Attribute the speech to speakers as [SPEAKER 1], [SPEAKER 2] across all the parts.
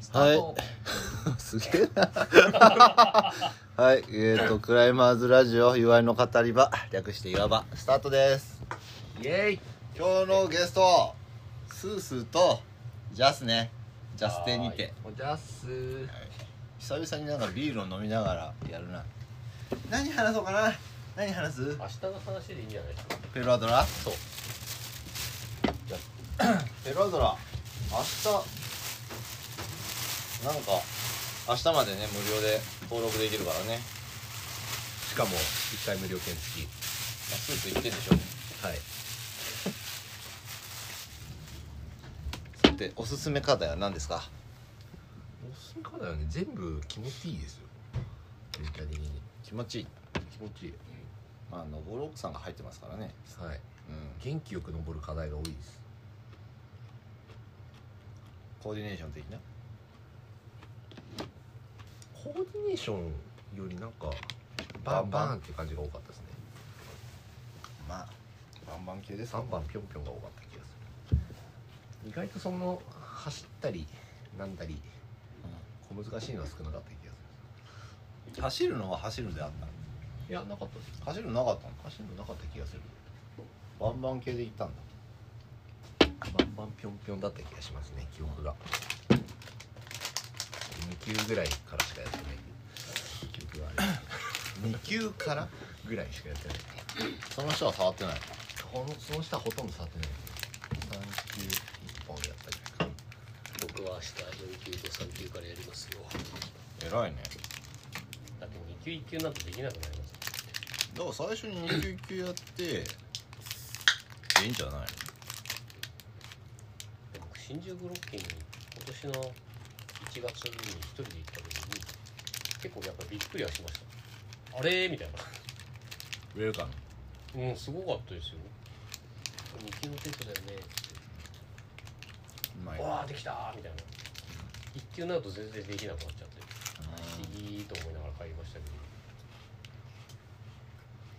[SPEAKER 1] スタート、
[SPEAKER 2] すげえなはいえっ、とクライマーズラジオ「祝いの語り場」略して「いわば」スタートです
[SPEAKER 1] イエーイ
[SPEAKER 2] 今日のゲストスースーとジャスねジャステにて
[SPEAKER 1] おじゃっす
[SPEAKER 2] 久々になんかビールを飲みながらやるな何話そうかな何話す
[SPEAKER 3] 明日の話でいいんじゃないですか
[SPEAKER 2] ペルアドラ
[SPEAKER 3] そう
[SPEAKER 2] ペルアドラ明日なんか明日までね無料で登録できるからね
[SPEAKER 3] しかも1回無料券付き
[SPEAKER 2] まあスーツ行ってんでしょ
[SPEAKER 3] はい
[SPEAKER 2] さておすすめ課題は何ですか
[SPEAKER 3] おすすめかだよね全部気持ちいいですよ全体的に
[SPEAKER 2] 気持ちいい
[SPEAKER 3] 気持ちいい、
[SPEAKER 2] まあ登録さんが入ってますからね
[SPEAKER 3] はい
[SPEAKER 2] うん
[SPEAKER 3] 元気よく登る課題が多いです
[SPEAKER 2] コーディネーション的な
[SPEAKER 3] コーディネーションよりなんかバンバンって感じが多かったですね
[SPEAKER 2] まあバンバン系です
[SPEAKER 3] 3番ぴょんぴょんが多かった気がする意外とその走ったりなんだり小難しいのは少なかった気がす
[SPEAKER 2] 走るのは走るであったの
[SPEAKER 3] るいやなかったです
[SPEAKER 2] 走るのなかったの
[SPEAKER 3] 走るのなかった気がする
[SPEAKER 2] バンバン系で行ったんだ
[SPEAKER 3] バンバンぴょんぴょんだった気がしますね記憶が2級ぐらいからしかやってない記憶がある
[SPEAKER 2] 2級から
[SPEAKER 3] ぐらいしかやってない
[SPEAKER 2] その人は触ってない
[SPEAKER 3] このその下ほとんど触ってない3級1本やったりとか
[SPEAKER 4] 僕は明日4級と3級からやりますよ
[SPEAKER 2] 偉いね
[SPEAKER 4] だって2級1級なんてできなくなります
[SPEAKER 2] だから最初に2級1級やっていいんじゃない
[SPEAKER 4] 僕新宿ロッキンに今年の1月に一人で行った時に結構やっぱびっくりはしましたあれみたい
[SPEAKER 2] ウェルカム
[SPEAKER 4] なうんすごかったですよ2級のテストだよね
[SPEAKER 2] うまい
[SPEAKER 4] わあできたーみたいな1級になると全然できなくなっちゃって不思議と思いながら帰りましたけど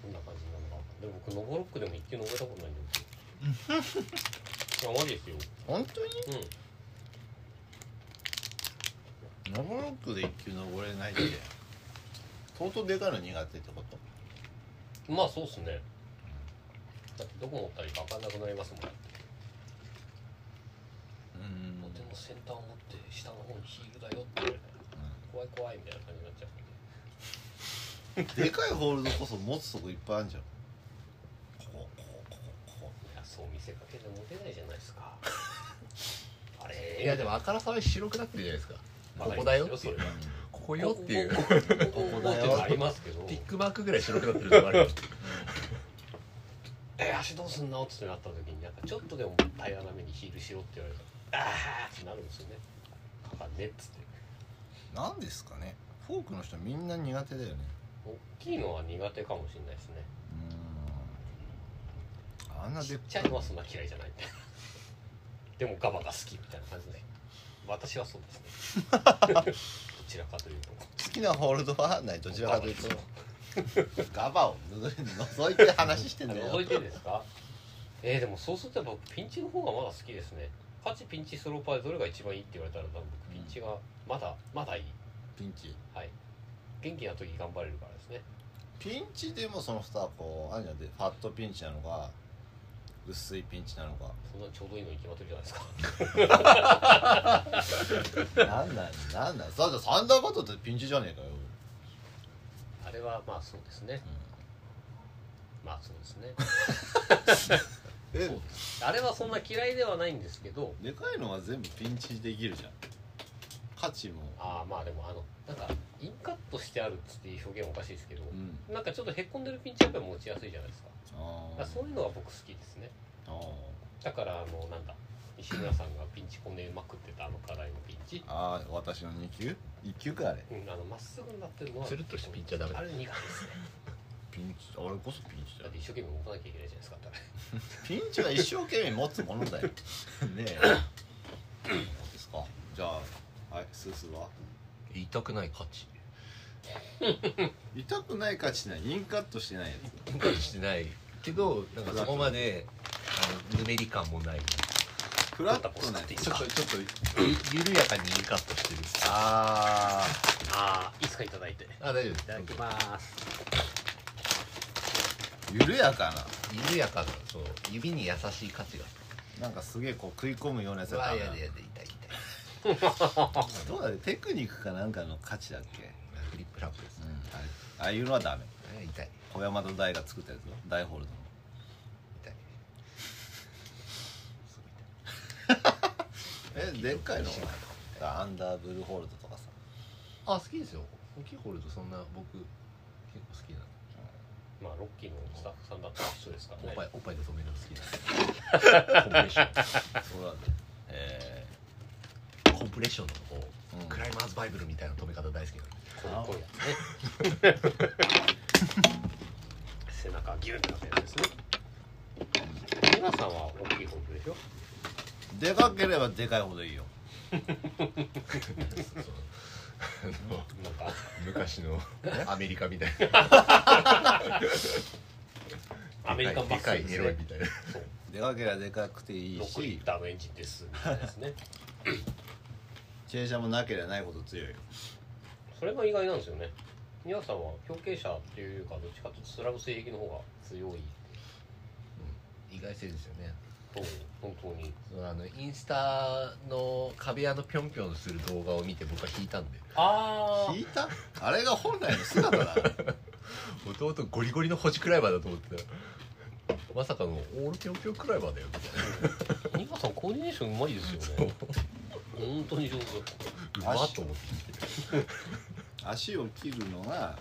[SPEAKER 4] どんな感じなのかでも僕ノボロックでも1級登れたことないんです よあマジですよ
[SPEAKER 2] 本当に
[SPEAKER 4] うん
[SPEAKER 2] ノボロックで1級登れないって相当でかいの苦手ってこと
[SPEAKER 4] まあそうっすねだってどこ持ったらいいか分かんなくなりますもん
[SPEAKER 2] うん
[SPEAKER 4] 手の先端を持って下の方にヒールだよって怖い怖いみたいな感じになっちゃうん
[SPEAKER 2] でかいホールドこそ持つとこいっぱいあるじゃん
[SPEAKER 4] でこうこうこうこういやそう見せかけて持てないじゃないですかあれ
[SPEAKER 3] いやでもあからさまに白くなってるじゃないですかここだよっていう
[SPEAKER 4] わか
[SPEAKER 3] ここ
[SPEAKER 4] りま
[SPEAKER 3] よ
[SPEAKER 4] す
[SPEAKER 3] っていう
[SPEAKER 4] ここここここ
[SPEAKER 2] だよ
[SPEAKER 4] っていうのありますけど
[SPEAKER 3] ピックマークぐらい白くなってるのがあるよ
[SPEAKER 4] え足どうすんの?」ってなった時になんかちょっとでも平らな目にヒールしろって言われたら「ああ!」ってなるんですよね「あかんね」っつって
[SPEAKER 2] なんですかねフォークの人みんな苦手だよね
[SPEAKER 4] 大きいのは苦手かもしれないですね
[SPEAKER 2] うんあんな
[SPEAKER 4] ち
[SPEAKER 2] で
[SPEAKER 4] っちゃいのはそんな嫌いじゃないみたいなでもガバが好きみたいな感じで私はそうです ねどちらかというと
[SPEAKER 2] 好きなホールドはないどちらかというとガバを覗いて話してんだよ
[SPEAKER 4] 覗いていいですかえー、でもそうするとやっぱピンチの方がまだ好きですねパチピンチスローパーでどれが一番いいって言われたら多分僕ピンチがまだまだいい
[SPEAKER 2] ピンチ
[SPEAKER 4] はい元気な時頑張れるからですね
[SPEAKER 2] ピンチでもその2はこうあんじゃんでファットピンチなのか薄いピンチなのか
[SPEAKER 4] そんなちょうどいいのに決まってるじゃないですか
[SPEAKER 2] なんなんなんなんさあサンダーバットってピンチじゃねえかよ、
[SPEAKER 4] あれはまあそうですね
[SPEAKER 2] う
[SPEAKER 4] まあそうですね
[SPEAKER 2] ん
[SPEAKER 4] そうですあれはそんな嫌いではないんですけど
[SPEAKER 2] えでかいのは全部ピンチできるじゃん価値も
[SPEAKER 4] ああまあでもあのなんかインカットしてあるっつっていう表現おかしいですけど、
[SPEAKER 2] うん
[SPEAKER 4] なんかちょっとへこんでるピンチやっぱり持ちやすいじゃないですか
[SPEAKER 2] あ
[SPEAKER 4] だか
[SPEAKER 2] ー
[SPEAKER 4] らそういうのが僕好きですね
[SPEAKER 2] あー
[SPEAKER 4] だからあのなんだ西村さんがピンチこねまくってたあの課題のピンチ、
[SPEAKER 2] あー私の2級1級かあれ
[SPEAKER 4] うん、あのまっすぐになってるのは
[SPEAKER 3] つるっとしたピンチはダメだ
[SPEAKER 4] あれ苦手ですね
[SPEAKER 2] ピンチ俺こそピンチだ
[SPEAKER 4] だっ
[SPEAKER 2] よ
[SPEAKER 4] て一生懸命動かなきゃいけないじゃないですかだって
[SPEAKER 2] ピンチは一生懸命持つもの だよねえそうですかじゃあはいスースーは
[SPEAKER 3] 言いたくない価値
[SPEAKER 2] 痛くない価値ないインカットしてないやつ
[SPEAKER 3] してないけどなんかそこまであのぬめり感もない
[SPEAKER 2] フラッ
[SPEAKER 4] ボ
[SPEAKER 2] ト
[SPEAKER 4] スボ
[SPEAKER 2] ね
[SPEAKER 4] スっていい
[SPEAKER 3] ち
[SPEAKER 4] か
[SPEAKER 3] ょっとちょっとゆ緩やかにいいカットしてる
[SPEAKER 2] あ
[SPEAKER 4] ああいいですかいただいてい
[SPEAKER 3] あ大丈夫
[SPEAKER 4] ただきます
[SPEAKER 2] ー緩やか
[SPEAKER 3] 緩やかなそう指に優しい価値が
[SPEAKER 2] ななんかすげえこう食い込むようなやつ
[SPEAKER 3] う
[SPEAKER 2] やった
[SPEAKER 3] わ
[SPEAKER 2] な
[SPEAKER 3] やでやで痛い痛い
[SPEAKER 2] どうだねテクニックかなんかの価値だっけ、
[SPEAKER 3] フリップラップです
[SPEAKER 2] う
[SPEAKER 3] ね
[SPEAKER 2] ん、ああいうのはダメ
[SPEAKER 3] あれ痛い
[SPEAKER 2] 小山田大が作ったやつだ大ホールドの
[SPEAKER 3] 痛いすごい痛い
[SPEAKER 2] えでっかいの
[SPEAKER 3] 自信が
[SPEAKER 2] アンダーブルーホールドとかさ
[SPEAKER 3] あ好きですよ大きいホールドそんな僕結構好きなの
[SPEAKER 4] まあロッキーのスタッフさんだったら人ですから
[SPEAKER 3] おっ
[SPEAKER 4] ね
[SPEAKER 3] ぱいおっぱいで止めるの好きなのコンプレッション
[SPEAKER 2] そうだねえ
[SPEAKER 3] コンプレッションのこう、
[SPEAKER 2] うん
[SPEAKER 3] クライマーズバイブルみたいな止め方大好きなの
[SPEAKER 4] こういうこういうやつね背中ギュンってなったやつですね皆さんは大きい方でしょ
[SPEAKER 2] ーでかければでかいほどいいよ
[SPEAKER 3] そうあの
[SPEAKER 4] なんか
[SPEAKER 3] 昔のアメリカみたいな
[SPEAKER 4] アメリカンバ
[SPEAKER 3] で
[SPEAKER 4] ッ
[SPEAKER 3] か
[SPEAKER 4] グ
[SPEAKER 3] い
[SPEAKER 4] で
[SPEAKER 3] でかいエ
[SPEAKER 4] す
[SPEAKER 3] ロい
[SPEAKER 4] ね
[SPEAKER 3] みたいな
[SPEAKER 4] そう
[SPEAKER 2] でかければでかくていい
[SPEAKER 4] 6リ
[SPEAKER 2] し
[SPEAKER 4] ッターのエンジンですみたいなですね
[SPEAKER 2] 傾斜もなければないほど強いよ
[SPEAKER 4] それが意外なんですよね皆さんは表敬者っていうかどっちかというとスラブ性癖の方が強い
[SPEAKER 3] 意外性ですよね
[SPEAKER 4] と本当に
[SPEAKER 3] そうあのインスタの壁屋のぴょんぴょんする動画を見て僕は引いたんで
[SPEAKER 4] ああ
[SPEAKER 2] 引いたあれが本来の姿 だ
[SPEAKER 3] 弟ゴリゴリのホジクライバーだと思ってたらまさかのオールぴょんぴょんクライバーだよみた
[SPEAKER 4] ニカさんコーディネーションうまいですよ
[SPEAKER 3] い
[SPEAKER 4] ね
[SPEAKER 3] な
[SPEAKER 4] 本当に上手
[SPEAKER 3] うまっと思って
[SPEAKER 2] 足を切るのが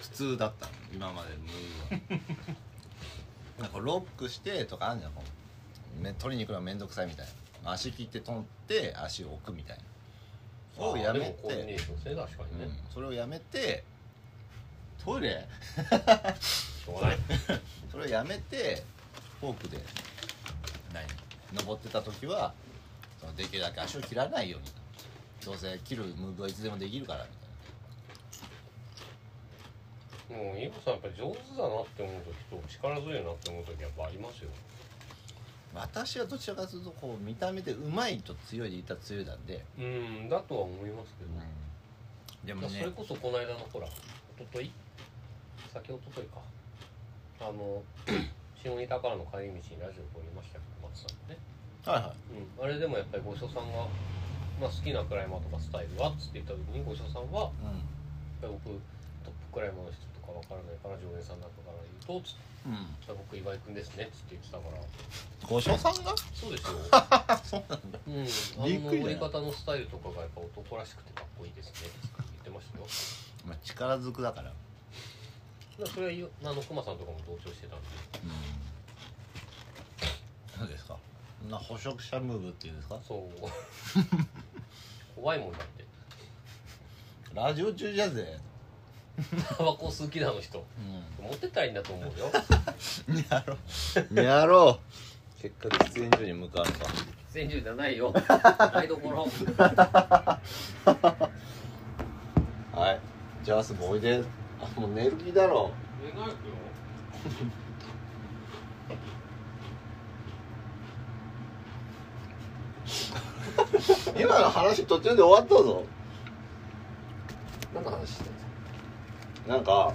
[SPEAKER 2] 普通だったの今までのムーブはなんかロックしてとかあんじゃんこうめ取りに行くのめんどくさいみたいな足切って取って足を置くみたいなをやめ
[SPEAKER 4] あで
[SPEAKER 2] て
[SPEAKER 4] もコーディネーションですね確かにね、
[SPEAKER 2] うんそれをやめてトイレ
[SPEAKER 4] しょうがない
[SPEAKER 2] それをやめてフォークで何登ってた時はそのできるだけ足を切らないようにどうせ切るムーブはいつでもできるからみたいな
[SPEAKER 4] もうニカさんやっぱり上手だなって思う時と力強いなって思う時やっぱありますよ
[SPEAKER 2] 私はどちらかというとこう見た目でうまいと強いでいたら強いなんで、
[SPEAKER 4] うんだとは思いますけど、
[SPEAKER 2] で
[SPEAKER 4] いやそれこそこの間のほら一昨日先一昨日かあの 下仁田からの帰り道にラジオ撮りましたけど松さんね、
[SPEAKER 2] はいは
[SPEAKER 4] うん、あれでもやっぱりご所さんが、まあ、好きなクライマーとかスタイルはっつって言った時にご所さんは
[SPEAKER 2] いう
[SPEAKER 4] やっぱり僕トップクライマーの人とかわからないから常連さんなんかから言うとつって
[SPEAKER 2] ん、うん、
[SPEAKER 4] 僕岩井君ですねっつって言ってたから
[SPEAKER 2] ご所さんが
[SPEAKER 4] そうです よそう
[SPEAKER 2] び
[SPEAKER 4] な
[SPEAKER 2] っ
[SPEAKER 4] んだ、う
[SPEAKER 2] くりだ
[SPEAKER 4] ん、あの登り方のスタイルとかがやっぱ男らしくてかっこいいですねっつって言ってましたよ
[SPEAKER 2] まあ力ずくだから、
[SPEAKER 4] だからそれは言うあの熊さんとかも同調してたんで
[SPEAKER 2] うん、そうですかそんな捕食者ムーブっていうんですか
[SPEAKER 4] そう怖いもんだって
[SPEAKER 2] ラジオ中じゃぜ、
[SPEAKER 4] タバコ好きなの人
[SPEAKER 2] う
[SPEAKER 4] 持ってったらいいんだと思うよ
[SPEAKER 2] ん、やろうやろうせっかく喫煙所に向かうか
[SPEAKER 4] 全住じゃないよ台所
[SPEAKER 2] はいじゃあ明日もおいであもう寝る気だろ
[SPEAKER 4] 願いよ
[SPEAKER 2] 今の話途中で終わったぞ
[SPEAKER 3] 何の話してたんですか
[SPEAKER 2] なんか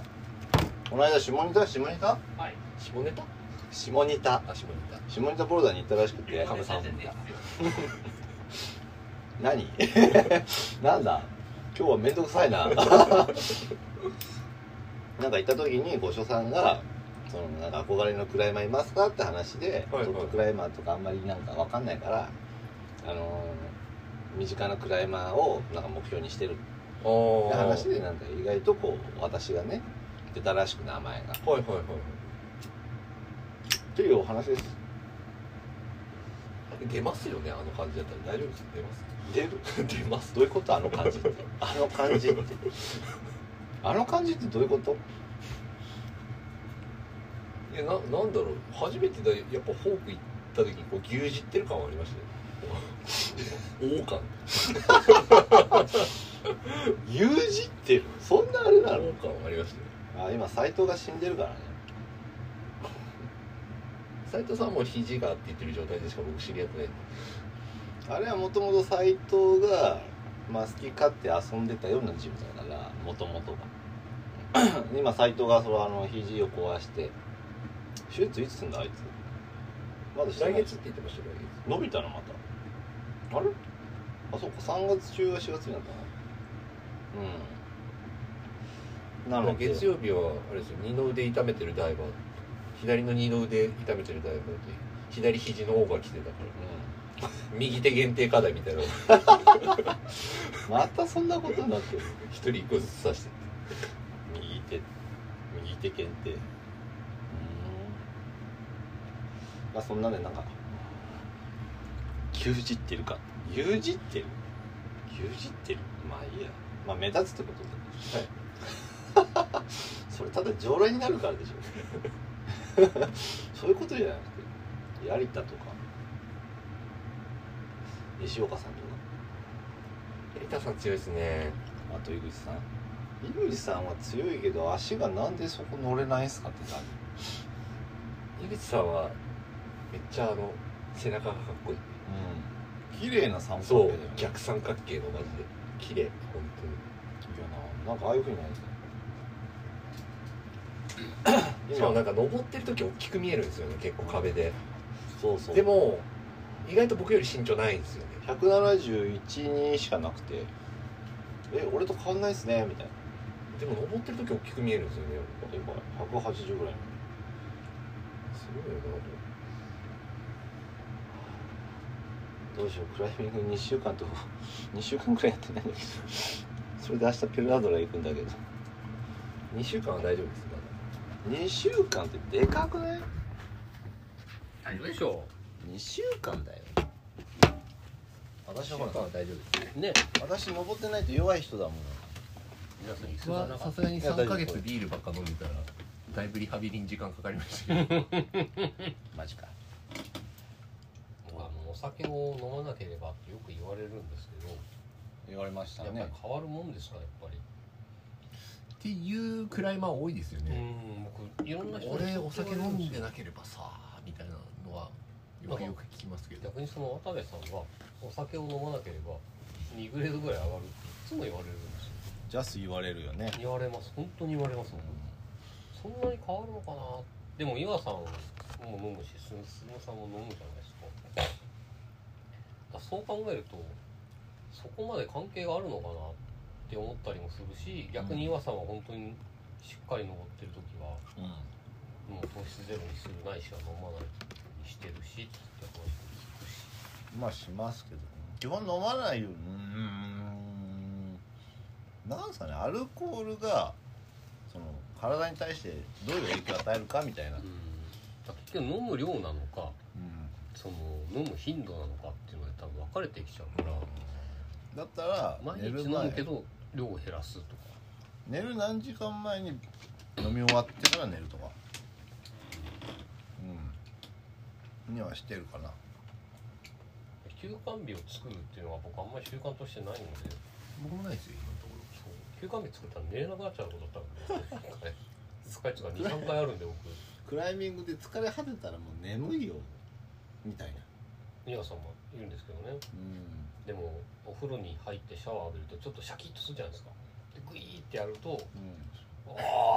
[SPEAKER 2] この間下仁田下仁田
[SPEAKER 4] はい
[SPEAKER 3] 下ネタ
[SPEAKER 2] 下仁田
[SPEAKER 3] あ下ネタ
[SPEAKER 2] 下仁田ボルダーに行ったらしくて
[SPEAKER 3] カブさん
[SPEAKER 2] 何 なんだ今日はめんどくさいな なんか行った時にご所さんがそのなんか憧れのクライマーいますかって話で、
[SPEAKER 3] はいは
[SPEAKER 2] ト
[SPEAKER 3] い
[SPEAKER 2] ップクライマーとかあんまりなんかわかんないからあのー身近なクライマーをなんか目標にしてる
[SPEAKER 3] お
[SPEAKER 2] って話
[SPEAKER 3] はい
[SPEAKER 2] でなんか意外とこう私がね出たらしく名前がっ
[SPEAKER 3] はいはい
[SPEAKER 2] ていうお話です
[SPEAKER 3] 出ますよねあの感じだったら大丈夫です出ます
[SPEAKER 2] 出る出ますどういうことあの感じって あの感じってあの感じってどういうこと
[SPEAKER 3] いやななんだろう初めてだやっぱフォーク行った時にこう牛耳ってる感はありましたよ 王感
[SPEAKER 2] 牛耳ってるそんなあれなの
[SPEAKER 3] 王感はありましたよ
[SPEAKER 2] あ今斎藤が死んでるからね
[SPEAKER 1] 斉藤さんはもう肘がって言ってる状態でしか僕知り合ってないんで
[SPEAKER 2] あれはもともと斎藤が、まあ、好き勝手遊んでたようなジムだからもと もとが今斎藤がそのあの肘を壊して手術いつすんだあいつまだしてない
[SPEAKER 1] 来月って言ってましたよ来月
[SPEAKER 2] 伸びたのまたあれあそうか3月中は4月になったなうんなので
[SPEAKER 1] 月曜日はあれですよ二の腕痛めてるダイバー左の二の腕痛めてるダイバーで左肘のオーバー来てたから
[SPEAKER 2] う
[SPEAKER 1] 右手限定課題みたいなのを
[SPEAKER 2] んまたそんなことになってる
[SPEAKER 1] 一人一個ずつ刺して
[SPEAKER 2] 右手右手検定うんまあそんなんでなんか牛耳ってるか牛耳ってる牛耳ってるまあいいやまあ目立つってことで
[SPEAKER 1] はい
[SPEAKER 2] それただ常連になるからでし ょそういうことじゃなくてやりたとか西岡さんとか
[SPEAKER 1] エリタさん強いですね
[SPEAKER 2] あと井口さん井口さんは強いけど足がなんでそこ乗れないんすかってなる
[SPEAKER 1] 井口さんはめっちゃあの背中がかっこいい
[SPEAKER 2] うん綺麗な三
[SPEAKER 1] そ
[SPEAKER 2] 角
[SPEAKER 1] う
[SPEAKER 2] 形だよねいや
[SPEAKER 1] 逆三角形のマジで綺麗本当に
[SPEAKER 2] ななんかああいうふうになるんです
[SPEAKER 1] しかもなんか登ってる時大きく見えるんですよね結構壁で
[SPEAKER 2] そうそう
[SPEAKER 1] で
[SPEAKER 2] でも
[SPEAKER 1] も意外と僕より身長ないんですよね
[SPEAKER 2] 171人しかなくて「え俺と変わんないっすね」みたいな
[SPEAKER 1] でも登ってる時大きく見えるんですよね
[SPEAKER 2] やっぱ180ぐらい
[SPEAKER 1] すごいよな
[SPEAKER 2] どうしようクライミング2週間と2 週間くらいやってないんだけどそれで明日ペルラドラ行くんだけど
[SPEAKER 1] 2週間は大丈夫です
[SPEAKER 2] 2週間ってでかくない
[SPEAKER 4] 大丈夫でしょ
[SPEAKER 2] ?2 週間だよ私
[SPEAKER 5] 週
[SPEAKER 2] は
[SPEAKER 5] 間
[SPEAKER 2] ほら
[SPEAKER 5] は大丈夫
[SPEAKER 4] うね
[SPEAKER 2] 私登ってないと弱い人だもん
[SPEAKER 4] 皆さん椅
[SPEAKER 5] です
[SPEAKER 4] 子がなか
[SPEAKER 5] さ
[SPEAKER 4] っ
[SPEAKER 5] すがに
[SPEAKER 2] いや
[SPEAKER 5] 3
[SPEAKER 2] 大丈
[SPEAKER 5] ヶ
[SPEAKER 2] 夫
[SPEAKER 5] 月ビールばっか飲んでたらだいぶリハビリに時間かかりましたけど
[SPEAKER 2] マジか
[SPEAKER 4] たまあお酒を飲まなければってよく言われるんですけ
[SPEAKER 2] 言われました
[SPEAKER 4] どやっぱり
[SPEAKER 2] ね
[SPEAKER 4] 変わるもんですかやっぱり
[SPEAKER 5] っていうクライマー多いですよ
[SPEAKER 4] う
[SPEAKER 5] ね、
[SPEAKER 4] ん僕いろんな人に
[SPEAKER 5] 俺お酒飲んでなければさみたいなのはよくよく聞きますけど
[SPEAKER 4] 逆にその渡部さんはお酒を飲まなければ2グレードぐらい上がるっていつも言われるんですよ
[SPEAKER 2] ジャス言われるよね
[SPEAKER 4] 言われます本当に言われます僕そんなに変わるのかなでも岩さんも飲むしすすむさんも飲むじゃないですかだからそう考えるとそこまで関係があるのかなって思ったりもするし逆に岩さんは本当にしっかり登ってる時は
[SPEAKER 2] うん
[SPEAKER 4] もう糖質ゼロにするないしは飲まないにしてるしって話も聞くし
[SPEAKER 2] まあしますけど基本飲まないようーんなんですかねアルコールがその体に対してどういう影響を与えるかみたいな、うん
[SPEAKER 4] だから結局飲む量なのかその飲む頻度なのかっていうので多分分かれてきちゃうから
[SPEAKER 2] だったら
[SPEAKER 4] 毎
[SPEAKER 2] 寝
[SPEAKER 4] 日
[SPEAKER 2] る
[SPEAKER 4] 飲む
[SPEAKER 2] 前
[SPEAKER 4] けど量を減らすとか
[SPEAKER 2] 寝る何時間前に飲み終わってから寝るとかうんにはしてるかな
[SPEAKER 4] 休館日を作るっていうのは僕あんまり習慣としてないので
[SPEAKER 5] 僕もないですよ今のとこ
[SPEAKER 4] そう休館日作ったら寝れなくなっちゃうことだったん で疲れてた23回あるんで僕
[SPEAKER 2] クライミングで疲れ果てたらもう眠いよみたいな
[SPEAKER 4] 皆さんも言うんですけどね
[SPEAKER 2] うん
[SPEAKER 4] でもお風呂に入ってシャワー浴びるとちょっとシャキッとするじゃないですかでグイーってやると
[SPEAKER 2] うん
[SPEAKER 4] 「お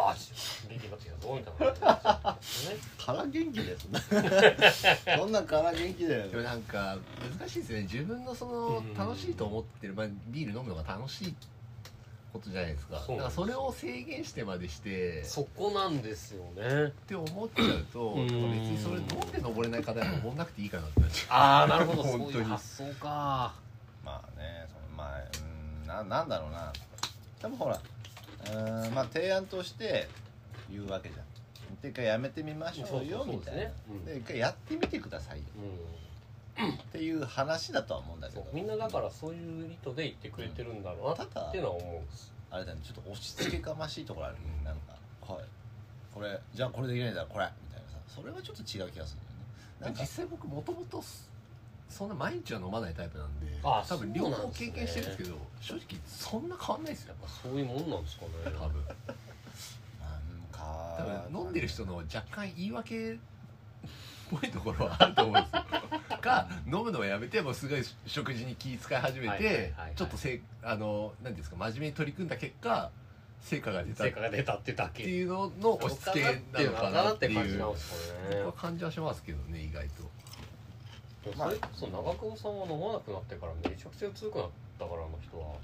[SPEAKER 4] ーし元気になってきたぞ」みたいな感じになっちゃうんですよね
[SPEAKER 2] から元気だ よそんなそんなんから元気だよ
[SPEAKER 5] ろでもなんか難しいですよね自分のその
[SPEAKER 4] うん
[SPEAKER 5] 楽しいと思ってる、まあ、ビール飲むのが楽しいことじゃないですか
[SPEAKER 4] そう
[SPEAKER 5] だからそれを制限してまでして
[SPEAKER 4] そこなんですよね
[SPEAKER 5] って思っちゃうと、
[SPEAKER 4] うん
[SPEAKER 5] 別にそれ飲んで登れない方は登んなくていいかなってなっちゃ
[SPEAKER 4] ああなるほど
[SPEAKER 5] 本
[SPEAKER 4] そ
[SPEAKER 5] 当
[SPEAKER 4] う
[SPEAKER 5] に
[SPEAKER 4] いう発想か
[SPEAKER 2] まあねそのまあうんななんだろうな多分ほらうーんまあ提案として言うわけじゃんで一回やめてみましょうよ
[SPEAKER 4] そうそうそう
[SPEAKER 2] みたいな
[SPEAKER 4] ですねうん
[SPEAKER 2] で一回やってみてくださいよ
[SPEAKER 4] うん
[SPEAKER 2] っていう話だとは思うんだけ
[SPEAKER 4] そう
[SPEAKER 2] ど
[SPEAKER 4] みんなだからそういう意図で言ってくれてるんだろうな
[SPEAKER 2] ただ
[SPEAKER 4] っていうのは思うんです
[SPEAKER 2] あれだねちょっと押し付けがましいところあるねなんかはいこれじゃあこれできないんだこれみたいなさそれはちょっと違う気がするんだ
[SPEAKER 5] う
[SPEAKER 2] よねな
[SPEAKER 5] 実
[SPEAKER 2] んか
[SPEAKER 5] 際僕もともとそんな毎日は飲まないタイプなんで
[SPEAKER 4] あ
[SPEAKER 5] 多分
[SPEAKER 4] そ
[SPEAKER 5] 両
[SPEAKER 4] うなん
[SPEAKER 5] 方
[SPEAKER 4] ですね
[SPEAKER 5] 経験してるんですけど正直そんな変わんないですよ
[SPEAKER 4] やっぱそういうもんなんです かね
[SPEAKER 5] 多分
[SPEAKER 2] なんか
[SPEAKER 5] 多分飲んでる人の若干言い訳
[SPEAKER 3] ぽいところはあると思うんですよ か飲むのはやめてもうすごい食事に気遣い始め
[SPEAKER 4] はいはいはい
[SPEAKER 3] て
[SPEAKER 4] はい
[SPEAKER 3] ちょっとせいあの何ですか真面目に取り組んだ結果成果が出たっ
[SPEAKER 4] 成果が出たってだ
[SPEAKER 3] て
[SPEAKER 4] け
[SPEAKER 3] いうのの押し付けなのかなって
[SPEAKER 4] のかなって感
[SPEAKER 3] い
[SPEAKER 4] じ
[SPEAKER 3] う
[SPEAKER 4] なんですかね
[SPEAKER 3] 僕は感じはしますけどね意外と
[SPEAKER 4] でも
[SPEAKER 2] まあ
[SPEAKER 4] それこそ長久保さんは飲まなくなってからめちゃくちゃ強くなったからあの人は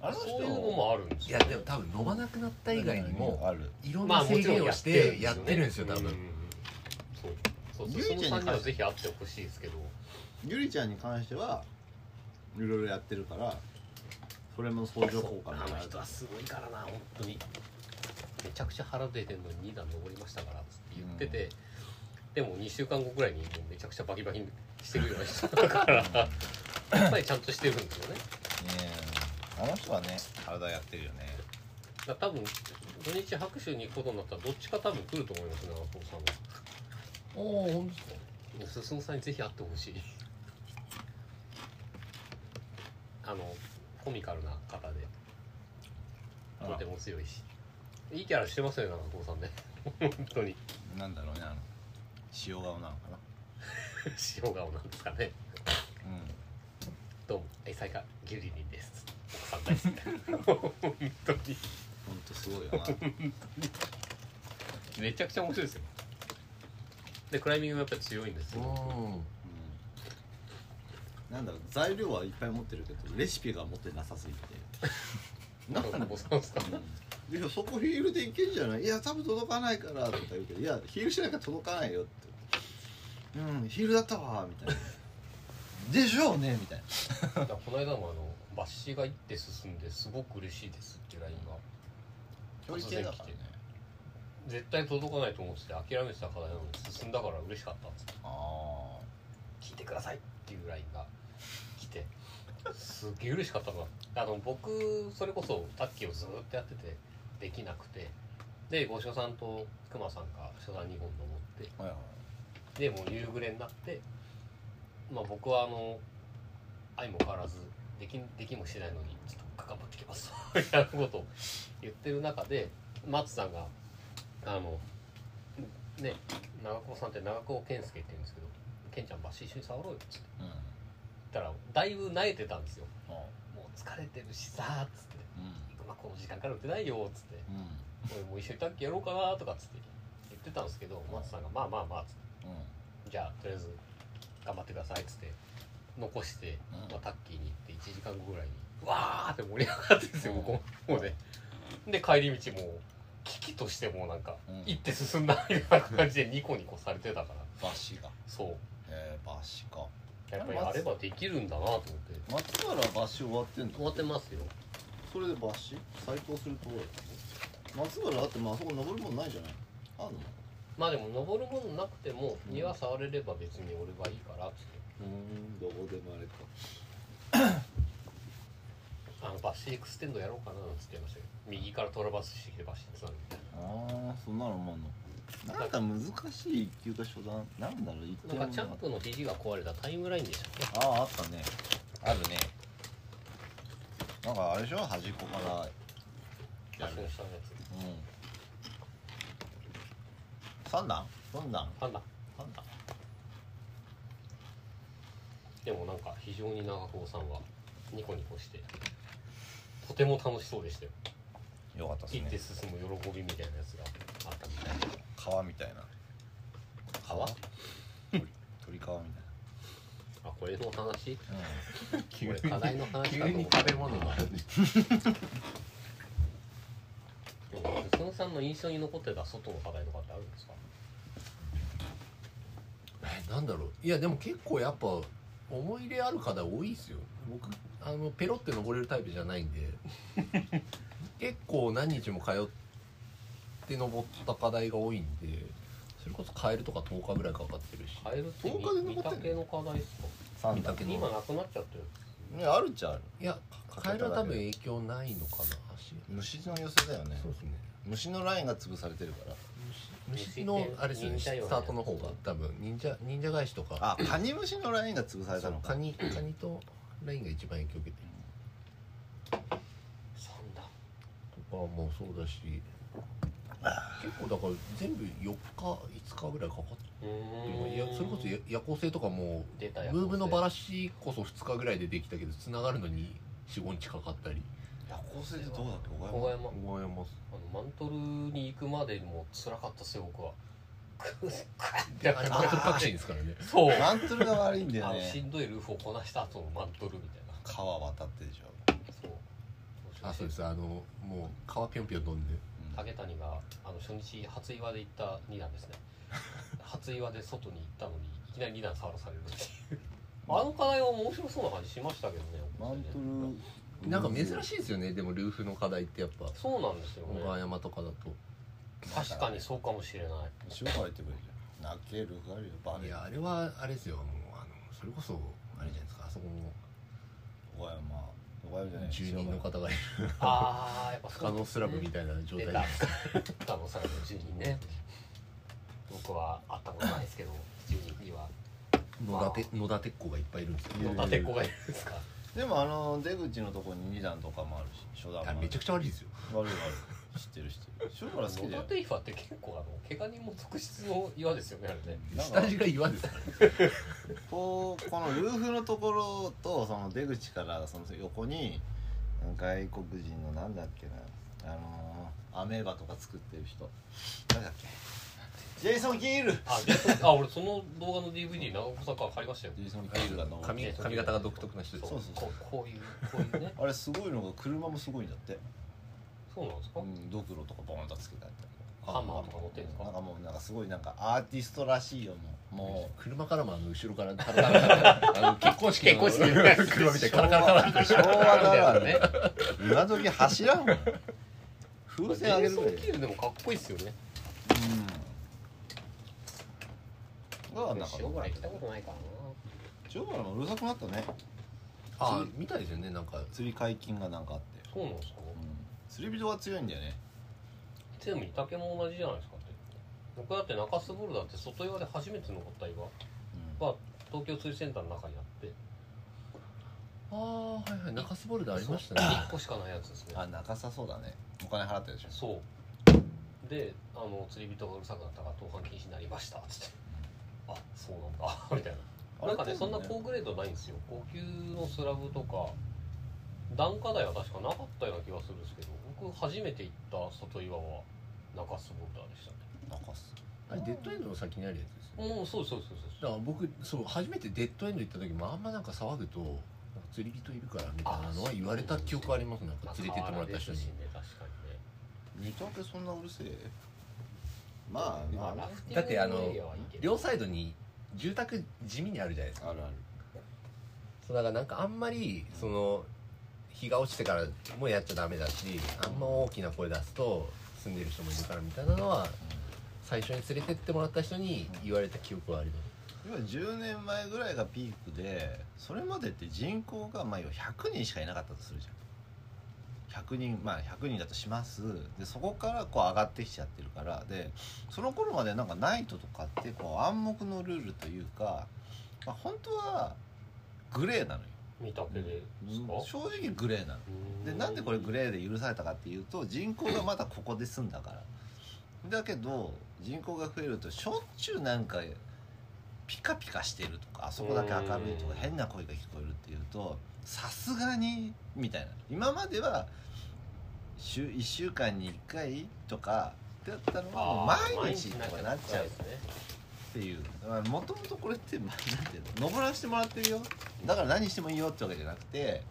[SPEAKER 2] あれの
[SPEAKER 4] そう
[SPEAKER 2] 人
[SPEAKER 4] いうのもあるんです
[SPEAKER 3] い
[SPEAKER 4] よ
[SPEAKER 3] やでも多分飲まなくなった以外にも
[SPEAKER 2] ある
[SPEAKER 3] いろん
[SPEAKER 4] まあ
[SPEAKER 3] な
[SPEAKER 4] も
[SPEAKER 3] 制
[SPEAKER 4] ちろ
[SPEAKER 3] 限
[SPEAKER 4] ん
[SPEAKER 3] を
[SPEAKER 4] や
[SPEAKER 3] し
[SPEAKER 4] ってる
[SPEAKER 3] て
[SPEAKER 4] んですよね
[SPEAKER 3] やってるんですよ多
[SPEAKER 4] うんうんう
[SPEAKER 3] 分
[SPEAKER 4] んそうそう
[SPEAKER 2] ゆ
[SPEAKER 4] そ
[SPEAKER 2] いちゃ
[SPEAKER 4] う
[SPEAKER 2] んに
[SPEAKER 4] その3人はぜひ会ってほしいですけど
[SPEAKER 2] ゆりちゃんに関してはいろいろやってるからそれも相乗効果
[SPEAKER 4] あ
[SPEAKER 2] に
[SPEAKER 4] の
[SPEAKER 2] なる
[SPEAKER 4] 人はすごいからな本当にめちゃくちゃ腹出てんのに2段登りましたからつって言ってて、でも2週間後ぐらいにもうめちゃくちゃバキバキにしてるような人だから やっぱりちゃんとしてるんですよね
[SPEAKER 2] ねえあの人はね体やってるよね
[SPEAKER 4] だから多分土日拍手に行くことになったらどっちか多分来ると思いますね長友さんは
[SPEAKER 3] おお本
[SPEAKER 4] もう進さんにぜひ会ってほしいあのコミカルな方で
[SPEAKER 2] あ
[SPEAKER 4] とても強いしいいキャラしてますよね長友さんね本当に
[SPEAKER 2] なんだろうねあの塩顔なのかな
[SPEAKER 4] 塩顔なんですかね
[SPEAKER 2] う
[SPEAKER 4] どうも愛妻家ギュリリンです奥さん大好き本当に
[SPEAKER 2] んほんとすごいよ な
[SPEAKER 4] めちゃくちゃ面白いですよでクライミングもやっぱり強いんですよ
[SPEAKER 2] うんなんだろう材料はいっぱい持ってるけどレシピが持ってなさすぎて なん
[SPEAKER 4] 長
[SPEAKER 2] だろう
[SPEAKER 4] 友さんです か
[SPEAKER 2] いやそこヒールでいけんじゃないいや多分届かないからとか言うけどいやヒールしなきゃ届かないよってうんヒールだったわみたいなでしょうねみたいな
[SPEAKER 4] だからこの間もあのバッシーが行って進んですごく嬉しいですっていうラインが
[SPEAKER 2] 距離計だからね
[SPEAKER 4] 絶対届かないと思ってて諦めてた課題なのに進んだから嬉しかったっつって
[SPEAKER 2] あ
[SPEAKER 4] 聞いてくださいっていうラインが来てすっげえ嬉しかったなあの僕それこそタッキーをずーっとやっててできなくてで五所さんとくまさんが初段2本登
[SPEAKER 2] あはいは
[SPEAKER 4] ってでもう夕暮れになってまあ僕はあの愛も変わらずできできもしないのにちょっと頑張ってきます みたいなことを言ってる中で松さんがあのね長久保さんって長久保健介って言うんですけど「健ちゃんバシ一緒に触ろうよ」っつって。
[SPEAKER 2] いうん
[SPEAKER 4] ったらだいぶ慣れてたんですよ
[SPEAKER 2] あ
[SPEAKER 4] もう疲れてるしさーっつって
[SPEAKER 2] う
[SPEAKER 4] 「まあ、この時間から打てないよ」っつって
[SPEAKER 2] んうん
[SPEAKER 4] 「俺もう一緒にタッキーやろうかな」とかっつって言ってたんですけど松さんが「まあまあまあ」っつっ
[SPEAKER 2] うん
[SPEAKER 4] て「じゃあとりあえず頑張ってください」っつって残して、
[SPEAKER 2] うん
[SPEAKER 4] まあ、タッキーに行って1時間後ぐらいにわーって盛り上がってるんですよ
[SPEAKER 2] うん
[SPEAKER 4] 僕ももうねで帰り道もう危機としてもうなんか
[SPEAKER 2] うん
[SPEAKER 4] 行って進んだみたいな感じでニコニコされてたから
[SPEAKER 2] バシが
[SPEAKER 4] そう
[SPEAKER 2] えー、バシか
[SPEAKER 4] やっぱりあればできるんだなと思って
[SPEAKER 2] 松原バシ終わってんの
[SPEAKER 4] 終わってますよ
[SPEAKER 2] それでバシ再登するところだったの松原だってまああそこ登るもんないじゃないあんの
[SPEAKER 4] まあでも登るものなくても
[SPEAKER 2] うん
[SPEAKER 4] 庭触れれば別に俺はいいからっつって
[SPEAKER 2] うんどこでもあれか
[SPEAKER 4] あのバッシーエクステンドやろうかななんつって言いましたけど右からトラバスしてきてバッシーにつなぐみたい
[SPEAKER 2] ああそんなのもあんのなんか難しい一級か初段なんだろう一級
[SPEAKER 4] ななんかチャンプの肘が壊れたタイムラインでしたっけ
[SPEAKER 2] あああったねあるねなんかあれでしょ端っこから
[SPEAKER 4] バッシーの下のやつ
[SPEAKER 2] うん三段四段
[SPEAKER 4] パンダ
[SPEAKER 2] 三段
[SPEAKER 4] でもなんか非常に長久保さんはニコニコしてとても楽しそうでしたよ
[SPEAKER 2] よかった
[SPEAKER 4] 切っ
[SPEAKER 2] で
[SPEAKER 4] て
[SPEAKER 2] すね
[SPEAKER 4] 進む喜びみたいなやつがあったみたいで
[SPEAKER 2] 川みたいな
[SPEAKER 4] 川
[SPEAKER 2] 鳥鳥川み
[SPEAKER 4] あこれの話
[SPEAKER 2] たいな、うん
[SPEAKER 4] これ課題の話
[SPEAKER 3] 急
[SPEAKER 4] だと思
[SPEAKER 3] に
[SPEAKER 4] う
[SPEAKER 3] 食べ物の話
[SPEAKER 4] うん進さんの印象に残ってた外の課題とかってあるんですか
[SPEAKER 3] えなんだろういやでも結構やっぱ思い入れある方多いですよ僕あのペロって登れるタイプじゃないんで結構何日も通って登った課題が多いんでそれこそカエルとか10日ぐらいかかってるし
[SPEAKER 4] カエルって
[SPEAKER 2] 10日で残って
[SPEAKER 4] 見
[SPEAKER 2] ん
[SPEAKER 4] の課題ですか
[SPEAKER 2] 三
[SPEAKER 3] 見
[SPEAKER 2] 段
[SPEAKER 3] たけど
[SPEAKER 4] 今なくなっちゃってる
[SPEAKER 2] ねあるっちゃある
[SPEAKER 3] いやカエルは多分影響ないのかな足
[SPEAKER 2] 虫の寄せだよね
[SPEAKER 3] そうですね
[SPEAKER 2] 虫のラインが潰されてるから
[SPEAKER 3] 虫虫のあれですよね
[SPEAKER 4] 忍
[SPEAKER 3] スタ
[SPEAKER 4] 者用のやつ
[SPEAKER 3] ートの方が多分忍者忍者返しとか
[SPEAKER 2] あカニ虫のラインが潰され
[SPEAKER 3] そ
[SPEAKER 2] た
[SPEAKER 3] う
[SPEAKER 2] の
[SPEAKER 3] カ
[SPEAKER 2] か
[SPEAKER 3] ニカニとラインが一番影響受けてる
[SPEAKER 4] 3段
[SPEAKER 3] とかもそうだし結構だから全部4日5日ぐらいかかっ
[SPEAKER 4] う
[SPEAKER 3] も
[SPEAKER 4] ん
[SPEAKER 3] いやそれこそや夜行性とかも
[SPEAKER 4] 出た
[SPEAKER 3] う
[SPEAKER 4] や
[SPEAKER 3] ムーブのバラシこそ2日ぐらいでできたけどつながるのに45日かかったり
[SPEAKER 2] 夜行性ってどうだっけ小
[SPEAKER 4] 小
[SPEAKER 2] 山
[SPEAKER 4] 山
[SPEAKER 3] 思います
[SPEAKER 4] あのマントルに行くまでも辛かったっすよ 僕はクックッって
[SPEAKER 3] であれマントルタクシーですからね
[SPEAKER 4] そうあ
[SPEAKER 2] マントルが悪いんだよ
[SPEAKER 4] のし
[SPEAKER 2] ね
[SPEAKER 4] んどいルーフをこなした後のマントルみたいな
[SPEAKER 2] 川渡ってでしょ、
[SPEAKER 4] そう
[SPEAKER 3] あそうですあのもう川ぴょんぴょん飛んで
[SPEAKER 2] うん
[SPEAKER 4] 竹谷があの初日初岩で行った2 段ですね初岩で外に行ったのにいきなり2段触らされるっていうあの課題は面白そうな感じしましたけどね
[SPEAKER 2] マントル
[SPEAKER 3] なんか珍しいですよねでもルーフの課題ってやっぱ
[SPEAKER 4] そうなんですよ
[SPEAKER 3] 小川
[SPEAKER 4] ね
[SPEAKER 3] 山とかだと
[SPEAKER 4] 確かにそうかもし れない
[SPEAKER 2] 塩から言ってくれるじゃん泣けるがあるよバ
[SPEAKER 3] い
[SPEAKER 2] レる
[SPEAKER 3] やあれはあれですよもうあのそれこそあれじゃないですかあそこも
[SPEAKER 2] 小山小山じゃない
[SPEAKER 3] 住人の方がいる
[SPEAKER 4] ああやっぱ
[SPEAKER 3] 不可能スラブみたいな状態で
[SPEAKER 4] 出たあのさらの住人ね僕は会ったことないですけど住人には
[SPEAKER 3] 野立野立っ子がいっぱいいるんですよ
[SPEAKER 2] いやいや
[SPEAKER 4] 野立子がいるんですか
[SPEAKER 2] でもあの出口のとこに2段とかもあるし初段もあ
[SPEAKER 3] あ
[SPEAKER 2] る
[SPEAKER 3] めちゃくちゃ悪いですよ
[SPEAKER 2] 悪い悪い知ってる知ってる塩から好きだ
[SPEAKER 4] 野
[SPEAKER 2] よ
[SPEAKER 4] 立岩って結構あの怪我人も特質の岩ですよねあれね
[SPEAKER 2] なん
[SPEAKER 3] 下
[SPEAKER 2] か
[SPEAKER 3] 地が岩です
[SPEAKER 2] こうこのルーフのところとその出口からその横に外国人のなんだっけなあのーアメーバとか作ってる人誰だっけジェイソン・キールジ
[SPEAKER 4] あ、であ俺その動画の DVD 長岡さんから借りましたよ
[SPEAKER 2] ェイソン・キールが登って
[SPEAKER 3] 髪髪型が独特な人です
[SPEAKER 2] そう
[SPEAKER 4] ここういうこういうね
[SPEAKER 2] あれすごいのが車もすごいんだって、
[SPEAKER 4] そうなんですか、
[SPEAKER 2] うん、ドクロとかボーンとつけてあったり
[SPEAKER 4] ハンマーとか持ってるんです
[SPEAKER 2] なん
[SPEAKER 4] か
[SPEAKER 2] かもうなんかすごいなんかアーティストらしいよもうも
[SPEAKER 3] 車からもあの後 ろからカラカラカラあの結婚式の
[SPEAKER 4] 結婚式 の
[SPEAKER 3] 車みたいにカラカラカラ
[SPEAKER 2] う昭和だわ
[SPEAKER 4] ね
[SPEAKER 2] ね今時走らんもん風
[SPEAKER 4] ジ
[SPEAKER 2] 船あげ
[SPEAKER 4] ェイ
[SPEAKER 2] る
[SPEAKER 4] ソ
[SPEAKER 2] ぐ
[SPEAKER 4] ン
[SPEAKER 2] らい
[SPEAKER 4] キールでもかっこいいですよね
[SPEAKER 2] うんがなんか
[SPEAKER 4] 塩原行ったことないからな
[SPEAKER 2] 塩原もうるさくなったね
[SPEAKER 3] あみたいですよねなんか
[SPEAKER 2] 釣り解禁がなんかあって、
[SPEAKER 4] そうなんですか
[SPEAKER 2] 釣り人が強いんだよね
[SPEAKER 4] でもイタケも同じじゃないですかって僕だって中洲ボルダーって外岩で初めて登った岩
[SPEAKER 2] うん
[SPEAKER 4] が東京釣りセンターの中にあって
[SPEAKER 3] ああはいはい中洲ボルダーありましたね
[SPEAKER 4] 1個しかないやつですね
[SPEAKER 2] あ泣かさそうだねお金払ったでしょ
[SPEAKER 4] そうであの釣り人がうるさくなったから登板禁止になりましたっつってあそうなんだ みたいな
[SPEAKER 2] あれ
[SPEAKER 4] なんかね、
[SPEAKER 2] 多
[SPEAKER 4] そん
[SPEAKER 2] 分
[SPEAKER 4] な高グレードないんですよ。高級のスラブとか、段下台は確かなかったような気がするんですけど、僕初めて行った外岩は中洲ボルダーでしたね。
[SPEAKER 2] 泣かす
[SPEAKER 3] あれデッドエンドの先にあるやつですよね
[SPEAKER 4] うん、そうそうそうそ
[SPEAKER 3] だ
[SPEAKER 4] う。
[SPEAKER 3] から僕そう初めてデッドエンド行った時もあんまなんか騒ぐとなんか釣り人いるからみたいなのは言われた記憶ありますなんか連れてってもらった人に
[SPEAKER 4] まあ河原ですしね、確かにね。
[SPEAKER 2] 見たけそんなうるせえまあ
[SPEAKER 4] ま
[SPEAKER 2] ま
[SPEAKER 4] あ、
[SPEAKER 2] あ
[SPEAKER 4] ラ
[SPEAKER 2] ね
[SPEAKER 4] フテ
[SPEAKER 3] だっ
[SPEAKER 4] ィ
[SPEAKER 3] てあ
[SPEAKER 4] ングの
[SPEAKER 3] の
[SPEAKER 4] エリアはいいけど。
[SPEAKER 3] 両サイドに住宅地味にあるじゃないですか
[SPEAKER 2] あるある
[SPEAKER 3] そうだからなんかあんまりその日が落ちてからもうやっちゃダメだしあんま大きな声出すと住んでる人もいるからみたいなのは最初に連れてってもらった人に言われた記憶はあります
[SPEAKER 2] 今10年前ぐらいがピークでそれまでって人口がまあ要は100人しかいなかったとするじゃん100人まあ100人だとしますでそこからこう上がってきちゃってるからでその頃までなんかナイトとかってこう暗黙のルールというか、まあ、本当はグレーなのよ
[SPEAKER 4] 見たけでですか
[SPEAKER 2] 正直グレーなのでなんでこれグ
[SPEAKER 4] レ
[SPEAKER 2] レーで許されたかっていうと人口がまだここで住んだからだけど人口が増えるとしょっちゅうなんかピカピカしてるとかあそこだけ明るいと
[SPEAKER 4] うん
[SPEAKER 2] か変な声が聞こえるっていうとさすがにみたいな今までは週1週間に1回とかだったのがもう毎日とかなっちゃう
[SPEAKER 4] ね。
[SPEAKER 2] っていうもともとこれってまあなんていうの登らせてもらってるよだから何してもいいよってわけじゃなくて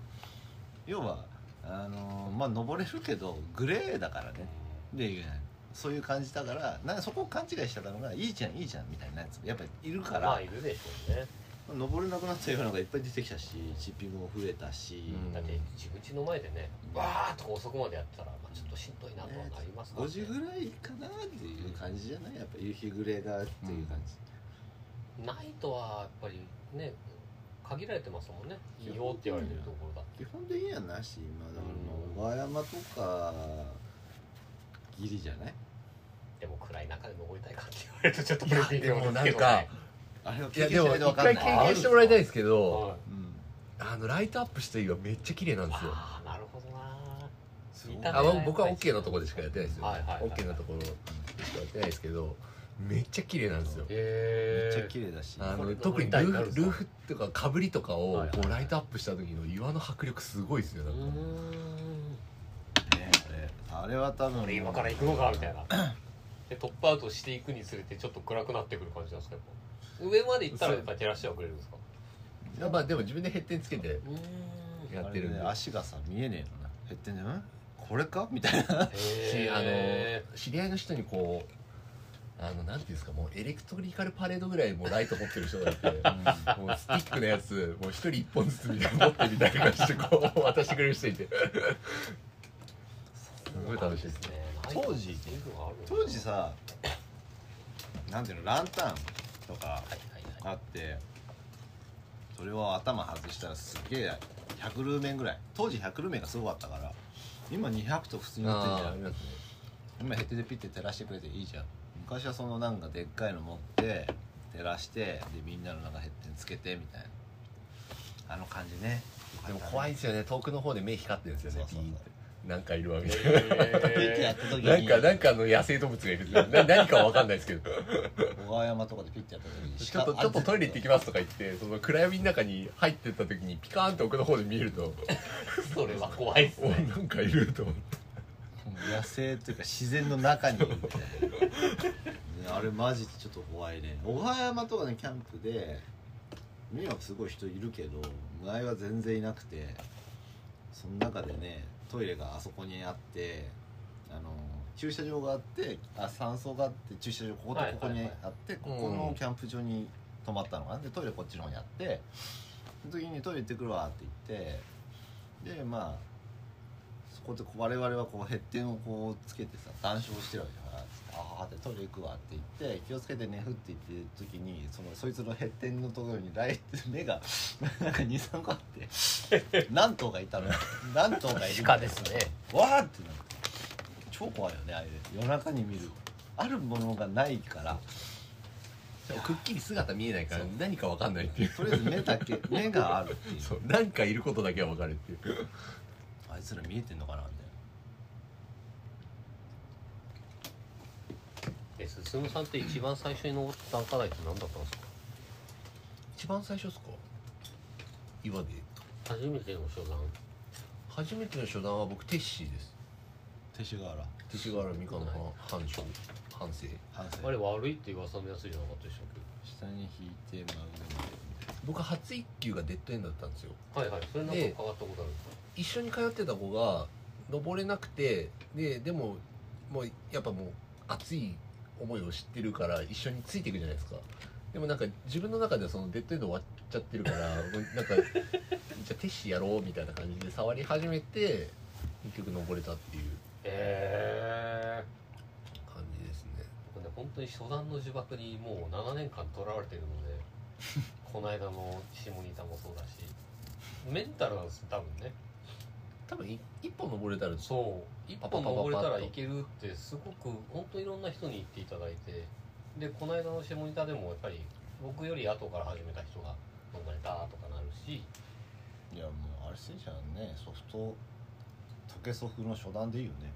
[SPEAKER 2] 要はあのーまあ登れるけどグレーだからねで言えないそういう感じだからなんかそこを勘違いしてたのがいいじゃんいいじゃんみたいなやつもやっぱいるか
[SPEAKER 4] まあ、
[SPEAKER 2] ら
[SPEAKER 4] いるでしょうね。
[SPEAKER 2] 登れなくなったようなのがいっぱい出てきたしチッピングも増えたし、
[SPEAKER 3] うん
[SPEAKER 4] だって、自分家の前でね、わーっと遅くまでやってたら、まあ、ちょっとしんどいなとはなりますから
[SPEAKER 2] 5時
[SPEAKER 4] ね
[SPEAKER 2] ぐらいかなっていう感じじゃないやっぱ夕日グレーがっていう感じ、
[SPEAKER 4] ナイトはやっぱりね限られてますもんねいいよって言われてるところだ
[SPEAKER 2] 基本的にはなし今だからもう小山とかギリじゃない
[SPEAKER 4] でも暗い中で登りたいかって言われるとちょっと
[SPEAKER 3] いやでもなんか
[SPEAKER 2] あれを
[SPEAKER 3] い
[SPEAKER 2] 経
[SPEAKER 3] や
[SPEAKER 2] 験し
[SPEAKER 3] でも
[SPEAKER 2] ないと
[SPEAKER 3] 一
[SPEAKER 2] 分かん
[SPEAKER 3] 回
[SPEAKER 2] な
[SPEAKER 3] 経
[SPEAKER 2] い
[SPEAKER 3] 験してもらいたいですけど
[SPEAKER 4] はい
[SPEAKER 2] うん
[SPEAKER 3] あのライトアップした湯はめっちゃ綺麗なんですよ
[SPEAKER 4] ああなるほどな
[SPEAKER 2] すごい
[SPEAKER 4] 見た
[SPEAKER 3] あ
[SPEAKER 4] 目
[SPEAKER 3] 僕は OK のとこでしかやってないですよ
[SPEAKER 4] はいはいはい
[SPEAKER 3] OK のところでしかやってないですけどめっちゃ綺麗なんですよ
[SPEAKER 2] め
[SPEAKER 4] え
[SPEAKER 2] っ
[SPEAKER 4] ー、
[SPEAKER 2] ちゃ綺麗だし
[SPEAKER 3] あ
[SPEAKER 4] こ
[SPEAKER 3] の
[SPEAKER 4] れ登
[SPEAKER 3] 特
[SPEAKER 4] り
[SPEAKER 3] にル
[SPEAKER 4] たい
[SPEAKER 3] ー
[SPEAKER 4] なる
[SPEAKER 3] フ
[SPEAKER 4] ぞ
[SPEAKER 3] ルーフとかかぶりとか
[SPEAKER 4] は
[SPEAKER 3] を
[SPEAKER 4] いはい
[SPEAKER 3] こうライトアップした時の岩の迫力すごいですよ、
[SPEAKER 4] うーん
[SPEAKER 2] ねあれあれは多分
[SPEAKER 4] これ今から行くのかみたいなでトップアウトしていくにつれてちょっと暗くなってくる感じなんですかやっぱ上まで行ったらやっぱ照らしてはくれるんですか
[SPEAKER 3] やっぱでも自分でヘッテンつけて
[SPEAKER 4] うーん
[SPEAKER 3] やってるんで
[SPEAKER 2] あれね足がさ見えねえのな減ってんじゃんこれかみたいな
[SPEAKER 3] しあ
[SPEAKER 4] へ
[SPEAKER 3] の知り合いの人にこうあのなんていうんですかもうエレクトリカルパレードぐらいもうライト持ってる人がいてもうスティックのやつもう一人一本ずつみたいな持ってみたいな感じでこう渡してくれる人いてすごい楽しいです
[SPEAKER 4] ー
[SPEAKER 3] ね
[SPEAKER 4] ね
[SPEAKER 2] 当時
[SPEAKER 4] そういうのがあるのかな
[SPEAKER 2] 当時さなんていうのランタンとか
[SPEAKER 4] はいはいは
[SPEAKER 2] あ
[SPEAKER 4] い
[SPEAKER 2] ってそれを頭外したらすっげえ100ルーメンぐらい当時100ルーメンがすごかったから今200と普通になってんじゃ
[SPEAKER 3] あー
[SPEAKER 2] ん
[SPEAKER 3] ありますね
[SPEAKER 2] 今ヘッドでピッて照らしてくれていいじゃん昔はそのなんかでっかいの持って照らしてでみんなのなんかヘッドにつけてみたいなあの感じね
[SPEAKER 3] でも怖いんですよね遠くの方で目光ってるんですよね
[SPEAKER 2] そうそうそう
[SPEAKER 3] ピーンってなんかいるわみたいな
[SPEAKER 2] ピッてやっ
[SPEAKER 4] え
[SPEAKER 2] た時に
[SPEAKER 3] なんか、なんかあの野生動物がいるんですよ。な何かわかんないですけど。
[SPEAKER 2] 小川山とかでピッてやった時に
[SPEAKER 3] ちょっと、ちょっとトイレ行ってきますとか言って、その暗闇の中に入ってった時にピカーンと奥の方で見える と、
[SPEAKER 4] ー、それは怖いっす
[SPEAKER 3] お、
[SPEAKER 4] ね
[SPEAKER 3] なんかいると思って。
[SPEAKER 2] 野生というか自然の中にいるみたいなねあれマジでちょっと怖いね小川山とかねキャンプで今はすごい人いるけど前は全然いなくてその中でねトイレがあそこにあってあの駐車場があってあ山荘があって駐車場こことここにあって、
[SPEAKER 3] はいはい
[SPEAKER 2] ここ
[SPEAKER 3] う
[SPEAKER 2] の
[SPEAKER 3] ん
[SPEAKER 2] キャンプ場に泊まったのかなでトイレこっちの方にあってその時にトイレ行ってくるわって言ってでまあそこでこう我々はこうヘッテンをこうつけてさ談笑してるわけだから「ああ」ってトイレ行くわって言って「気をつけてねふ」って言ってる時にそのそいつのヘッテンのところにライト 目がなんか23個あって何頭がいたのよ何頭がいる
[SPEAKER 4] 鹿ですね
[SPEAKER 2] わーってなって超怖いよねあれ夜中に見るあるものがないから
[SPEAKER 3] でもくっきり姿見えないから何かわかんないっていう。
[SPEAKER 2] とりあえず目だけ目があるっていう
[SPEAKER 3] そう、なんかいることだけはわかるっていう。
[SPEAKER 2] あいつら見えてんのかなみたいな
[SPEAKER 4] え進さんって一番最初に登った段階って何だったんですか
[SPEAKER 3] 一番最初ですか岩で。
[SPEAKER 4] 初めての初段
[SPEAKER 3] 初めての初段は僕、テッシーです。
[SPEAKER 2] 勅使河原
[SPEAKER 3] 勅使河原美香の藩藩省、反省。
[SPEAKER 2] 反省
[SPEAKER 4] あれ悪いって噂のやつじゃなかったでしたっ
[SPEAKER 2] 下に引いて真上に
[SPEAKER 3] 僕、初一級がデッドエンドだったんですよ。
[SPEAKER 4] けはいはいそれなんか伺
[SPEAKER 3] で
[SPEAKER 4] ったことあるんですか
[SPEAKER 3] 一緒に通ってた子が登れなくてででももうやっぱもう熱い思いを知ってるから一緒についていくじゃないですかでもなんか自分の中ではそのデッドエンド終わっちゃってるからもうなんかじゃあテッシーやろうみたいな感じで触り始めて結局登れたっていう
[SPEAKER 4] ええ
[SPEAKER 3] 感じですね
[SPEAKER 4] 僕ね本当に初段の呪縛にもう7年間とらわれてるの でこの間の下仁田もそうだしメンタルなんですよ多分ね
[SPEAKER 3] 多分い一本登れたら
[SPEAKER 4] そう一
[SPEAKER 3] パパ
[SPEAKER 4] 本
[SPEAKER 3] パパパッと
[SPEAKER 4] 登れたらいけるってすごく本当いろんな人に言っていただいてでこの間の下ネタでもやっぱり僕より後から始めた人が登れたとかなるし
[SPEAKER 2] いやもうあれせいじゃんねソフト竹ソフの初段でいいよね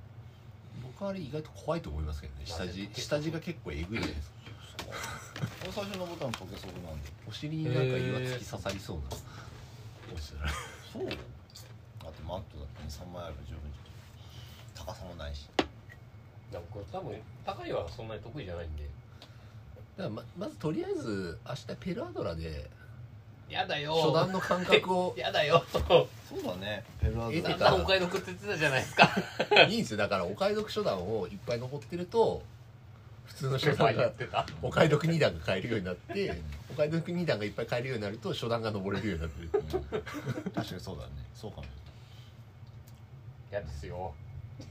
[SPEAKER 3] 僕あれ意外と怖いと思いますけどね下地下地が結構えぐいじゃないですか
[SPEAKER 2] 俺 最初のボタン竹ソフなんで
[SPEAKER 3] お尻になんか岩突き刺さりそうな落ちたら
[SPEAKER 2] そうだってマットだってね3枚ある十分じゃん高さもないし
[SPEAKER 4] だから僕多分高いはそんなに得意じゃないんで
[SPEAKER 3] だからままずとりあえず明日ペルアドラで
[SPEAKER 4] やだよ
[SPEAKER 3] 初段の感覚を
[SPEAKER 4] やだよ
[SPEAKER 2] そうだねペルア
[SPEAKER 3] え
[SPEAKER 2] ー
[SPEAKER 3] 出
[SPEAKER 2] ズ
[SPEAKER 3] て
[SPEAKER 4] だん
[SPEAKER 3] た
[SPEAKER 4] だんお買い得って言ってたじゃないですか
[SPEAKER 3] いいんですよだからお買い得初段をいっぱい登ってると普通の初
[SPEAKER 4] 前
[SPEAKER 3] 段
[SPEAKER 4] や
[SPEAKER 3] が
[SPEAKER 4] ってた
[SPEAKER 3] お買い得2段が買えるようになってお買い得2段がいっぱい買えるようになると初段が登れるようになってる
[SPEAKER 2] 確かにそうだねそうかも
[SPEAKER 4] 嫌ですよ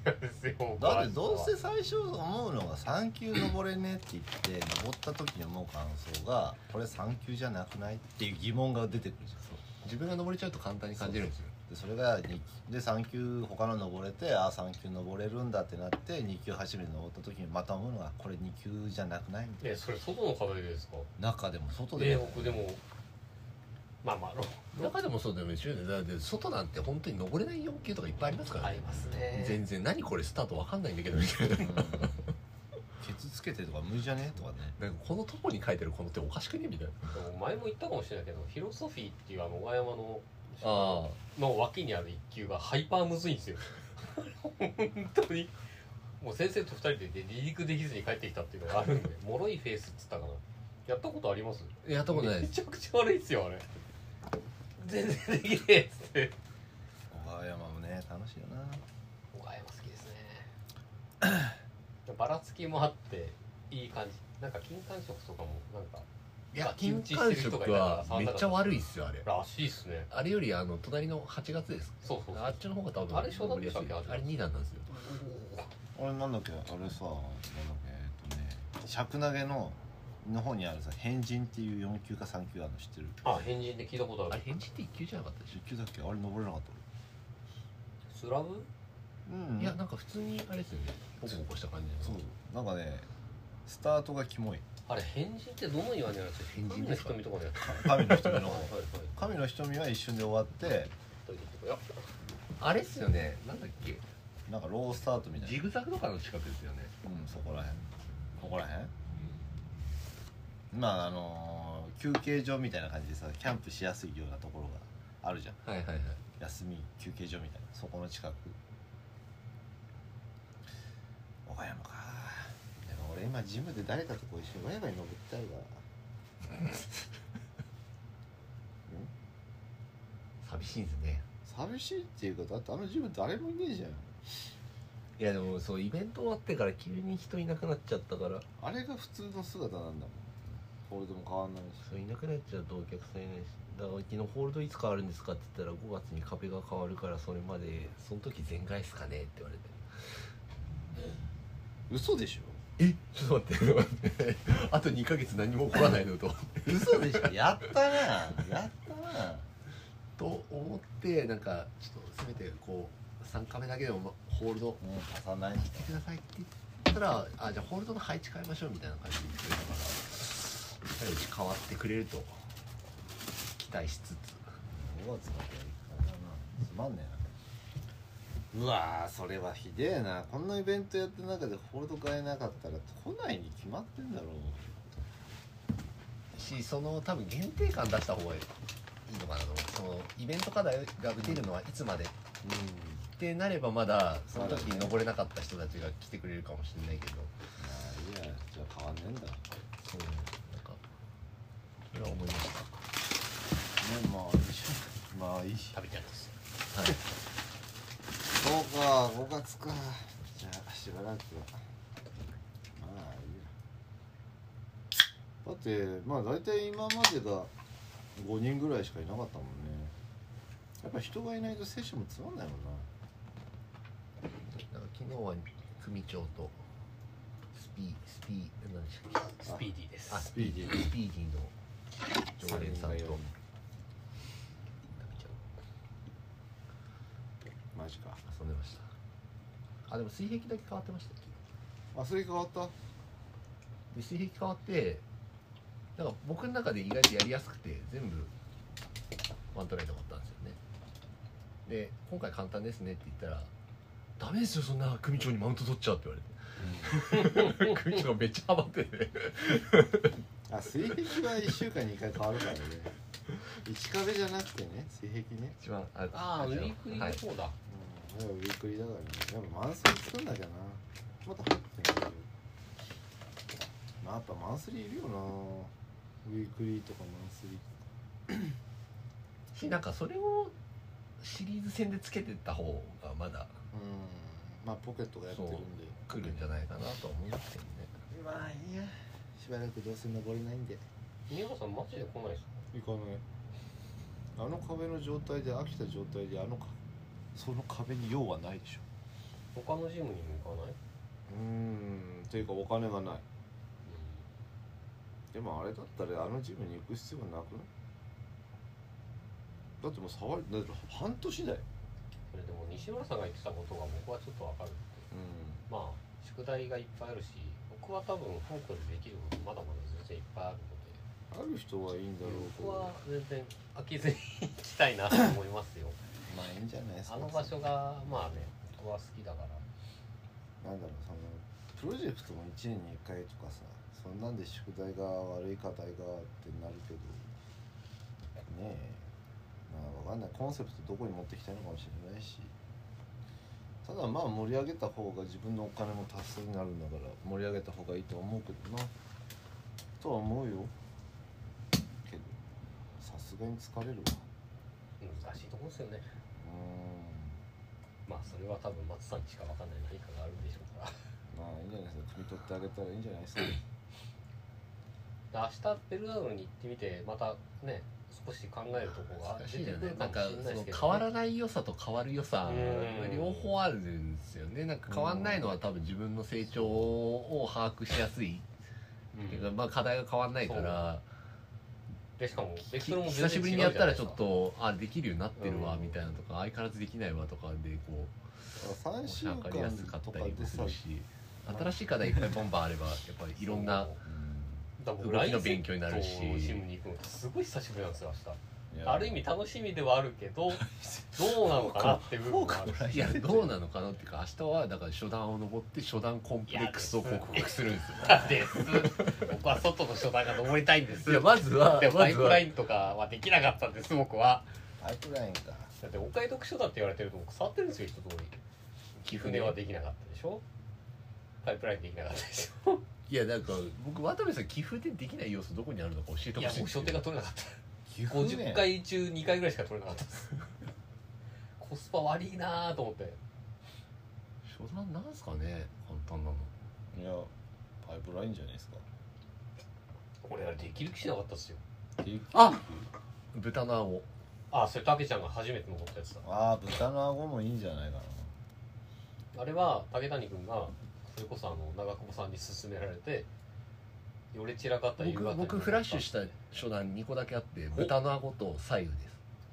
[SPEAKER 4] 嫌ですよ
[SPEAKER 2] だってどうせ最初思うのが「3級登れね」って言って登った時に思う感想が「これ3級じゃなくない?」っていう疑問が出てくるじゃん
[SPEAKER 3] 自分が登れちゃうと簡単に感じるんですよ
[SPEAKER 2] でそれがにで3級他の登れてああ3級登れるんだってなって2級初めて登った時にまた思うのがこれ2級じゃなくないみたい
[SPEAKER 4] えそれ外の壁ですか
[SPEAKER 2] な中でも外で
[SPEAKER 4] え
[SPEAKER 2] も
[SPEAKER 4] 僕でもまあまあロ
[SPEAKER 3] 中でもそうでも一緒でだって外なんて本当に登れない4級とかいっぱいありますから
[SPEAKER 4] あ
[SPEAKER 3] ね
[SPEAKER 4] りますね
[SPEAKER 3] 全然何これスタートわかんないんだけどみたいな
[SPEAKER 2] うんケツつけてとか無理じゃねとかね
[SPEAKER 3] なんかこのとこに書いてるこの手おかしくねみたいな
[SPEAKER 4] でも前も言ったかもしれないけどヒロソフィーっていうあの小山の
[SPEAKER 3] あ
[SPEAKER 4] の脇にある一級がハイパーむずいんですよ本当にもう先生と二人でで離陸できずに帰ってきたっていうのがある んでもろいフェイスっつったかなやったことあります
[SPEAKER 3] あやったことない
[SPEAKER 4] め
[SPEAKER 3] です
[SPEAKER 4] ちゃくちゃ悪いっすよあれ全然できねえっつって
[SPEAKER 2] 小川山もね楽しいよな
[SPEAKER 4] 岡山好き ですねばらつきもあっていい感じなんか金環食とかもなんか
[SPEAKER 3] いや
[SPEAKER 4] 金
[SPEAKER 3] 金環
[SPEAKER 4] 環食してる人がい
[SPEAKER 3] 食
[SPEAKER 4] たから
[SPEAKER 3] は
[SPEAKER 4] 触ん
[SPEAKER 3] め
[SPEAKER 4] な
[SPEAKER 3] っ
[SPEAKER 4] かっ
[SPEAKER 3] ち
[SPEAKER 4] た
[SPEAKER 3] ゃ悪いっすよあれ
[SPEAKER 4] らしいっすね
[SPEAKER 3] あれよりあの隣の8月です
[SPEAKER 4] そうそうそう
[SPEAKER 3] あっちの方が多分
[SPEAKER 4] あれ小学校でしたっけ
[SPEAKER 3] 盛りやすいあれ2段なんですよ
[SPEAKER 2] 俺なんだっけあれさなんだっけえっとね尺投げのの方にあるさ変人っていう4級か3級あるの知ってる
[SPEAKER 4] あ変人で聞いたこと
[SPEAKER 3] あ
[SPEAKER 4] あ
[SPEAKER 3] れ
[SPEAKER 4] る
[SPEAKER 3] 返事って1級じゃなかったでし
[SPEAKER 2] 10級だっけあれ登れなかった
[SPEAKER 4] スラブ
[SPEAKER 2] 俺う
[SPEAKER 3] ょ
[SPEAKER 2] ん
[SPEAKER 3] いやなんか普通にあれですよねボコボコした感じ
[SPEAKER 2] そ
[SPEAKER 3] の
[SPEAKER 2] うなんかねスタートがキモい
[SPEAKER 4] あれ変人ってどの岩にあるんですか
[SPEAKER 3] 変人ですか
[SPEAKER 4] 神の瞳とかのやつ
[SPEAKER 2] 神の瞳の
[SPEAKER 4] はい
[SPEAKER 2] 方
[SPEAKER 4] はい
[SPEAKER 2] 神の瞳は一瞬で終わって
[SPEAKER 4] どういうことよ
[SPEAKER 3] あれっすよねなんだっけ
[SPEAKER 2] なんかロースタートみたいな
[SPEAKER 3] ジグザグとかの近くですよね
[SPEAKER 2] うんそこらへんここらへんまああのー休憩所みたいな感じでさキャンプしやすいようなところがあるじゃん
[SPEAKER 3] はいはいはい
[SPEAKER 2] 休み休憩所みたいなそこの近く岡山かでも俺今ジムで誰かとこう一緒にワイワイ登りたいわ
[SPEAKER 3] 寂しいですね
[SPEAKER 2] 寂しいっていうかだってあのジム誰もいねえじゃん
[SPEAKER 3] いやでもそうイベント終わってから急に人いなくなっちゃったから
[SPEAKER 2] あれが普通の姿なんだもんホールドも変わんないし
[SPEAKER 3] そういなくなっちゃうとお客さんいないしだから昨日ホールドいつ変わるんですかって言ったら5月に壁が変わるからそれまでその時全開っすかねって言われて
[SPEAKER 2] 嘘でしょ
[SPEAKER 3] えちょっと待って待って あと2ヶ月何も起こらないのと
[SPEAKER 2] 嘘でしょやったなやったな
[SPEAKER 3] と思ってなんかちょっとせめてこう3カメだけでもホールド
[SPEAKER 2] もう足さない
[SPEAKER 3] 来てくださいって言ったらあじゃあホールドの配置変えましょうみたいな感じで言ってくれたから近いうち変わってくれると期待しつつ
[SPEAKER 2] 5月だけあれだなつまんねえなうわーそれはひでえなこんなイベントやってる中でホールド買えなかったら都内に決まってんだろう
[SPEAKER 3] しその多分限定感出した方がいいのかなと思ってそのイベント課題が打てるのはいつまで
[SPEAKER 2] うん
[SPEAKER 3] ってなればまだその時に登れなかった人たちが来てくれるかもしれないけど
[SPEAKER 2] あいいやじゃあ変わんねえんだね
[SPEAKER 3] そうなんかそれは思いました
[SPEAKER 2] まあいいしまあいいし
[SPEAKER 4] 食べちゃいます
[SPEAKER 2] そうか5月かじゃあしばらくはまあいいやだってまあ大体今までが5人ぐらいしかいなかったもんねやっぱ人がいないとセッションもつまんないもんな
[SPEAKER 3] なんか昨日は組長とスピースピー何でしたっけ
[SPEAKER 4] スピーディーです
[SPEAKER 3] あスピーディースピーディーの常連さん
[SPEAKER 2] 三人が四
[SPEAKER 3] と食
[SPEAKER 2] 人
[SPEAKER 3] べちゃう
[SPEAKER 2] マジか
[SPEAKER 3] 遊んでましたあでも水壁だけ変わってましたっけ
[SPEAKER 2] あそれ変わったあ
[SPEAKER 3] で水壁変わってなんか僕の中で意外とやりやすくて全部ワントライで終わったんですよねで今回簡単ですねって言ったら「ダメですよそんな組長にマウント取っちゃう」って言われて、組長がめっちゃハマってて
[SPEAKER 2] 水壁は1週間に1回変わるからね1壁じゃなくてね水壁ね
[SPEAKER 3] 一番あ
[SPEAKER 4] ああウ
[SPEAKER 3] じ
[SPEAKER 4] ィ
[SPEAKER 3] ゃ
[SPEAKER 4] ークリー
[SPEAKER 3] は
[SPEAKER 4] の
[SPEAKER 3] い
[SPEAKER 4] 方
[SPEAKER 2] う
[SPEAKER 4] だ
[SPEAKER 2] んだからウィークリーだからねやっぱマンスリー作んなきゃなまた入ってないけどまあやっぱマンスリーいるよなウィークリーとかマンスリー
[SPEAKER 3] しなんかそれをシリーズ戦でつけてった方がまだ
[SPEAKER 2] うんまあポケットがやってるんで
[SPEAKER 3] 来るんじゃないかなとは思いますけどね
[SPEAKER 2] まあいいやしばらくどうせ登れないんで
[SPEAKER 4] 宮川さんマジで来ないですか
[SPEAKER 2] 行かないあの壁の状態で飽きた状態であのかその壁に用はないでしょ
[SPEAKER 4] 他のジムにも行かないう
[SPEAKER 2] ーんというかお金がないでもあれだったらあのジムに行く必要はなくないだってもう触りだって半年だよ
[SPEAKER 4] それでも西村さんが言ってたことが僕はちょっとわかる
[SPEAKER 2] う
[SPEAKER 4] まあ宿題がいっぱいあるし僕は多分本校でできることまだまだ全然いっぱいある
[SPEAKER 2] んある
[SPEAKER 4] ので
[SPEAKER 2] 人はいいんだろうけ
[SPEAKER 4] 僕は
[SPEAKER 2] ど
[SPEAKER 4] 全然飽きずに行きたいなと思いますよ
[SPEAKER 2] まあいいんじゃないですか
[SPEAKER 4] あの場所がまあね僕は好きだから
[SPEAKER 2] なんだろうそのププロジェクトも1年に1回とかさそんなんで宿題が悪い課題がってなるけどねえまあわかんないコンセプトどこに持ってきたいのかもしれないしただまあ盛り上げた方が自分のお金も達成になるんだから盛り上げた方がいいと思うけどなとは思うよけどさすがに疲れるわ
[SPEAKER 4] 難しいところですよね
[SPEAKER 2] う
[SPEAKER 4] まあそれは多分松さんにしか分かんない何かがあるんでしょうから
[SPEAKER 2] ーんまあいいんじゃないですか汲み取ってあげたらいいんじゃないですか
[SPEAKER 4] で明日ベルナードに行ってみてまたね少し考えるとこが
[SPEAKER 3] 難し
[SPEAKER 4] 出
[SPEAKER 3] いじ
[SPEAKER 4] て
[SPEAKER 3] ゃ
[SPEAKER 4] く
[SPEAKER 3] な
[SPEAKER 4] る
[SPEAKER 3] い
[SPEAKER 4] か
[SPEAKER 3] なん
[SPEAKER 4] もしれ
[SPEAKER 3] かそ
[SPEAKER 4] ないですけど、
[SPEAKER 3] の
[SPEAKER 4] ね、
[SPEAKER 3] 変わらない良さと変わる良さ
[SPEAKER 4] うん
[SPEAKER 3] 両方あるんですよねなんか変わんないのは多分自分の成長を把握しやすいっていうかまあ課題が変わんないから
[SPEAKER 4] でしかもベクトルも全然
[SPEAKER 3] 久しぶりにやったらちょっ
[SPEAKER 4] 違う
[SPEAKER 3] とあできるようになってるわ
[SPEAKER 4] うん
[SPEAKER 3] みたいなとか相変わらずできないわとかでこ
[SPEAKER 2] 3週
[SPEAKER 3] う
[SPEAKER 2] 間
[SPEAKER 3] 分かりやすかっ
[SPEAKER 2] とか
[SPEAKER 3] たり
[SPEAKER 2] で
[SPEAKER 3] もす
[SPEAKER 2] さ
[SPEAKER 3] るし新しい課題いっぱいボンバンあればやっぱりい
[SPEAKER 4] じゃ
[SPEAKER 3] ろ
[SPEAKER 4] ない
[SPEAKER 3] ん
[SPEAKER 4] ですか
[SPEAKER 3] な
[SPEAKER 4] だから僕
[SPEAKER 3] 動きの勉強になるし
[SPEAKER 4] ラインセットをジムに行くのすごい久しぶりなんですよ明日
[SPEAKER 2] いや
[SPEAKER 4] ある意味楽しみではあるけ どどうなのかなっていう部分がある
[SPEAKER 3] いやどうなのかなっていうか明日はだから初段を登って初段コンプレックスを克服するんですよ
[SPEAKER 4] です僕は外の初段が登りたいんです
[SPEAKER 3] いやまずは
[SPEAKER 4] でも
[SPEAKER 3] ま
[SPEAKER 4] パイ
[SPEAKER 3] ず
[SPEAKER 4] プラ
[SPEAKER 3] は
[SPEAKER 4] インとかはできなかったんです僕は
[SPEAKER 2] パイプラインか
[SPEAKER 4] だってお買い得書だって言われてると僕触ってるんですよ一通り
[SPEAKER 3] 貴
[SPEAKER 4] 船はできなかったでしょパイプラインできなかったでしょ
[SPEAKER 3] いやなんか僕渡部さん寄付でできない要素どこにあるのか教えてほ
[SPEAKER 4] いや
[SPEAKER 3] しい
[SPEAKER 4] も
[SPEAKER 3] ん
[SPEAKER 4] う
[SPEAKER 3] です
[SPEAKER 4] 書
[SPEAKER 3] よ
[SPEAKER 4] 店が取れなかった
[SPEAKER 2] 岐阜ね
[SPEAKER 4] 50回中2回ぐらいしか取れなかったですコスパ悪いなと思って
[SPEAKER 3] 初段なんすかね簡単なの
[SPEAKER 2] いやパイプラインじゃないですか
[SPEAKER 4] 俺あれできる気しなかったですよ
[SPEAKER 3] あ豚の青
[SPEAKER 4] あそれたけちゃんが初めて登ったやつだ
[SPEAKER 2] ああ豚の顎もいいんじゃないかな
[SPEAKER 4] あれは竹谷君がそれこそあの長久保さんに勧められてよれ散らかった夕方
[SPEAKER 3] 僕
[SPEAKER 4] に
[SPEAKER 3] 僕フラッシュした初段2個だけあって豚の顎と左右で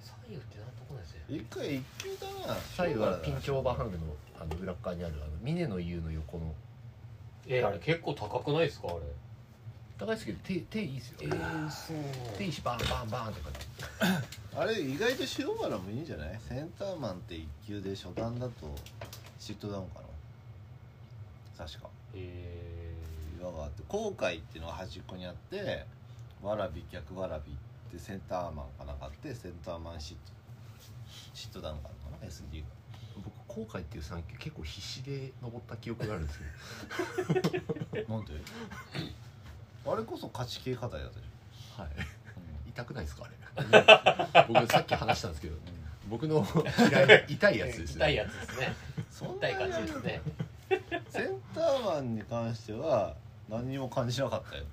[SPEAKER 3] す
[SPEAKER 4] 左右ってなんとこなんですよ
[SPEAKER 2] 一回一級だな
[SPEAKER 3] 左右はピンチオーバーハングのあの裏っ側にあるあの峰の湯の横の
[SPEAKER 4] えあれ結構高くないですかあれ
[SPEAKER 3] 高いですけど手手いいですよ
[SPEAKER 4] そう
[SPEAKER 3] 手いいしバンバンバンとかね
[SPEAKER 2] あれ意外と塩原もいいんじゃないセンターマンって一級で初段だとシットダウンかな確か
[SPEAKER 4] え
[SPEAKER 2] 岩があって後海っていうのが端っこにあってわらび逆わらびってセンターマンかなんかあってセンターマンシットシットダウンかな SD が
[SPEAKER 3] 僕後悔っていう山級結構必死で登った記憶があるんですけど
[SPEAKER 2] なん であれこそ勝ち系課題だったじ
[SPEAKER 3] はい
[SPEAKER 2] ゃん、
[SPEAKER 3] 痛くないですかあれ僕さっき話したんですけど僕の嫌い痛いやつです
[SPEAKER 4] 痛い
[SPEAKER 3] ね
[SPEAKER 4] やつですね
[SPEAKER 2] そん
[SPEAKER 4] 痛
[SPEAKER 2] ないに
[SPEAKER 4] 感じですね
[SPEAKER 2] センターマンに関しては何にも感じなかったよ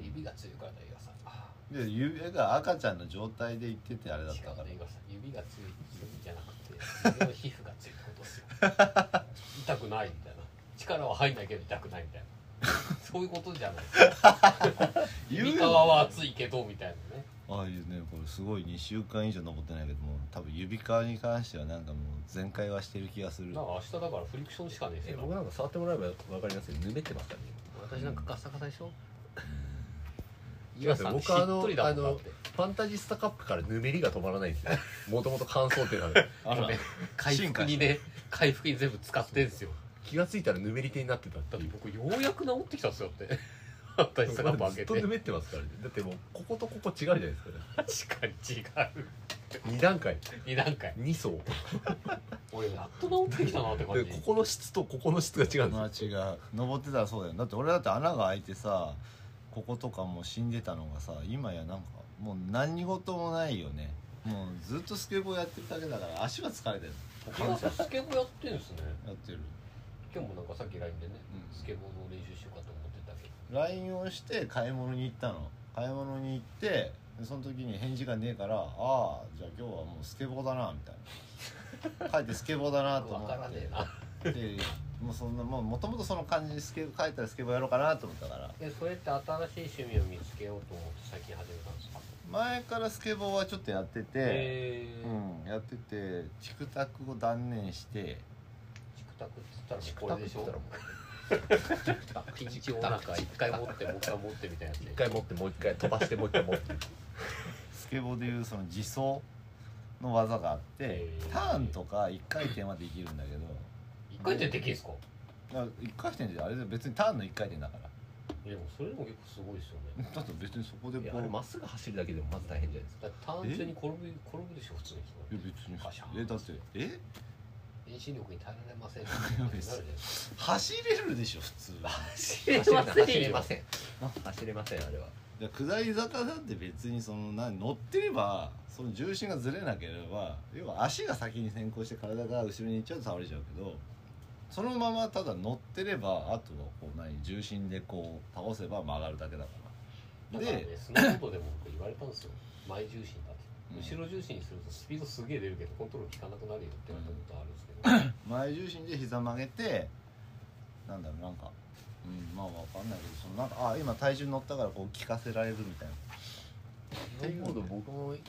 [SPEAKER 4] 指が強いからだ岩さんあ
[SPEAKER 2] で指が赤ちゃんの状態で行っててあれだっ
[SPEAKER 4] 違
[SPEAKER 2] たか
[SPEAKER 4] う
[SPEAKER 2] ら
[SPEAKER 4] ね岩さん指が強いじゃなくて指の皮膚が強いってことですよ痛くないみたいな力は入んないけど痛くないみたいなそういうことじゃないですか
[SPEAKER 2] 言う
[SPEAKER 4] 指
[SPEAKER 2] よ
[SPEAKER 4] 皮は熱いけどみたいなね
[SPEAKER 2] ああいうねこれすごい2週間以上登ってないけども多分指側に関してはなんかもう全開はしてる気がする
[SPEAKER 4] なんか明日だからフリクションしかねえ
[SPEAKER 3] え
[SPEAKER 4] よ
[SPEAKER 3] 僕なんか触ってもらえば分かりますけどぬめってますからね
[SPEAKER 4] 私なんかガサガサでしょ
[SPEAKER 3] 岩さん僕あ
[SPEAKER 4] しっ
[SPEAKER 3] の
[SPEAKER 4] とりだも
[SPEAKER 3] あ
[SPEAKER 4] んだっ
[SPEAKER 3] の
[SPEAKER 4] て
[SPEAKER 3] ファンタジスタカップからぬめりが止まらないんですよもともと乾燥ってなる
[SPEAKER 2] あら
[SPEAKER 4] ごめん回
[SPEAKER 2] 進化
[SPEAKER 4] 復
[SPEAKER 2] し
[SPEAKER 4] に
[SPEAKER 2] た
[SPEAKER 4] ね回復に全部使ってんすよ
[SPEAKER 3] 気がついたらぬめり手になってたって
[SPEAKER 4] だっ
[SPEAKER 3] い
[SPEAKER 4] て
[SPEAKER 3] う
[SPEAKER 4] 僕ようやく治ってきたんですよだって私スカップ開
[SPEAKER 3] ず
[SPEAKER 4] け
[SPEAKER 3] っと
[SPEAKER 4] て
[SPEAKER 3] ぬめってますからねだってもうこことここ違うじゃないですか、ね、
[SPEAKER 4] 確かに違う
[SPEAKER 3] 2段階
[SPEAKER 4] 2段階
[SPEAKER 3] 2層
[SPEAKER 4] 俺やっと治ってきたなって
[SPEAKER 3] で
[SPEAKER 4] 感じ
[SPEAKER 3] ここの質とここの質が違うん
[SPEAKER 2] まあ
[SPEAKER 3] で
[SPEAKER 2] 違う登ってたらそうだよだって俺だって穴が開いてさこことかもう死んでたのがさ今やなんかもう何事もないよねもうずっとスケボーやってるだけだから足は疲れてる
[SPEAKER 4] いやスケボーやってんすね
[SPEAKER 2] やってる
[SPEAKER 4] 今日もなんかさっき LINE でね、
[SPEAKER 2] うん
[SPEAKER 4] スケボーの練習しようかと思ってたけど
[SPEAKER 2] LINE をして買い物に行ったの買い物に行ってでその時に返事がねえからああじゃあ今日はもうスケボーだなみた いな帰ってスケボーだなと思
[SPEAKER 4] 分
[SPEAKER 2] っ
[SPEAKER 4] からねえ
[SPEAKER 2] て
[SPEAKER 4] な
[SPEAKER 2] でもうそんなもともとその感じでスケ帰ったらスケボーやろうかなと思ったから
[SPEAKER 4] でそれって新しい趣味を見つけようと思って最近始めたんですか
[SPEAKER 2] 前からスケボーはちょっとやってて、
[SPEAKER 4] へえ
[SPEAKER 2] うん、やっててチクタクを断念して
[SPEAKER 4] チクタクっつったらもうこれでしょ
[SPEAKER 3] チク
[SPEAKER 4] ピンチお腹一回持ってもう一回持ってみたいなやつ
[SPEAKER 3] 1回持ってもう1回飛ばしてもう1回持って
[SPEAKER 2] スケボーでいうその自走の技があって
[SPEAKER 4] へー
[SPEAKER 2] ターンとか1回転はできるんだけど
[SPEAKER 4] 一回転できるんですか
[SPEAKER 2] だから一回転であれで別にターンの一回転だから
[SPEAKER 4] いやでもそれでも結構すごいですよね
[SPEAKER 2] だって別にそこで
[SPEAKER 5] いう
[SPEAKER 2] こい
[SPEAKER 5] や
[SPEAKER 2] や
[SPEAKER 5] あれまっすぐ走るだけでもまず大変じゃないですか
[SPEAKER 4] だって単純に転ぶ転ぶでしょ普通に
[SPEAKER 2] 別に普通えだってえ
[SPEAKER 4] 遠心力に耐えられません
[SPEAKER 2] や別に走れるでしょ普通
[SPEAKER 4] 走れ
[SPEAKER 5] 走れません走れませんあれは
[SPEAKER 2] だから下り坂だって別にそのな乗ってればその重心がずれなければ要は足が先に先行して体が後ろに行っちゃうと倒れちゃうけどそのままただ乗ってればあとはこう何重心でこう倒せば曲がるだけだから
[SPEAKER 4] で、ね
[SPEAKER 2] で、
[SPEAKER 4] そのことでも僕言われたんですよ前重心だ
[SPEAKER 2] うん
[SPEAKER 4] と後ろ重心にするとスピードすげえ出るけどコントロール効かなくなるよって言われたことあるんですけど、
[SPEAKER 2] 前重心で膝曲げてなんだろうなんか、うん、まあわかんないけどそのなんかあ今体重乗ったからこう効かせられるみたいな
[SPEAKER 3] なるほど僕も一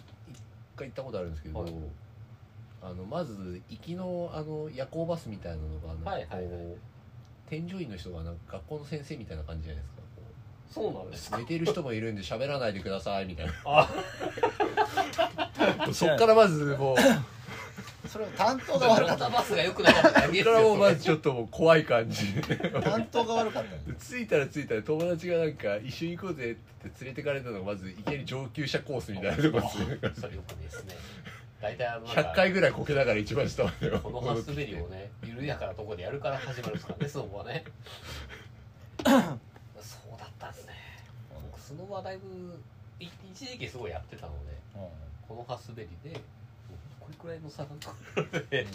[SPEAKER 3] 回行ったことあるんですけど、
[SPEAKER 4] はい
[SPEAKER 3] あのまず行きのあの夜行バスみたいなのがな
[SPEAKER 4] は
[SPEAKER 3] ん
[SPEAKER 4] い
[SPEAKER 3] かこう、
[SPEAKER 4] はいはい
[SPEAKER 3] 添乗員の人がなんか学校の先生みたいな感じじゃないですかこう
[SPEAKER 4] そうな んです
[SPEAKER 3] 寝てる人もいるんで喋らないでくださいみたい
[SPEAKER 4] あ
[SPEAKER 3] なそっからまずもう
[SPEAKER 2] それは担当が悪か
[SPEAKER 4] ロ
[SPEAKER 2] った
[SPEAKER 4] タバスが良くなかった
[SPEAKER 3] そっからもうまずちょっともう怖い感じ
[SPEAKER 2] 担当が悪か ったよ
[SPEAKER 3] で着いたら着いたら友達がなんか一緒に行こうぜって連れてかれたのがまずいきなり上級者コースみたいなとこです ね
[SPEAKER 4] それよくですね大体あのなんか
[SPEAKER 3] 100回ぐらいこけながら一番下まで
[SPEAKER 4] この半滑りをね緩やかなところでやるから始まるんですからねスノボはねそうだったんですね僕スノボはだいぶい一時期すごいやってたので
[SPEAKER 2] う
[SPEAKER 4] この半滑りでもうこれくらいの差が来るので
[SPEAKER 2] ん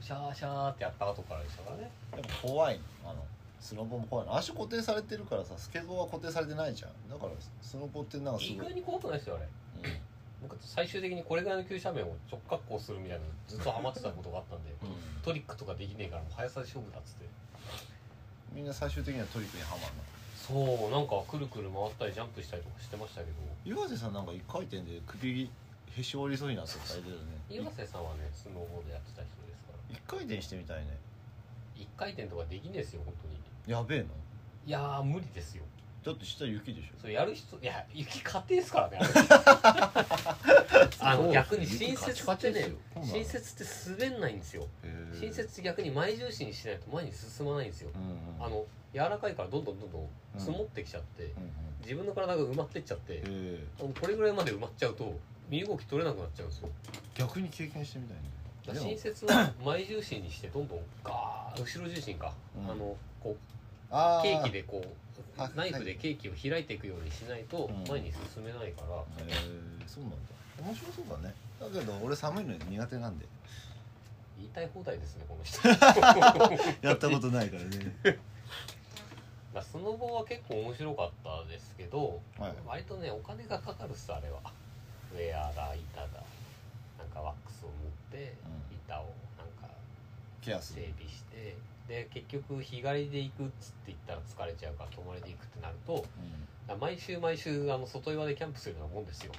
[SPEAKER 4] シャーシャーってやった後からでしたからね
[SPEAKER 2] でも怖いのあのスノボも怖いの足固定されてるからさスケボーは固定されてないじゃんだからスノボってなんかす
[SPEAKER 4] 意
[SPEAKER 2] ごい、
[SPEAKER 4] 外に怖くないですよあれなんか最終的にこれぐらいの急斜面を直角行するみたいなのずっとハマってたことがあったんで
[SPEAKER 2] うん
[SPEAKER 4] トリックとかできねえからもう速さで勝負だっつって
[SPEAKER 2] みんな最終的にはトリックにはまるの
[SPEAKER 4] そうなんかくるくる回ったりジャンプしたりとかしてましたけど
[SPEAKER 2] 岩瀬さんなんか一回転で首へし折りそうになってたりだよ
[SPEAKER 4] 岩
[SPEAKER 2] ね
[SPEAKER 4] 瀬さんはねスノーボードやってた人ですか
[SPEAKER 2] 一回
[SPEAKER 4] ら
[SPEAKER 2] 転してみたいね
[SPEAKER 4] 一回転とかできねえですよ本当に
[SPEAKER 2] やべえの
[SPEAKER 4] いやー無理ですよ
[SPEAKER 2] だって下雪でし
[SPEAKER 4] それやる人いや雪家庭ですからね あの逆に新雪ってね
[SPEAKER 2] ょ
[SPEAKER 4] 新雪って滑んないんですよ
[SPEAKER 2] ょへえ
[SPEAKER 4] 新雪って逆に前重心にしないと前に進まないんですよ
[SPEAKER 2] うんうん
[SPEAKER 4] あの柔らかいからどんどんどんどん積もってきちゃって、
[SPEAKER 2] うんうん
[SPEAKER 4] 自分の体が埋まってっちゃって
[SPEAKER 2] へ、え
[SPEAKER 4] あのこれぐらいまで埋まっちゃうと身動き取れなくなっちゃうんですよ
[SPEAKER 2] 逆に経験してみたいね
[SPEAKER 4] だ
[SPEAKER 2] で
[SPEAKER 4] から
[SPEAKER 2] も
[SPEAKER 4] 新雪は前重心にしてどんどんガーッ後ろ重心か、
[SPEAKER 2] うん
[SPEAKER 4] あのこう
[SPEAKER 2] あ
[SPEAKER 4] ケーキ
[SPEAKER 2] へ
[SPEAKER 4] でこ
[SPEAKER 2] あ
[SPEAKER 4] うナイフでケーキを開いていくようにしないと
[SPEAKER 2] うん
[SPEAKER 4] 前に進めないから、
[SPEAKER 2] えそうなんだ面白そうだねだけど俺寒いの苦手なんで
[SPEAKER 4] 言いたい放題ですねこの人
[SPEAKER 2] やったことないからね
[SPEAKER 4] まあスノボは結構面白かったですけど、
[SPEAKER 2] はい
[SPEAKER 4] 割とねお金がかかるっすあれはウェアだ板だなんかワックスを持って
[SPEAKER 2] うん
[SPEAKER 4] 板をなんか
[SPEAKER 2] ケアす
[SPEAKER 4] 整
[SPEAKER 2] る
[SPEAKER 4] 備してで結局日帰りで行くっつって言ったら疲れちゃうから泊まりで行くってなるとだから毎週毎週あの外岩でキャンプするようなもんですよ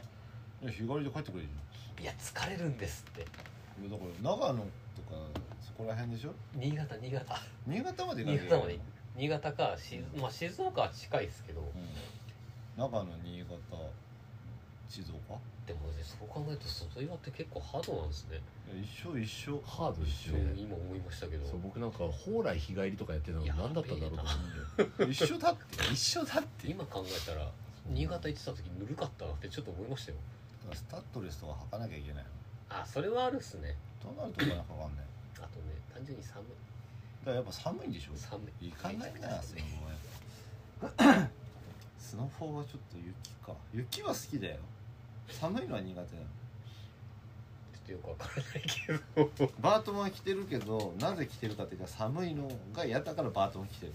[SPEAKER 2] いや日帰りで帰ってくれる
[SPEAKER 4] いや疲れるんですって
[SPEAKER 2] じゃんいやだから長野とかそこら辺でしょ
[SPEAKER 4] 新潟新潟
[SPEAKER 2] 新潟まで行かなきゃい
[SPEAKER 4] 新潟まで行新潟か静,、まあ、静岡は近いですけど
[SPEAKER 2] うん、長野新潟静岡
[SPEAKER 4] でもねそう考えると外岩って結構ハードなんですね
[SPEAKER 2] いや一緒一緒
[SPEAKER 3] ハードです
[SPEAKER 4] 一
[SPEAKER 3] よ
[SPEAKER 4] 瞬今思いましたけど
[SPEAKER 3] そう僕なんか蓬莱日帰りとかやってたの
[SPEAKER 4] いや
[SPEAKER 3] 何だったんだろうと思って
[SPEAKER 2] 一緒だって一緒だって
[SPEAKER 4] 今考えたら新潟行ってた時ぬるかったなってちょっと思いましたよ
[SPEAKER 2] スタッドレスとか履かなきゃいけない
[SPEAKER 4] あそれはあるっすね
[SPEAKER 2] となるとお金かかんない
[SPEAKER 4] あとね単純に寒い
[SPEAKER 2] だからやっぱ寒いんでしょ
[SPEAKER 4] 寒い
[SPEAKER 2] 行かないなスノ
[SPEAKER 4] めちゃくちゃ寒い
[SPEAKER 2] ボはやっぱスノボはちょっと雪か雪は好きだよ寒いのは苦手なの
[SPEAKER 4] ちょっとよくわからないけど
[SPEAKER 2] バートマン着てるけどなぜ着てるかっていうか寒いのが嫌だからバートマン着てる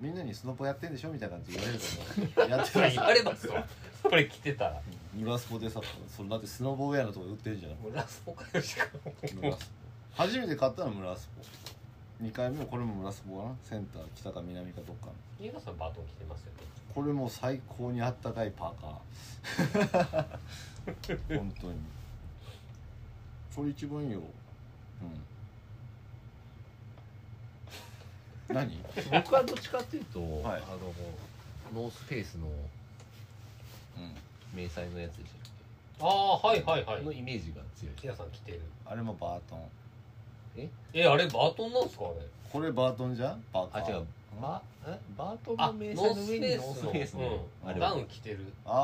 [SPEAKER 2] みんなにスノボやってんでしょみたいな感じで言われるからやって
[SPEAKER 4] そ
[SPEAKER 2] な
[SPEAKER 4] れ
[SPEAKER 2] い
[SPEAKER 4] 言われます わそれ着てたら
[SPEAKER 2] ニバスポでさそれだってスノボウェアのとこ売ってるじゃん
[SPEAKER 4] もうラスボかよしか
[SPEAKER 2] 村スポ初めて買ったの村スポ2回目もこれも村スポかなセンター北か南かどっかの
[SPEAKER 4] 新潟さんバトン着てますよね
[SPEAKER 2] これもう最高にあったかいパーカ ー本当にこれ一番いいようん何
[SPEAKER 3] 僕はどっちかっていうと、
[SPEAKER 2] はい
[SPEAKER 3] あのノースペースの
[SPEAKER 2] うん
[SPEAKER 3] 迷彩のやつでしたっ
[SPEAKER 4] ああはいはい
[SPEAKER 3] け、
[SPEAKER 4] は
[SPEAKER 3] の
[SPEAKER 4] い
[SPEAKER 3] イメージが強い
[SPEAKER 4] 木田さん着てる
[SPEAKER 2] あれもバートン
[SPEAKER 4] えあれバトンなんですかあれ
[SPEAKER 2] これバートンじゃんパーカ
[SPEAKER 5] あ
[SPEAKER 2] ー
[SPEAKER 5] 違うバえバートン
[SPEAKER 4] あ
[SPEAKER 5] の
[SPEAKER 4] ノ
[SPEAKER 5] 名
[SPEAKER 4] ー
[SPEAKER 5] 車
[SPEAKER 4] ス
[SPEAKER 5] の
[SPEAKER 4] フ
[SPEAKER 5] 上に
[SPEAKER 4] ェ
[SPEAKER 5] ノー
[SPEAKER 4] ース
[SPEAKER 5] スフ
[SPEAKER 4] の
[SPEAKER 5] ェイスの
[SPEAKER 4] う
[SPEAKER 5] あ
[SPEAKER 4] ん、
[SPEAKER 5] れ
[SPEAKER 4] ダ
[SPEAKER 5] は
[SPEAKER 4] ウン着てる
[SPEAKER 2] あ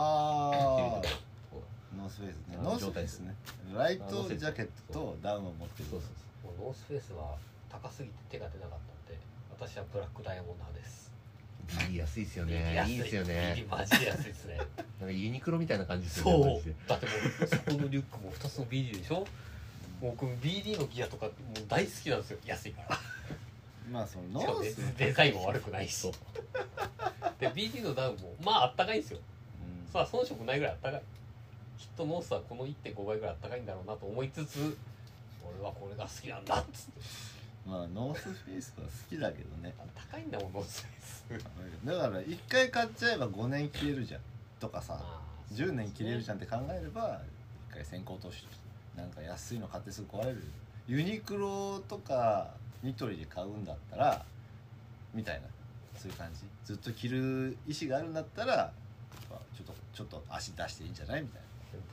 [SPEAKER 2] ーノースフェイスね
[SPEAKER 5] あの
[SPEAKER 2] ノースフェイスねライ
[SPEAKER 5] あノー
[SPEAKER 2] ト
[SPEAKER 5] スフェイス
[SPEAKER 2] ジャケットとダウンを持ってる
[SPEAKER 5] そうそうそう
[SPEAKER 4] もうノースフェイスは高すぎて手が出なかったので私はブラックダイヤモンド派です
[SPEAKER 5] ビリ安いっすよ
[SPEAKER 4] ビリ
[SPEAKER 5] ね
[SPEAKER 4] 安
[SPEAKER 5] いいっすよね
[SPEAKER 4] ビリマジで安いですね
[SPEAKER 5] なんかユニクロみたいな感じですよね
[SPEAKER 4] そ
[SPEAKER 5] マジで
[SPEAKER 4] うだってもうそこのリュックも2つの BD でしょもう僕 BD のギアとかもう大好きなんですよ安いから
[SPEAKER 2] まあその
[SPEAKER 4] しかも
[SPEAKER 2] ノー
[SPEAKER 4] デ
[SPEAKER 2] スうん
[SPEAKER 4] デザインも悪くないしで BD のダウンもまああったかいんですよさあ遜色ないぐらいあったかいきっとノースはこの1.5倍ぐらいあったかいんだろうなと思いつつ俺はこれが好きなんだっつって
[SPEAKER 2] まあノースフェイスは好きだけどね
[SPEAKER 4] あったかいんだもんノースフェイス
[SPEAKER 2] だから一回買っちゃえば5年着れるじゃんとかさ
[SPEAKER 4] あー
[SPEAKER 2] 10年着れるじゃんって考えれば一回先行投資としてなんか安いの買ってすぐ壊れるユニクロとかニトリで買うんだったらみたいなそういう感じずっと着る意思があるんだったらやっぱちょっとちょっと足出していいんじゃないみたい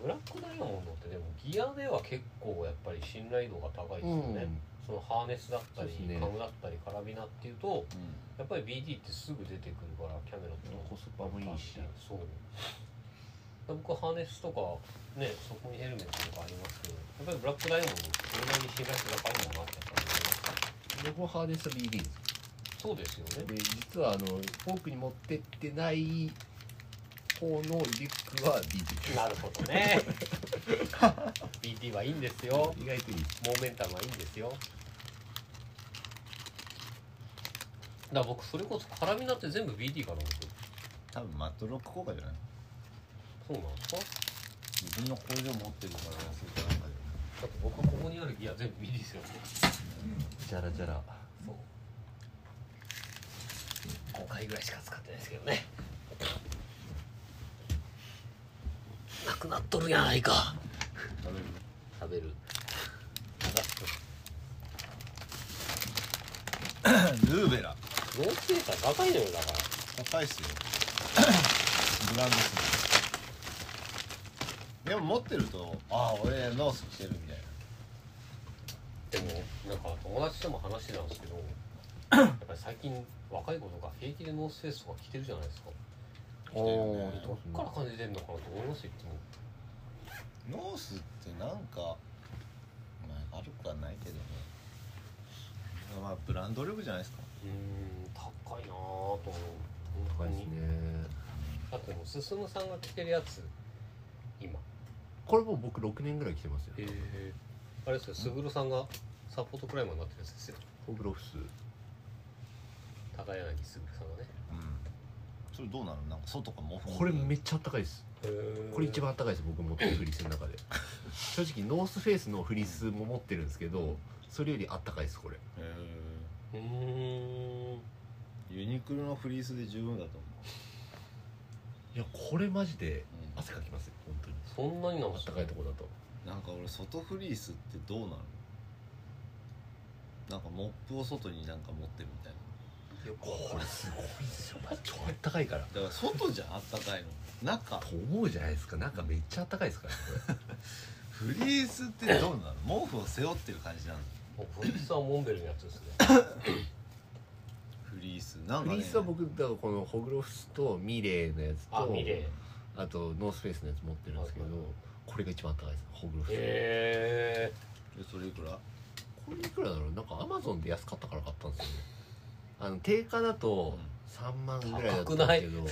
[SPEAKER 4] ブラックダイヤモンドってでもギアでは結構やっぱり信頼度が高いですよね、そのハーネスだったり、
[SPEAKER 5] そうですね
[SPEAKER 4] カムだったりカラビナっていうと
[SPEAKER 2] な、
[SPEAKER 4] やっぱり BD ってすぐ出てくるからキャメロットの
[SPEAKER 5] コスパもいいし
[SPEAKER 4] そう僕はハーネスとかねそこにヘルメットとかありますけどやっぱりブラックダイヤモンドってそれなりに信頼性高いんだなってやっ
[SPEAKER 5] 僕
[SPEAKER 4] ぱり思います
[SPEAKER 5] はハーネス BD です
[SPEAKER 4] そうですよね
[SPEAKER 5] で実はあのフォークに持ってってない方のリュックは BD
[SPEAKER 4] なるほど ね BD はいいんですよ
[SPEAKER 5] 意外といいです
[SPEAKER 4] モーメンタムはいいんですよだから僕それこそカラミナって全部 BD かな僕
[SPEAKER 2] 多分マットロック効果じゃない
[SPEAKER 4] そうなんですかだ
[SPEAKER 2] 自分の工場持ってるからそういう考
[SPEAKER 4] って僕ここにあるギア全部 BD ですよ
[SPEAKER 5] じゃらじゃら
[SPEAKER 4] そう5回ぐらいしか使ってないですけどねなくなっとるやないか
[SPEAKER 2] え食べる
[SPEAKER 4] 食べる
[SPEAKER 2] ルーベラ
[SPEAKER 4] ノースペースは高いのよだから
[SPEAKER 2] 高いっすよ ブランドっすねでも持ってるとああ俺ノース着てるみたいな
[SPEAKER 4] でもなんか友達とも話してたんですけ どやっぱり最近若い子とか平気でノースフェイスとか着てるじゃないですか
[SPEAKER 2] 着てるよね
[SPEAKER 4] どっから感じてんのかなと思いますよいつも
[SPEAKER 2] ノースってなんか、まあ、あるくはないけどねまあブランド力じゃないですか
[SPEAKER 4] うーん高いなぁと思う
[SPEAKER 3] 高い
[SPEAKER 4] 本当
[SPEAKER 3] です
[SPEAKER 4] に
[SPEAKER 3] ね
[SPEAKER 4] だってもう進さんが着てるやつ今
[SPEAKER 3] これもう僕6年ぐらい来てますよ
[SPEAKER 4] へえあれですよ卓さんがサポートクライマーになってるやつですよ
[SPEAKER 3] ホブロフス
[SPEAKER 4] 高柳卓さんがね
[SPEAKER 2] うんそれどうなのなんか外かも
[SPEAKER 3] これめっちゃあったかいですこれ一
[SPEAKER 4] 番
[SPEAKER 3] 番あったかいです僕持ってるフリースの 中で正直ノースフェイスのフリースも持ってるんですけどそれよりあったかいですこれ
[SPEAKER 2] え
[SPEAKER 4] うーん
[SPEAKER 2] ーユニクロのフリースで十分だと思
[SPEAKER 3] いやこれマジで
[SPEAKER 2] う、
[SPEAKER 3] 汗かきますよ本当に
[SPEAKER 4] そんなになん
[SPEAKER 3] あ
[SPEAKER 4] で
[SPEAKER 3] っ
[SPEAKER 4] す
[SPEAKER 3] た
[SPEAKER 4] よ
[SPEAKER 3] かいとこだと
[SPEAKER 2] なんか俺外フリースってどうなのなんかモップを外になんか持ってるみたいな
[SPEAKER 3] これすごいですよマジ超あったかいから
[SPEAKER 2] だから外じゃんあったかいの中
[SPEAKER 3] と思うじゃないですかなんかめっちゃあったかいですからこ
[SPEAKER 2] フリースってどうなの毛布を背負ってる感じなの
[SPEAKER 4] もうフリスはモンベルのやつですね
[SPEAKER 2] フリースなんか、
[SPEAKER 3] れフ
[SPEAKER 2] ね、
[SPEAKER 3] リースは僕だからこのホグロフスとミレーのやつと
[SPEAKER 4] あミレーへ
[SPEAKER 3] あとノースフェイスのやつ持ってるんですけど
[SPEAKER 4] はいは
[SPEAKER 3] これが一番あったかいですホグロフス、
[SPEAKER 4] え
[SPEAKER 2] えそれいくら
[SPEAKER 3] これいくらだろうなんかアマゾンで安かったから買ったんですよねあの定価だと3万ぐらいだったんですけど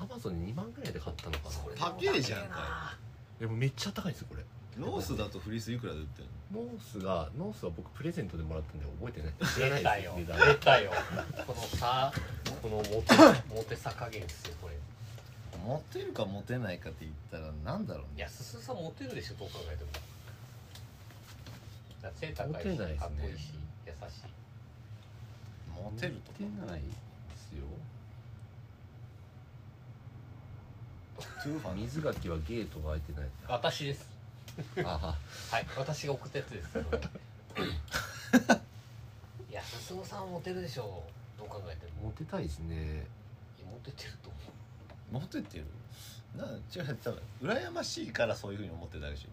[SPEAKER 3] アマゾン2万ぐらいで買ったのかな
[SPEAKER 2] 高えじゃんか
[SPEAKER 3] でもめっちゃ高いですよこれ
[SPEAKER 2] ノースだとフリースいくらで売ってるの
[SPEAKER 3] ノースがノースは僕プレゼントでもらったんで覚えてない知らな
[SPEAKER 4] 出
[SPEAKER 3] い
[SPEAKER 4] た
[SPEAKER 3] で
[SPEAKER 4] よ
[SPEAKER 3] す値段
[SPEAKER 4] 出たよこのさこのモテモテさ加減ですよこれい
[SPEAKER 2] モテるかモテないかって言ったらなんだろうね
[SPEAKER 4] やすすさんモテるでしょどう考えてもだって背高いし
[SPEAKER 3] モテないですね
[SPEAKER 4] かっこいいし優しい
[SPEAKER 2] モテると
[SPEAKER 3] 持ってないですよ
[SPEAKER 2] トゥーファン
[SPEAKER 3] 水垣はゲートが開いてない
[SPEAKER 4] 私です
[SPEAKER 3] あ
[SPEAKER 4] はい私が送ったやつですけどいやすすむさんモテるでしょどう考えて
[SPEAKER 3] あ
[SPEAKER 4] も
[SPEAKER 3] モテたいですね
[SPEAKER 4] いやモテてると思う
[SPEAKER 2] モテてるな違う多分羨ましいからそういうふうに思ってたでしょ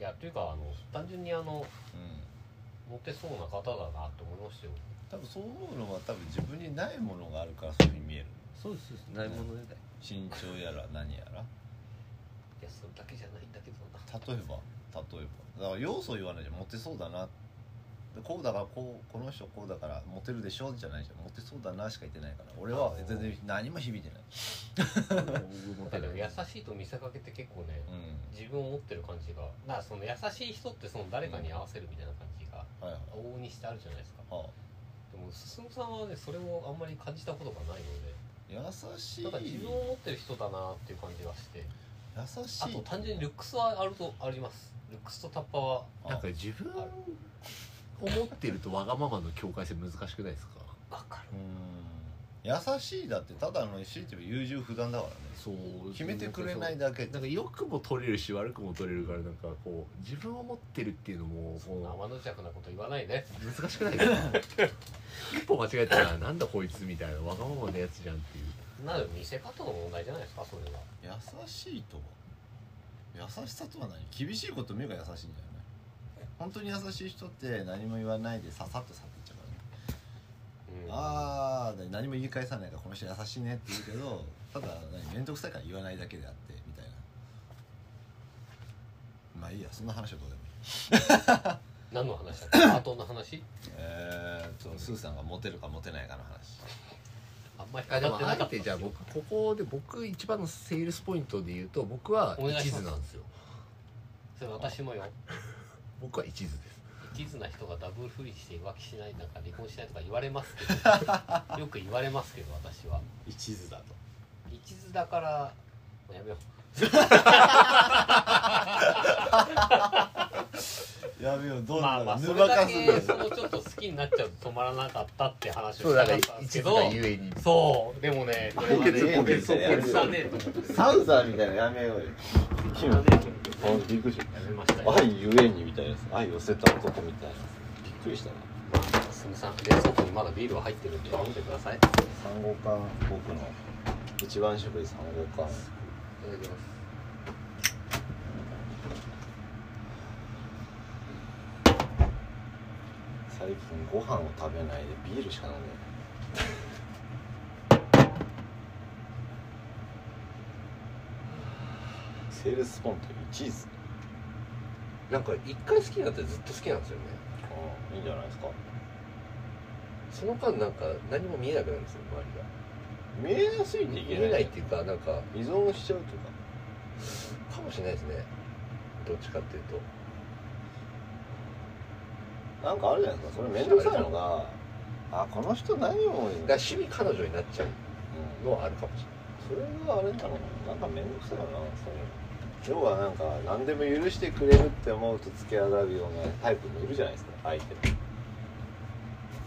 [SPEAKER 4] いやというかあの単純にあの
[SPEAKER 2] う
[SPEAKER 4] モテそうな方だなって思いましたよ
[SPEAKER 2] 多分そう思うのは多分自分にないものがあるからそういうふうに見える
[SPEAKER 5] そうですそうですないものねだい
[SPEAKER 2] 身長やら何やら
[SPEAKER 4] いやそれだけじゃないんだけどな
[SPEAKER 2] 例えば例えばだから要素言わないじゃんモテそうだなでこうだからこうこの人こうだからモテるでしょじゃないじゃんモテそうだなしか言ってないから俺は全然何も響いてない
[SPEAKER 5] 僕も
[SPEAKER 4] だ
[SPEAKER 5] 手
[SPEAKER 4] け
[SPEAKER 5] だ
[SPEAKER 4] ど
[SPEAKER 5] け
[SPEAKER 4] 優しいと見せかけて結構ね
[SPEAKER 2] うん
[SPEAKER 4] 自分を持ってる感じがだからその優しい人ってその誰かに合わせるみたいな感じが
[SPEAKER 2] はいはい
[SPEAKER 4] 往々にしてあるじゃないですか
[SPEAKER 2] はあ
[SPEAKER 4] でも進さんはねそれをあんまり感じたことがないので
[SPEAKER 2] 優しい
[SPEAKER 4] ただ自分を持ってる人だなっていう感じがして
[SPEAKER 2] 優しい
[SPEAKER 4] あと単純にルックスはあるとありますルックスとタッパーは
[SPEAKER 2] あ
[SPEAKER 3] なんか自分を持ってるとわがままの境界線難しくないですか
[SPEAKER 4] 分かる
[SPEAKER 2] うん優しいだってただの強いて言えば優柔不断だからね
[SPEAKER 3] そう
[SPEAKER 2] 決めてくれないだけ
[SPEAKER 3] なんか良くも取れるし悪くも取れるからなんかこう自分を持ってるっていうのも
[SPEAKER 4] そんな
[SPEAKER 3] こ
[SPEAKER 4] 天の弱なこと言わないね
[SPEAKER 3] う難しくないですか一歩間違えたらなんだこいつみたいなわがままなやつじゃんっていう
[SPEAKER 4] なので見せ方の問題じゃないですかそれは
[SPEAKER 2] 優しいとは優しさとは何厳しいこと目が優しいんじゃない本当に優しい人って何も言わないでささっと去っていっちゃうからね、
[SPEAKER 4] うん
[SPEAKER 2] ああ何も言い返さないからこの人優しいねって言うけどただ何面倒くさいから言わないだけであってみたいなまあいいやそんな話はどうでもいい
[SPEAKER 4] 何の話だ っけパートの話
[SPEAKER 2] えーっとスーさんがモテるかモテないかの話
[SPEAKER 4] あんまり
[SPEAKER 3] あで
[SPEAKER 4] 語
[SPEAKER 3] も
[SPEAKER 4] って
[SPEAKER 3] あ
[SPEAKER 4] な
[SPEAKER 3] え
[SPEAKER 4] かった
[SPEAKER 3] てじゃあ僕ここで僕一番のセールスポイントで言うと僕は
[SPEAKER 4] お願いし
[SPEAKER 3] 一
[SPEAKER 4] ます
[SPEAKER 3] 途なんですよ
[SPEAKER 4] それ私もよ
[SPEAKER 3] 僕は一途です
[SPEAKER 4] 一途な人がダブル不倫して浮気しないなんか離婚しないとか言われますけ どよく言われますけど私は
[SPEAKER 2] 一途だと
[SPEAKER 4] 一途だからもうやめよ
[SPEAKER 2] やべよど
[SPEAKER 4] う
[SPEAKER 2] う
[SPEAKER 4] ま
[SPEAKER 2] な
[SPEAKER 4] あ
[SPEAKER 2] る
[SPEAKER 4] まあ
[SPEAKER 2] ぬ
[SPEAKER 4] それ
[SPEAKER 2] ば
[SPEAKER 4] だ
[SPEAKER 2] かすんだ
[SPEAKER 4] け
[SPEAKER 2] よ
[SPEAKER 4] そのちょっと好きになっちゃうと止まらなかったって話
[SPEAKER 3] そ
[SPEAKER 4] を
[SPEAKER 3] う
[SPEAKER 4] し
[SPEAKER 3] だ
[SPEAKER 4] たか
[SPEAKER 3] から
[SPEAKER 4] ったんです
[SPEAKER 3] 一
[SPEAKER 4] け
[SPEAKER 3] 途が
[SPEAKER 4] ど
[SPEAKER 3] ゆえに
[SPEAKER 4] そうでもねこれはね
[SPEAKER 2] ポケツポケツ
[SPEAKER 4] ポケツだね
[SPEAKER 2] サウザーみたいなやめようよ
[SPEAKER 4] や
[SPEAKER 2] びっくりした
[SPEAKER 4] めましたよ
[SPEAKER 2] 愛ゆえにみたいなやつ愛を捨てた男みたいなびっくりしたね
[SPEAKER 4] すみさん冷蔵庫にまだビールは入ってるんで飲んでくださいいただ
[SPEAKER 2] 三号館僕の一番渋い三号館
[SPEAKER 4] きます
[SPEAKER 2] 最近ご飯を食べないでビールしか飲んでないセールスポント一途
[SPEAKER 1] なんか一回好きになったらずっと好きなんですよね
[SPEAKER 2] いいんじゃないですか
[SPEAKER 1] その間なんか何も見えなくなるんですよ周りが
[SPEAKER 2] 見えやすいんでい
[SPEAKER 1] 見
[SPEAKER 2] け
[SPEAKER 1] え
[SPEAKER 2] な
[SPEAKER 1] ない
[SPEAKER 2] い
[SPEAKER 1] っていうかなんか
[SPEAKER 2] 依存しちゃうというか
[SPEAKER 1] かもしれないですねどっちかっていうと
[SPEAKER 2] なんかあるじゃないですかそれ面倒くさいのがあこの人
[SPEAKER 1] だ
[SPEAKER 2] 何を
[SPEAKER 1] から趣味彼女になっちゃう
[SPEAKER 2] う
[SPEAKER 1] のはあるかもし
[SPEAKER 2] んそれがあれなのなんか面倒くさいよなそれ要はなんか何でも許してくれるって思うと付き合うようなタイプもいるじゃないですか相手の
[SPEAKER 1] れない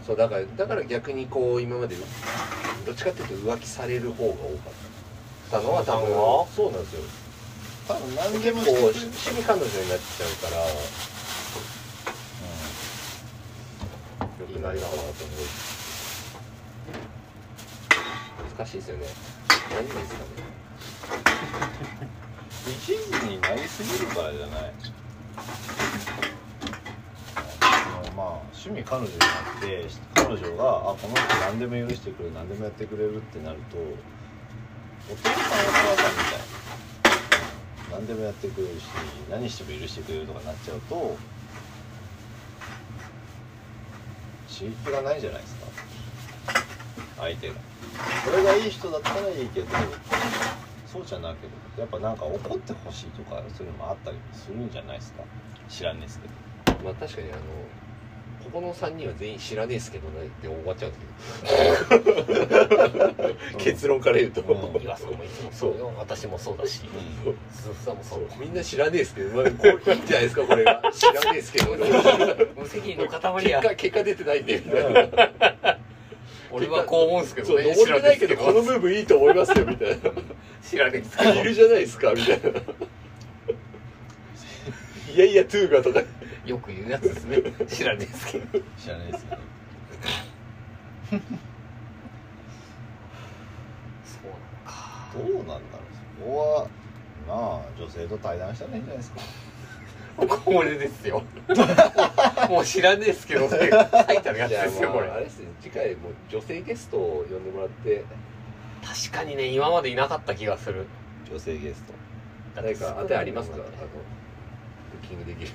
[SPEAKER 1] そうだからだから逆にこう今までどっちかっていうと浮気される方が多かったのは多分そうなんですよ
[SPEAKER 2] 多分何で
[SPEAKER 1] 結構
[SPEAKER 2] も
[SPEAKER 1] 趣
[SPEAKER 2] してくれる
[SPEAKER 1] 味彼女になっちゃうから
[SPEAKER 2] 嗯
[SPEAKER 1] 良くないなと思う難しいですよね何がいいですかね
[SPEAKER 2] 一途になりすぎるからじゃないまあ趣味彼女になって彼女があこの人何でも許してくれる何でもやってくれるってなるとお父さんお母さんみたいな何でもやってくれるし何しても許してくれるとかなっちゃうと刺激がないじゃないですか相手がそれがいい人だったらいいけどそうじゃなければやっぱなんか怒ってほしいとかそういうのもあったりするんじゃないですか知らんねですけど
[SPEAKER 1] まあ確かにあのここの3人は全員知らねえっすけどねって終わっちゃうんですけど結論から言うと、
[SPEAKER 2] うん
[SPEAKER 4] 岩さんもいつもそうよ私もそうだし
[SPEAKER 2] うん
[SPEAKER 4] 鈴木さんも
[SPEAKER 1] そ
[SPEAKER 4] そう う
[SPEAKER 1] みんな知らねえっすけど、まあ、これいいんじゃないですかこれが知らねえっすけど
[SPEAKER 4] 無責任の塊
[SPEAKER 1] 結
[SPEAKER 4] や
[SPEAKER 1] 果結果出てないんでみたいな
[SPEAKER 4] 俺はこう思うんすけどね
[SPEAKER 1] そう登れないけ
[SPEAKER 4] 知らねえ
[SPEAKER 1] ど
[SPEAKER 4] っす
[SPEAKER 1] この部分いいと思いますよみたいな
[SPEAKER 4] 知らねえっすけど
[SPEAKER 1] いるじゃないですかみたいないやいやトゥーがとか
[SPEAKER 4] よく言うやつですね知らねえっすけど
[SPEAKER 2] 知らないですけど
[SPEAKER 4] そうなのか
[SPEAKER 2] どうなんだろうそこはまあ女性と対談したらいいんじゃないですか
[SPEAKER 1] これです よもう知らねえですけどって書いてあるやつ
[SPEAKER 3] じゃ
[SPEAKER 1] ですよ
[SPEAKER 3] あも
[SPEAKER 1] こ
[SPEAKER 3] う
[SPEAKER 1] れ
[SPEAKER 3] あれですね次回もう女性ゲストを呼んでもらって
[SPEAKER 1] 確かにね今までいなかった気がする
[SPEAKER 3] 女性ゲスト
[SPEAKER 1] 誰か
[SPEAKER 3] 誰か
[SPEAKER 1] 当
[SPEAKER 3] 当
[SPEAKER 1] て
[SPEAKER 3] て
[SPEAKER 1] あ
[SPEAKER 3] あ
[SPEAKER 1] り
[SPEAKER 3] り
[SPEAKER 1] ま
[SPEAKER 3] ますす
[SPEAKER 1] か
[SPEAKER 3] か
[SPEAKER 1] あ
[SPEAKER 3] あ
[SPEAKER 1] の
[SPEAKER 3] のブッキングできる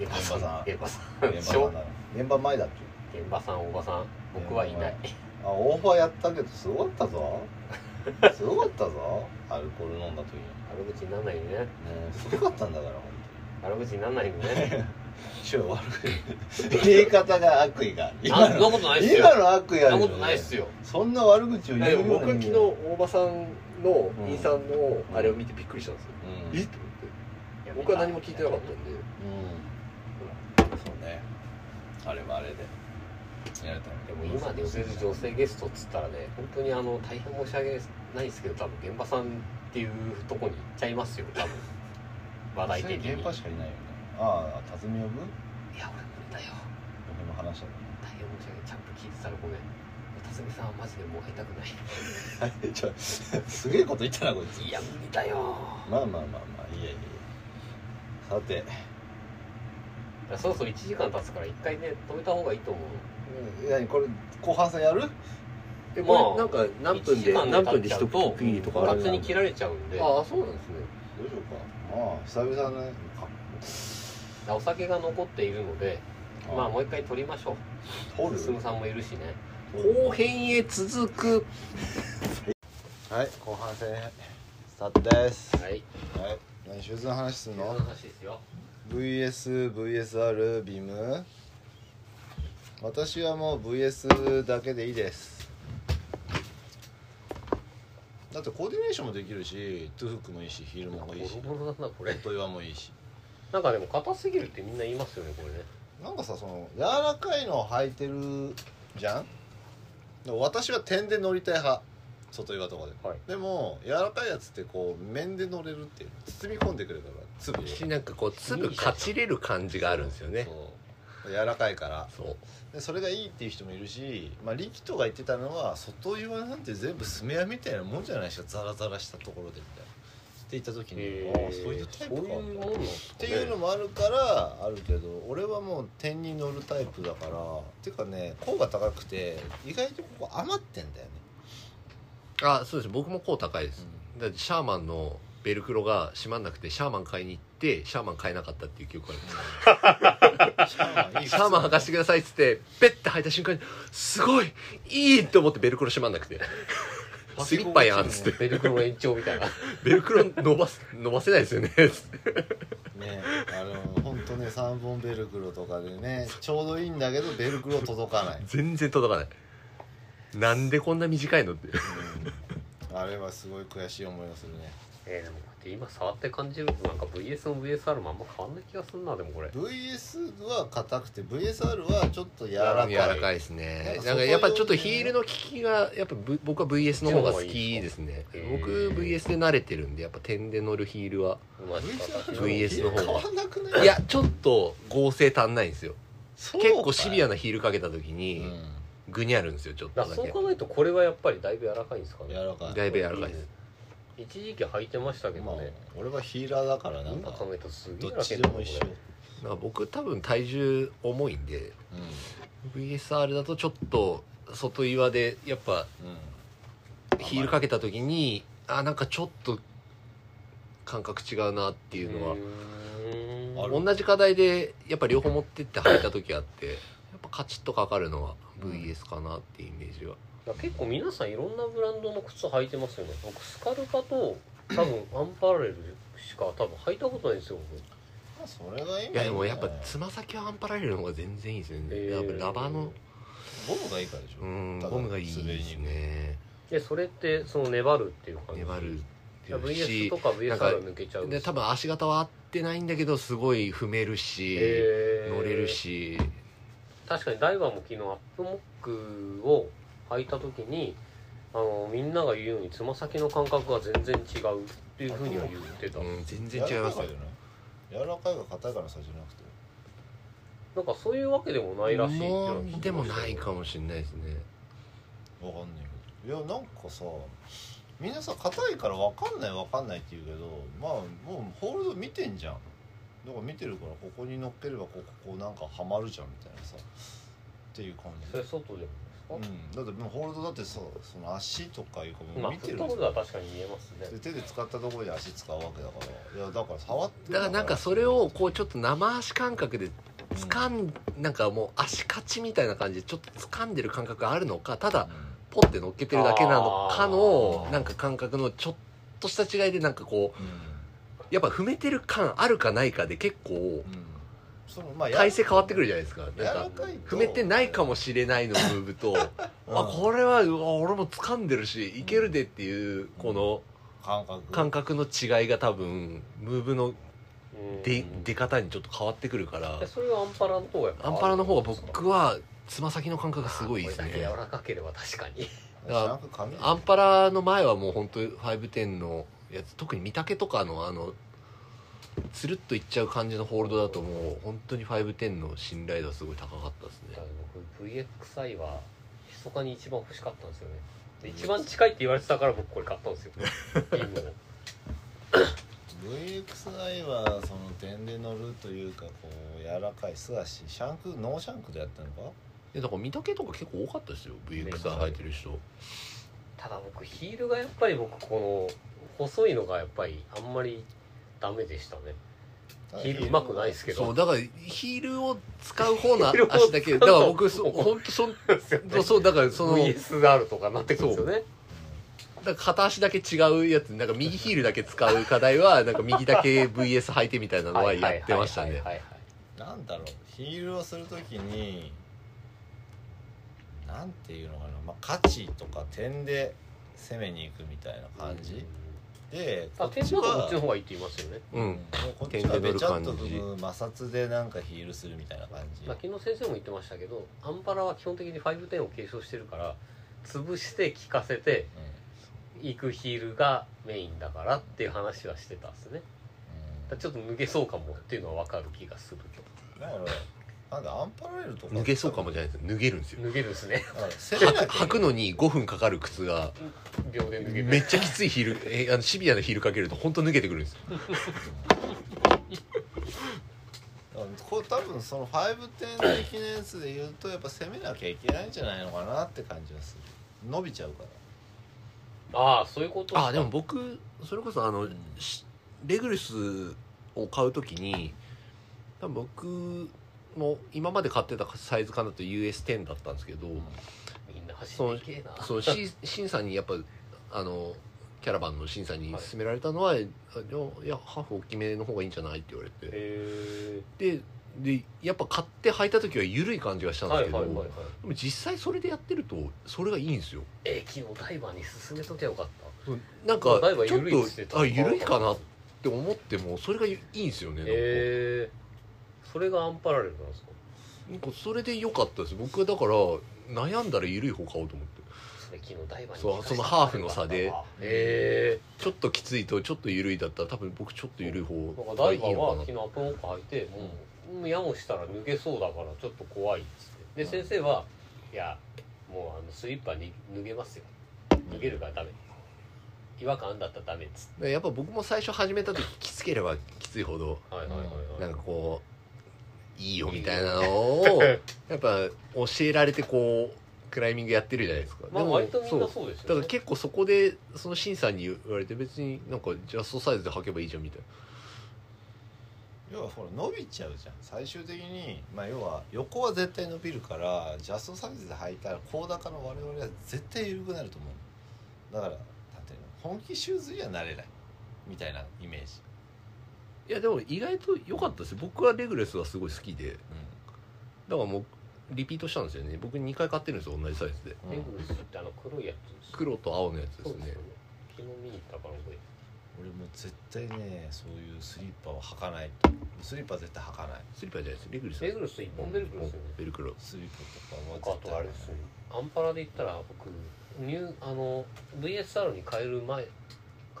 [SPEAKER 1] エヴァさんエヴァさん
[SPEAKER 2] 現場なら現場前だっけ
[SPEAKER 1] 現場さんおばさん僕はいない
[SPEAKER 2] あオーファーやったけどすごかったぞすごかったぞアルコール飲んだ時に
[SPEAKER 1] 悪口になんないよね
[SPEAKER 2] もうすごかったんだから本
[SPEAKER 1] 悪口になんないよね
[SPEAKER 2] 当に悪く言い方が悪意がある
[SPEAKER 4] あ
[SPEAKER 2] 今
[SPEAKER 4] ん
[SPEAKER 2] の
[SPEAKER 4] なことないっすよ
[SPEAKER 2] 今の悪意あるよ
[SPEAKER 4] そんな
[SPEAKER 2] ね
[SPEAKER 4] ことないっすよ
[SPEAKER 2] そんな悪口を言う
[SPEAKER 3] で
[SPEAKER 2] よ
[SPEAKER 3] も
[SPEAKER 2] うな
[SPEAKER 3] 僕は昨日
[SPEAKER 2] 人
[SPEAKER 3] 大場さんの
[SPEAKER 2] うん
[SPEAKER 3] インさんのあれを見てびっくりしたんですよ、
[SPEAKER 2] 間うん
[SPEAKER 3] えっと思って僕は何も聞いてなかったんで
[SPEAKER 2] うんそうねあれはあれでやれた
[SPEAKER 1] でも今で呼べる女性ゲストっつったらね本当にあの大変申し訳ないですけど多分現場さんっていうとこに行っちゃいますよ多分話題的にいや
[SPEAKER 2] 現場しかいないよねああ辰巳呼ぶ
[SPEAKER 1] 俺無理だよ
[SPEAKER 2] 俺も話したの
[SPEAKER 1] 大変申し訳ないちゃんと聞いてたらごめん辰巳さんはマジでもう会いたくないい
[SPEAKER 2] ちょすげえこと言ったなこいつ
[SPEAKER 1] や無理だよ
[SPEAKER 2] まあまあまあまあいえいえさて
[SPEAKER 1] そろそろ1時間経つから一回ね止めた方がいいと思う
[SPEAKER 2] うん何これ後半戦やる
[SPEAKER 3] え
[SPEAKER 4] まあ
[SPEAKER 3] これなんか何分で
[SPEAKER 4] 一時間
[SPEAKER 3] 何分で一
[SPEAKER 4] 経っちゃうと
[SPEAKER 3] 区切りとかあ
[SPEAKER 4] 勝
[SPEAKER 3] る
[SPEAKER 4] 手に切られちゃうんで
[SPEAKER 3] ああそうなんですね
[SPEAKER 2] どうしようかまあ久々ねか
[SPEAKER 4] お酒が残っているのでまあもう一回取りましょ
[SPEAKER 2] ホ
[SPEAKER 4] う
[SPEAKER 2] ル
[SPEAKER 4] 進さんもいるしね
[SPEAKER 3] 後編へ続く
[SPEAKER 2] はい後半戦スタートです
[SPEAKER 4] はい
[SPEAKER 2] はい何手術の話すん
[SPEAKER 4] その
[SPEAKER 2] の
[SPEAKER 4] 話ですよ
[SPEAKER 2] VSVSR ビーム私はもう VS だけでいいですだってコーディネーションもできるしトゥフックもいいしヒール
[SPEAKER 4] ボ
[SPEAKER 2] もいいし
[SPEAKER 4] ロボロだなこれ
[SPEAKER 2] 音岩もいいし
[SPEAKER 4] なんかでも硬すぎるってみんな言いますよねこれね
[SPEAKER 2] なんかさその柔らかいのを履いてるじゃんでも私は点で乗りたい派外岩とかで、
[SPEAKER 4] はい
[SPEAKER 2] でも柔らかいやつってこう面で乗れるっていう包み込んでくれるから粒を
[SPEAKER 3] しなんかこう粒かちれる感じがあるんですよね
[SPEAKER 2] そう柔らかいから
[SPEAKER 3] そう
[SPEAKER 2] でそれがいいっていう人もいるし、まあ、力人が言ってたのは外岩なんて全部スメアみたいなもんじゃないですかザラザラしたところでみたいなって言った時に
[SPEAKER 4] へ
[SPEAKER 2] あ
[SPEAKER 4] ー
[SPEAKER 2] あそういうタイプか
[SPEAKER 4] そういうもんなんです
[SPEAKER 2] っ
[SPEAKER 4] か
[SPEAKER 2] て
[SPEAKER 4] ね
[SPEAKER 2] いうのもあるからあるけど俺はもう点に乗るタイプだからていうかね甲が高くて意外とここ余ってんだよね、
[SPEAKER 3] あそうです僕もこう高いですだってシャーマンのベルクロが閉まんなくてシャーマン買いに行ってシャーマン買えなかったっていう記憶があります
[SPEAKER 2] シャーマンいい
[SPEAKER 3] シャーマン履かしてくださいっつってペッて履いた瞬間にすごいいいって思ってベルクロ閉まんな くてスリッパやんっ つって
[SPEAKER 4] ベルクロの延長みたいな
[SPEAKER 3] ベルクロ伸ばす伸ばせないですよねっつって
[SPEAKER 2] ねあのほんとね3本ベルクロとかでねちょうどいいんだけどベルクロ届かない
[SPEAKER 3] 全然届かないなんでこんな短いのって
[SPEAKER 2] あれはすごい悔しい思いがするね
[SPEAKER 4] えーでもこうやって今触って感じるとなんか VS も VSR もあんま変わんない気がするなでもこれ
[SPEAKER 2] VS は硬くて VSR はちょっと柔らかい
[SPEAKER 3] 柔らかいですね
[SPEAKER 2] な
[SPEAKER 3] なん
[SPEAKER 2] か
[SPEAKER 3] んか
[SPEAKER 2] や
[SPEAKER 3] や
[SPEAKER 2] っ
[SPEAKER 3] っ
[SPEAKER 2] ぱ
[SPEAKER 3] ぱ
[SPEAKER 2] ち
[SPEAKER 3] ち
[SPEAKER 2] ょ
[SPEAKER 3] ょ
[SPEAKER 2] っ
[SPEAKER 3] っ
[SPEAKER 2] と
[SPEAKER 3] と
[SPEAKER 2] ヒ
[SPEAKER 3] ヒ
[SPEAKER 2] ー
[SPEAKER 3] ー
[SPEAKER 2] ル
[SPEAKER 3] ルの効きがやっぱぶ僕は VS の方が好きですね
[SPEAKER 4] へ
[SPEAKER 3] 僕
[SPEAKER 4] ー
[SPEAKER 3] VS で慣れてるんでやっぱ点で乗るヒールは
[SPEAKER 4] まあ仕方ない
[SPEAKER 3] VS の方が
[SPEAKER 2] 変わんなくない
[SPEAKER 3] いやちょっと合成足んないんですよ
[SPEAKER 2] そうかい
[SPEAKER 3] 結構シビアなヒールかけた時
[SPEAKER 2] う
[SPEAKER 3] に
[SPEAKER 2] ん
[SPEAKER 3] グニャるんですよちょっと
[SPEAKER 4] だ
[SPEAKER 3] だ
[SPEAKER 4] から
[SPEAKER 3] け
[SPEAKER 4] そう考えるとこれはやっぱりだいぶ柔らかいんですかね
[SPEAKER 2] 柔らかい
[SPEAKER 3] だいぶ柔らかいです
[SPEAKER 4] 一時期履いてましたけ
[SPEAKER 2] まあ
[SPEAKER 4] どね、
[SPEAKER 2] 俺はヒーラーだからなん
[SPEAKER 4] 今
[SPEAKER 2] か
[SPEAKER 4] 考えたらすげ
[SPEAKER 2] どっ
[SPEAKER 4] え楽
[SPEAKER 2] ち
[SPEAKER 4] だ
[SPEAKER 2] で
[SPEAKER 4] な
[SPEAKER 2] も一緒
[SPEAKER 4] これ
[SPEAKER 3] だから僕多分体重重いんで
[SPEAKER 2] うん
[SPEAKER 3] VSR だとちょっと外岩でやっぱ
[SPEAKER 2] うん
[SPEAKER 3] ヒールかけた時にあなんかちょっと感覚違うなっていうのは
[SPEAKER 4] うーん
[SPEAKER 2] ある
[SPEAKER 3] 同じ課題でやっぱ両方持ってって履いた時あってやっぱカチッとかかるのは VS かなっていうイメージは
[SPEAKER 4] だから結構皆さんいろんなブランドの靴履いてますよね僕スカルパと多分アンパラレルしか多分履いたことないんですよ僕
[SPEAKER 2] まあそれが今
[SPEAKER 3] いやでもやっぱ
[SPEAKER 2] ね
[SPEAKER 3] つま先はアンパラレルの方が全然いいですよ
[SPEAKER 4] へ
[SPEAKER 3] ね
[SPEAKER 4] ー
[SPEAKER 3] やっぱラバーの
[SPEAKER 2] ボムがいいからでしょ
[SPEAKER 3] うん
[SPEAKER 2] ただ
[SPEAKER 3] ゴムがいいですね
[SPEAKER 4] でそれってその粘るっていう感じ
[SPEAKER 3] 粘る
[SPEAKER 4] だから VS
[SPEAKER 3] し
[SPEAKER 4] とか
[SPEAKER 3] なんか
[SPEAKER 4] VSR 抜けちゃう
[SPEAKER 3] で多分足型は合ってないんだけどすごい踏めるし、
[SPEAKER 4] へー
[SPEAKER 3] 乗れるし
[SPEAKER 4] 確かにダイバーも昨日アップモックを履いた時にあのみんなが言うようにつま先の感覚が全然違うっていうふうには言ってた、
[SPEAKER 3] うん、全然違います
[SPEAKER 2] 柔らかい
[SPEAKER 3] よ
[SPEAKER 2] じゃない柔らかいが硬いからさじゃなくて
[SPEAKER 4] なんかそういうわけでもないらしいっていうのは
[SPEAKER 3] も
[SPEAKER 4] 聞きました
[SPEAKER 3] うでもないかもしれないですね
[SPEAKER 2] わかんないけどいやなんかさみんなさ硬いからわかんないわかんないって言うけどまあもうホールド見てんじゃんだから見てるからここに乗っければこここうなんかハマるじゃんみたいなさっていう感
[SPEAKER 4] そ
[SPEAKER 2] じ
[SPEAKER 4] れ外でもですか、
[SPEAKER 2] うん、だってもうホールドだってさその足とかいうか
[SPEAKER 4] ま
[SPEAKER 2] も
[SPEAKER 4] あ
[SPEAKER 2] う見
[SPEAKER 4] フ
[SPEAKER 2] て
[SPEAKER 4] ッ
[SPEAKER 2] る
[SPEAKER 4] ト
[SPEAKER 2] じゃん
[SPEAKER 4] ボールは確かに見えます
[SPEAKER 2] で
[SPEAKER 4] ね
[SPEAKER 2] 手で使ったところで足使うわけだからいやだから触って
[SPEAKER 3] だからなんかそれをこうちょっと生足感覚で掴ん、なんかもう足勝ちみたいな感じでちょっと掴んでる感覚があるのかただポッて乗っけてるだけなのかの
[SPEAKER 4] あー
[SPEAKER 3] なんか感覚のちょっとした違いでなんかこ
[SPEAKER 2] うん、
[SPEAKER 3] うやっぱ踏めてる感あるかないかで結構
[SPEAKER 2] うんそのまあや
[SPEAKER 3] 体勢変わってくるじゃないですかなん
[SPEAKER 2] 柔ら
[SPEAKER 3] か
[SPEAKER 2] かいと
[SPEAKER 3] 踏めてないかもしれないのムーブ
[SPEAKER 2] う
[SPEAKER 3] と、
[SPEAKER 2] ん
[SPEAKER 3] あこれはうわ俺も掴んでるしいけるでっていうこの
[SPEAKER 2] 感覚
[SPEAKER 3] 感覚の違いが多分ムーブの
[SPEAKER 4] うん
[SPEAKER 3] 出出方にちょっと変わってくるから
[SPEAKER 4] えそれはアンパラの方がやっぱ
[SPEAKER 3] アンパラの方が僕はつま先の感覚がすごいです
[SPEAKER 1] これだ
[SPEAKER 3] ね
[SPEAKER 1] け柔らかければ確かに
[SPEAKER 3] が
[SPEAKER 2] なんか髪
[SPEAKER 3] アンパラの前はもう本当510のやつ特に御嶽とかのあのつるっといっちゃう感じのホールドだともう本当に510の信頼度はすごい高かったですね
[SPEAKER 4] 僕 VXI は密かに一番欲しかったんですよねで一番近いって言われてたから僕これ買ったんで すよリムを
[SPEAKER 2] VXI はその点で乗るというかこう柔らかい素足シャンクノーシャンクでやったのか
[SPEAKER 3] でだから御嶽とか結構多かったですよ VXR 履いてる人
[SPEAKER 4] ただ僕ヒールがやっぱり僕この細いのがやっぱりあんまりダメでしたねヒールうまくないですけど
[SPEAKER 3] そうだからヒールを使う方の
[SPEAKER 4] ヒールを使う
[SPEAKER 3] 足だけだから僕そ本当そん
[SPEAKER 4] ですよね
[SPEAKER 3] そうだからその
[SPEAKER 4] VSR とかなってくるんですよね
[SPEAKER 3] だから片足だけ違うやつなんか右ヒールだけ使う課題 はなんか右だけ VS 履いてみたいなのはやってましたね
[SPEAKER 4] はいはいはいはい
[SPEAKER 2] なんだろうヒールをするときになんていうのかな、まあ、価値とか点で攻めに行くみたいな
[SPEAKER 4] はい
[SPEAKER 2] 感じ、で
[SPEAKER 4] あ
[SPEAKER 2] こ
[SPEAKER 4] 天
[SPEAKER 2] っち
[SPEAKER 4] 井はこ
[SPEAKER 2] は
[SPEAKER 4] っちの方がいいって言いますよね
[SPEAKER 3] う
[SPEAKER 2] うん
[SPEAKER 3] ん
[SPEAKER 2] こっちはべちゃっと
[SPEAKER 3] 点で
[SPEAKER 2] 踏
[SPEAKER 3] 乗
[SPEAKER 2] む摩擦でなんかヒールするみたいな感じ、
[SPEAKER 4] まあ、昨日先生も言ってましたけどアンパラは基本的に510を継承してるから潰して効かせて
[SPEAKER 2] うん
[SPEAKER 4] いくヒールがメインだからっていう話はしてたんですねだからちょっと抜けそうかもっていうのは分かる気がする
[SPEAKER 2] うんだからなんだアンパラレル とか
[SPEAKER 3] 脱げそうかもじゃないです脱げるんです
[SPEAKER 4] け
[SPEAKER 3] よ
[SPEAKER 4] ど脱げるんです
[SPEAKER 2] だ
[SPEAKER 4] ね
[SPEAKER 2] から攻めなきゃいけない
[SPEAKER 3] 履くのに5分かかる靴が
[SPEAKER 4] 秒で抜け
[SPEAKER 3] め
[SPEAKER 4] る
[SPEAKER 3] っちゃきついヒールえあのシビアなヒールかけると本当脱げてくるんですよ
[SPEAKER 2] これ多分その5点的なやつで言うとやっぱ攻めなきゃいけないんじゃないのかなって感じがする伸びちゃうから
[SPEAKER 4] ああそういうこと
[SPEAKER 3] あでも僕それこそあの
[SPEAKER 2] ん
[SPEAKER 3] しレグルスを買うときに多分僕も今まで買ってたサイズかなと US10 だったんですけど、
[SPEAKER 4] みんな走っていけえな
[SPEAKER 3] そのし 審査にやっぱあのキャラバンの審査に勧められたのは、い、いやハーフ大きめの方がいいんじゃないって言われて
[SPEAKER 4] へ
[SPEAKER 3] ででやっぱ買って履いた時は緩い感じがした
[SPEAKER 4] え
[SPEAKER 3] んで
[SPEAKER 4] は
[SPEAKER 3] す
[SPEAKER 4] い
[SPEAKER 3] けど、
[SPEAKER 4] はいはいはい
[SPEAKER 3] でも実際それでやってるとそれがいいんですよ
[SPEAKER 4] えー、昨日ダイバーに進めときゃよかった
[SPEAKER 3] なんか
[SPEAKER 4] ダイバー
[SPEAKER 3] ちょっ
[SPEAKER 4] 緩いっつってた
[SPEAKER 3] とあ緩いかなって思ってもそれがいいんですよねなんか,、
[SPEAKER 4] へえそれがアンパラレルなんですか
[SPEAKER 3] なんかそれで良かったです僕はだから悩んだら緩い方買おうと思って
[SPEAKER 4] それ昨日ダイバーに
[SPEAKER 3] そうそのハーフの差で
[SPEAKER 4] へえ
[SPEAKER 3] ちょっときついとちょっと緩いだったら多分僕ちょっと緩い方
[SPEAKER 4] なんか
[SPEAKER 3] が
[SPEAKER 4] ダ
[SPEAKER 3] い
[SPEAKER 4] イ
[SPEAKER 3] い
[SPEAKER 4] バー
[SPEAKER 3] の
[SPEAKER 4] は
[SPEAKER 3] かな
[SPEAKER 4] 昨日アップウォーカー履いて、もうやもしたら抜けそうだからちょっと怖いっつってで先生は「いやもうあのスリッパに脱げますよ脱げるからダメ」違和感あんだったらダメっつっ
[SPEAKER 3] でやっぱ僕も最初始めた時きつければきついほど
[SPEAKER 4] てはいはいはい
[SPEAKER 3] な
[SPEAKER 4] はい
[SPEAKER 3] んかこういいよみたいなの をやっぱ教えられてこうクライミングやってるじゃないですか、
[SPEAKER 4] まあ割とみん
[SPEAKER 3] そ
[SPEAKER 4] な
[SPEAKER 3] う
[SPEAKER 4] そうです
[SPEAKER 3] だ
[SPEAKER 4] よ
[SPEAKER 3] か
[SPEAKER 4] ね
[SPEAKER 3] ら結構そこでその審査に言われて別になんかジャストサイズで履けばいいじゃんみたい
[SPEAKER 2] 要はほら伸びちゃうじゃん最終的にまあ要は横は絶対伸びるからジャストサイズで履いたら高高の我々は絶対緩くなると思うだからなんていうの本気シューズにはなれないみたいなイメージ、
[SPEAKER 3] ないやでも意外と良かったですよ僕はレグレスはすごい好きでだからもうリピートしたんですよね僕2回買ってるんですよ同じサイズで
[SPEAKER 2] うん
[SPEAKER 4] レグルスってあの黒いやつです
[SPEAKER 3] 黒と青のやつで
[SPEAKER 4] そう
[SPEAKER 3] す
[SPEAKER 4] です
[SPEAKER 3] ね
[SPEAKER 4] よね昨日見に行ったから覚えて
[SPEAKER 2] 俺もう絶対ねそういうスリッパは履かないスリッパは絶対履かない
[SPEAKER 3] スリッパじゃないですレグレス
[SPEAKER 4] レグルス一本ベルクですよね
[SPEAKER 3] ベルクロ
[SPEAKER 2] スリッパと
[SPEAKER 4] 僕
[SPEAKER 2] かは
[SPEAKER 4] あ
[SPEAKER 2] 絶対
[SPEAKER 4] とあれですよアンパラで言ったら僕ニューあの VSR に変える前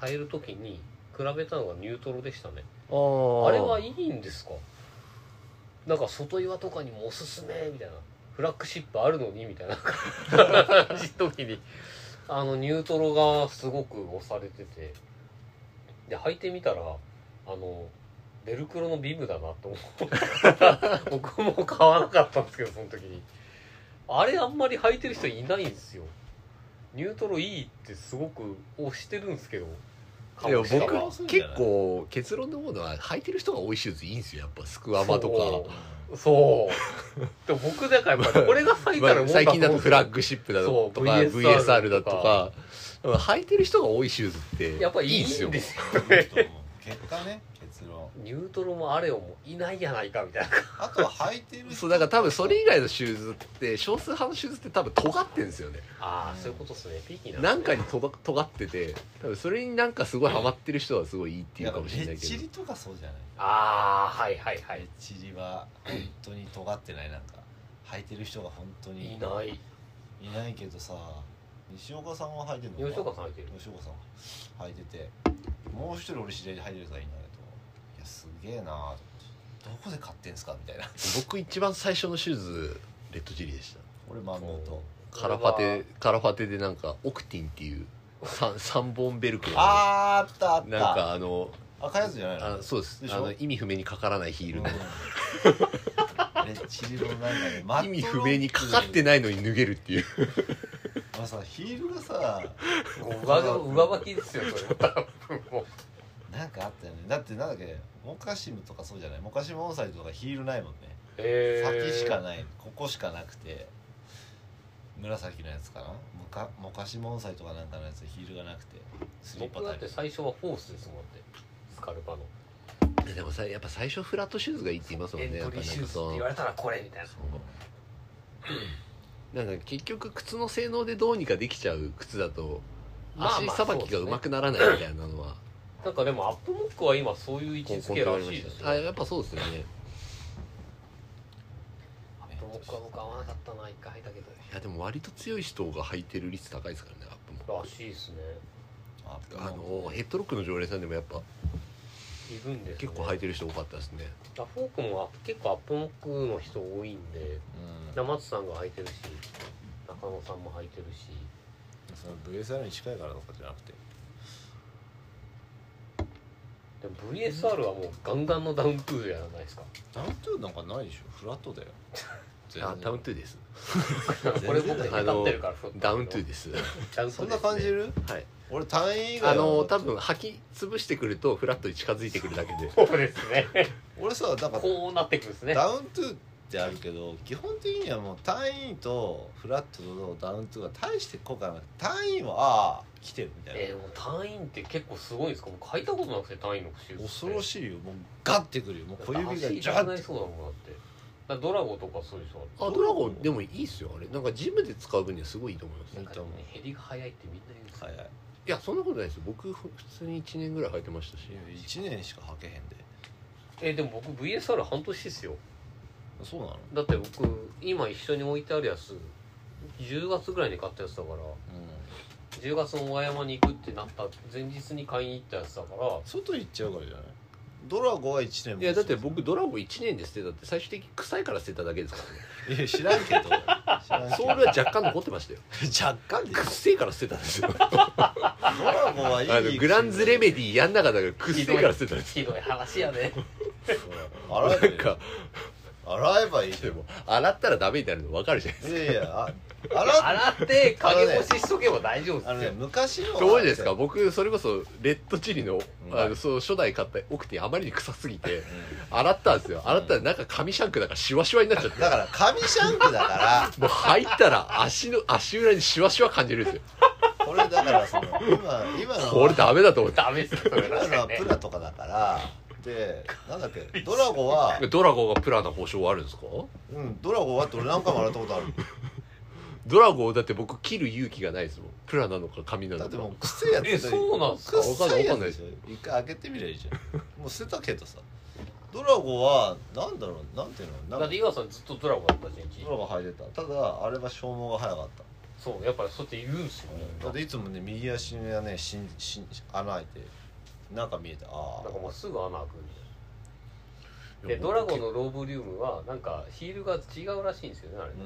[SPEAKER 4] 変える時に比べたのがニュートロでしたね
[SPEAKER 3] あ
[SPEAKER 4] あれはいいんですかなんか外岩とかにもおすすめみたいなフラッグシップあるのにみた いな感じの時にあのニュートロがすごく押されててで履いてみたらあのベルクロのビブだな と思って僕も買わなかったんですけどその時にあれあんまり履いてる人いないんですよニュートロいいってすごく推してるんですけど
[SPEAKER 3] いや
[SPEAKER 4] 下は
[SPEAKER 3] 僕結構結論のものは履いてる人が多いシューズいいんですよやっぱスクワバとか
[SPEAKER 4] そうそうで僕だからやっぱりこれが最たるもん
[SPEAKER 3] まあ
[SPEAKER 4] だと思うんですよ
[SPEAKER 3] 最近だとフラッグシップだと
[SPEAKER 4] そう
[SPEAKER 3] か VSR
[SPEAKER 4] VSR
[SPEAKER 3] だ
[SPEAKER 4] だ
[SPEAKER 3] と
[SPEAKER 4] と
[SPEAKER 3] か
[SPEAKER 4] か
[SPEAKER 3] だから履いてる人が多いシューズって
[SPEAKER 4] やっぱい
[SPEAKER 3] い
[SPEAKER 4] い
[SPEAKER 3] い
[SPEAKER 4] ん
[SPEAKER 3] ん
[SPEAKER 4] で
[SPEAKER 3] ですす
[SPEAKER 4] よ
[SPEAKER 3] よ
[SPEAKER 2] 結果ね結論
[SPEAKER 4] ニュートロもあれよもいないやないかみたいな
[SPEAKER 2] あとは履いてる人
[SPEAKER 3] そうだから多分それ以外のシューズって少数派のシューズって多分尖ってんですよね
[SPEAKER 4] ああそういうことですねピーキーな
[SPEAKER 3] なんかにとど尖ってて多分それになんかすごいハマってる人はすごいいいっていう
[SPEAKER 2] やっ
[SPEAKER 3] か
[SPEAKER 2] ぱ
[SPEAKER 3] もしれな
[SPEAKER 2] レ
[SPEAKER 3] い
[SPEAKER 2] ッ
[SPEAKER 3] け
[SPEAKER 2] チ
[SPEAKER 3] ど
[SPEAKER 2] リとかそうじゃない
[SPEAKER 4] ああはいはいは
[SPEAKER 2] レ
[SPEAKER 4] い
[SPEAKER 2] ッチリは本当に尖ってないなんか履いてる人が本当に
[SPEAKER 4] いない
[SPEAKER 2] いないけどさ西岡さんは履いてるの
[SPEAKER 4] 吉岡さん履いてる
[SPEAKER 2] 吉岡さんは履いててもう一人俺知り合いで履いてる人がいるんだけどいやすげえなーと思ってどこで買ってんすかみたいな
[SPEAKER 3] 僕一番最初のシューズレッドチリでした
[SPEAKER 2] 俺万能と
[SPEAKER 3] カラファテカラファテでなんかオクティンっていう 3, 三本ベルクロの
[SPEAKER 2] あーあったあった
[SPEAKER 3] なんかあの
[SPEAKER 2] 赤いやつじゃないの
[SPEAKER 3] あそうです
[SPEAKER 2] でしょ
[SPEAKER 3] あの意味不明にかからないヒ ールの
[SPEAKER 2] うんレッチリのなんかねマットロック
[SPEAKER 3] 意味不明にかかってないのに脱げるっていう
[SPEAKER 2] まあさヒールがさ
[SPEAKER 4] 上が上履きですよそれはも
[SPEAKER 2] なんかあったよねだってなんだっけモカシムとかそうじゃないモカシムオンサイドとかヒールないもんね、
[SPEAKER 4] え
[SPEAKER 2] 先しかないここしかなくて紫のやつかなモカモカシムオンサイドかなんかのやつヒールがなくてスリッパ
[SPEAKER 4] 僕
[SPEAKER 2] タ
[SPEAKER 4] だっ
[SPEAKER 2] イ
[SPEAKER 4] て
[SPEAKER 2] プ
[SPEAKER 4] 最初はフォースですもんだってスカルパの
[SPEAKER 3] でもさやっぱ最初フラットシューズがいいって言いますもん
[SPEAKER 4] エ
[SPEAKER 3] ね
[SPEAKER 4] ン
[SPEAKER 3] や
[SPEAKER 4] ト
[SPEAKER 3] っぱ
[SPEAKER 4] リー
[SPEAKER 3] なん
[SPEAKER 4] シュ
[SPEAKER 3] か
[SPEAKER 4] ーズって
[SPEAKER 3] その
[SPEAKER 4] 言われたらこれみたいな
[SPEAKER 3] なんか結局靴の性能でどうにかできちゃう靴だと
[SPEAKER 4] まあまあ
[SPEAKER 3] 足さばきがうまくならないみたいなのは
[SPEAKER 4] なんかでもアップモックは今そういう位置づけらしいですよ
[SPEAKER 3] あやっぱそうですよね
[SPEAKER 4] アップモックは僕合わなかったな一回履いたけど
[SPEAKER 3] いやでも割と強い人が履いてる率高いですからねアップも
[SPEAKER 4] らしいですね
[SPEAKER 2] あ
[SPEAKER 3] あのヘッドロックの常連さんでもやっぱ
[SPEAKER 4] いるんです、ね、
[SPEAKER 3] 結構履いてる人多かったですね
[SPEAKER 4] あフォークもあ結構アップモックの人多いんで
[SPEAKER 2] うん
[SPEAKER 4] 生松さんが履いてるし中野さんも履いてるし
[SPEAKER 2] その VSR に近いからとかじゃなくて
[SPEAKER 4] でも VSR はもうガンガンのダウントゥーじゃないですか
[SPEAKER 2] ダウントゥーなんかないでしょフラットだよ
[SPEAKER 3] あダウントゥーです
[SPEAKER 4] これ僕歌ってるから
[SPEAKER 3] ダウントゥーです
[SPEAKER 4] ダウント
[SPEAKER 2] そ
[SPEAKER 4] ゥーですね
[SPEAKER 2] んな感じる、
[SPEAKER 3] はい
[SPEAKER 2] 俺単位以外は
[SPEAKER 3] あの多分履き潰してくるとフラットに近づいてくるだけで
[SPEAKER 4] そうですね
[SPEAKER 2] 俺 さなんか
[SPEAKER 4] こうなってくるんですね
[SPEAKER 2] ダウントゥーってあるけど基本的にはもう単位とフラットとダウントゥーが大して効果がなく単位はああ来てるみたいな、
[SPEAKER 4] えー、もう単位って結構すごいんですかもう書いたことなくて単位のシューズ
[SPEAKER 2] 恐ろ
[SPEAKER 4] い
[SPEAKER 2] しいよもうガッてくるよもう小
[SPEAKER 4] 小指
[SPEAKER 2] 指
[SPEAKER 4] が
[SPEAKER 2] が
[SPEAKER 4] ジ
[SPEAKER 2] ジ
[SPEAKER 4] ャ
[SPEAKER 2] ャ
[SPEAKER 4] ッ
[SPEAKER 2] ッ
[SPEAKER 4] なりそうだもんだってだからドラゴとかそうでしょ
[SPEAKER 3] あドラゴンでもいいっすよあれなんかジムで使う分にはすごいいいと思います
[SPEAKER 4] なん
[SPEAKER 3] い
[SPEAKER 4] かね減りが早いってみんな言うんですよ
[SPEAKER 2] 早い
[SPEAKER 3] やそんなことないですよ僕普通に1年ぐらい履いてましたし
[SPEAKER 2] 1年しか履けへんで
[SPEAKER 4] えーでも僕 VSR 半年ですよ
[SPEAKER 2] そうなの
[SPEAKER 4] だって僕今一緒に置いてあるやつ10月ぐらいに買ったやつだから
[SPEAKER 2] うん
[SPEAKER 4] 10月の大山に行くってなった前日に買いに行ったやつだから
[SPEAKER 2] 外行っちゃうからじゃないドラゴは1年も
[SPEAKER 3] いやだって僕ドラゴン1年で捨てたって最終的に臭いから捨てただけですからね
[SPEAKER 2] いや知らんけ ど知らんけ
[SPEAKER 3] ソ
[SPEAKER 2] ど
[SPEAKER 3] ールは若干残ってま したよ
[SPEAKER 2] 若干で
[SPEAKER 3] くっせえから捨てたんですよ
[SPEAKER 2] ドラゴはいい
[SPEAKER 3] あのグランズレメディやんなかったからくっせえから捨てたんです
[SPEAKER 4] ひどい話やね
[SPEAKER 2] そう洗えば
[SPEAKER 3] ないん
[SPEAKER 2] い
[SPEAKER 3] か
[SPEAKER 2] 洗えばいいじ
[SPEAKER 3] で
[SPEAKER 2] ゃん
[SPEAKER 3] も洗ったらダメになるの分かるじゃない
[SPEAKER 2] いやいやあ洗っ
[SPEAKER 4] 洗って影干ししとけば大丈夫
[SPEAKER 2] あ
[SPEAKER 4] で
[SPEAKER 2] のね
[SPEAKER 4] すよ
[SPEAKER 2] 昔の
[SPEAKER 3] どうですか僕それこそレッドチリの
[SPEAKER 2] うん
[SPEAKER 3] あのそう初代買った奥手あまりに臭すぎて洗ったんですよ洗ったらなんか紙シャンクだからシワシワになっちゃって
[SPEAKER 2] だから紙シャンクだか
[SPEAKER 3] もう入ったら足の足裏にシワシワ感じるんですよ
[SPEAKER 2] らこれだからその今今の
[SPEAKER 3] これダメだと思って
[SPEAKER 4] ダメですよそれ
[SPEAKER 2] 今の
[SPEAKER 4] 確か
[SPEAKER 2] は
[SPEAKER 4] にね
[SPEAKER 2] プラとかだからでなんだっけドラゴは
[SPEAKER 3] ドラゴンがプラな保証あるんですか
[SPEAKER 2] うんドラゴはって俺何回も洗ったことある
[SPEAKER 3] ドラゴンだって僕切る勇気がないですもんプラなのか紙な
[SPEAKER 2] だっ
[SPEAKER 3] の
[SPEAKER 2] て
[SPEAKER 3] か
[SPEAKER 2] もうくせえやつ
[SPEAKER 4] えそうなんすか
[SPEAKER 2] くせえやつ
[SPEAKER 3] わかんない
[SPEAKER 2] で
[SPEAKER 3] です
[SPEAKER 2] しょ一回開けてみりゃいいじゃんもう捨てたけどさドラゴはなんだろうなんていうの
[SPEAKER 4] だ
[SPEAKER 2] な
[SPEAKER 4] っ
[SPEAKER 2] ん
[SPEAKER 4] て
[SPEAKER 2] か
[SPEAKER 4] 岩さんずっとドラゴンだったじゃん一時
[SPEAKER 2] ドラゴ履いてたただあれは消耗が早かった
[SPEAKER 4] そうやっぱそうやって言うんですよね
[SPEAKER 2] だっていつもね右足がねしんしん穴開いて中見えてあ
[SPEAKER 4] なんかもうすぐ穴開くん
[SPEAKER 3] い
[SPEAKER 4] でで
[SPEAKER 3] や
[SPEAKER 4] ドラゴンのローボリュームはなんかヒールが違うらしいんですよねあれ
[SPEAKER 2] あう
[SPEAKER 4] ね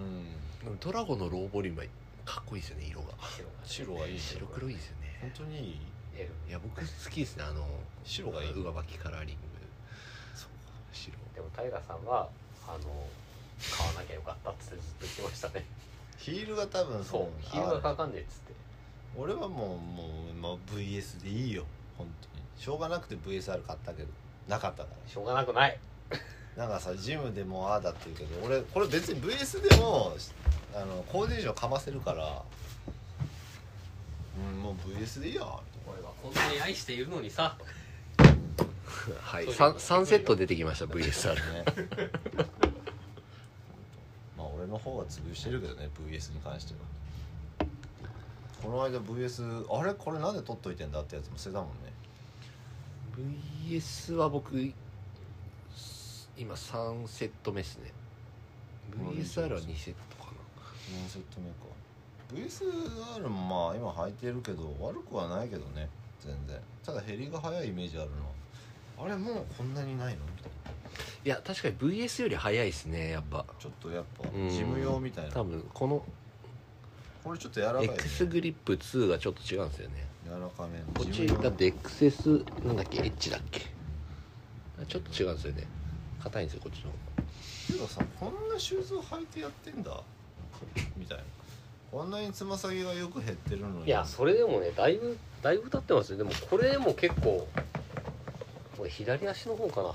[SPEAKER 2] ん
[SPEAKER 3] でもドラゴンのローボリュームはかっこいいですよね色が
[SPEAKER 4] 白がね
[SPEAKER 2] 白はいい
[SPEAKER 3] 白黒いいですよね
[SPEAKER 2] 本当にいい
[SPEAKER 4] え
[SPEAKER 3] いや僕好きですねあの
[SPEAKER 2] 白がいい
[SPEAKER 3] 上履きカラーリング
[SPEAKER 6] でも平さんはあの買わなきゃよかったっつってずっと言ってましたね
[SPEAKER 2] ヒールが多分
[SPEAKER 6] そうヒールが
[SPEAKER 2] あ
[SPEAKER 6] かかんねえっつって
[SPEAKER 2] 俺はもうもう、まあ、VS でいいよ本当にしょうがなくて VSR 買ったけどなかったか
[SPEAKER 6] しょうがなくない
[SPEAKER 2] らなんかさジムでもああだって言うけど俺これ別に VS でもあのコーディネーションかませるからうんもう VS でいいやみたいな
[SPEAKER 4] 俺はこんなに愛しているのにさ
[SPEAKER 3] はい
[SPEAKER 4] そういうこと
[SPEAKER 3] 3, セット出てきました VSR
[SPEAKER 2] ね まあ俺の方は潰してるけどね VS に関してはこの間 VS あれこれなんで取っといてんだってやつも捨てたもんね
[SPEAKER 3] VS は僕今3セット目ですね VSR は2セットか
[SPEAKER 2] 4セット目か VSR もまあ今履いてるけど悪くはないけどね全然ただ減りが早いイメージあるなあれもうこんなにないのみたい
[SPEAKER 3] ないや確かに VS より早いですねやっぱ
[SPEAKER 2] なちょっとやっぱ
[SPEAKER 3] うん
[SPEAKER 2] ジム用みたいな
[SPEAKER 3] 多分この
[SPEAKER 2] これちょっと柔らかい、ね、
[SPEAKER 3] X グリップ2がちょっと違うんですよね
[SPEAKER 2] 柔らかめ
[SPEAKER 3] こっ
[SPEAKER 2] ジム
[SPEAKER 3] ち
[SPEAKER 2] 用の
[SPEAKER 3] だって XS なんだっけエッジだっけちょっと違うんですよね硬いんですよこっちの方
[SPEAKER 2] けどさこんなシューズを履いてやってんだみたいなこんなにつま先がよく減ってるのに
[SPEAKER 4] いやそれでもねだいぶだいぶ経ってますよでもこれでも結構これ左足の方かな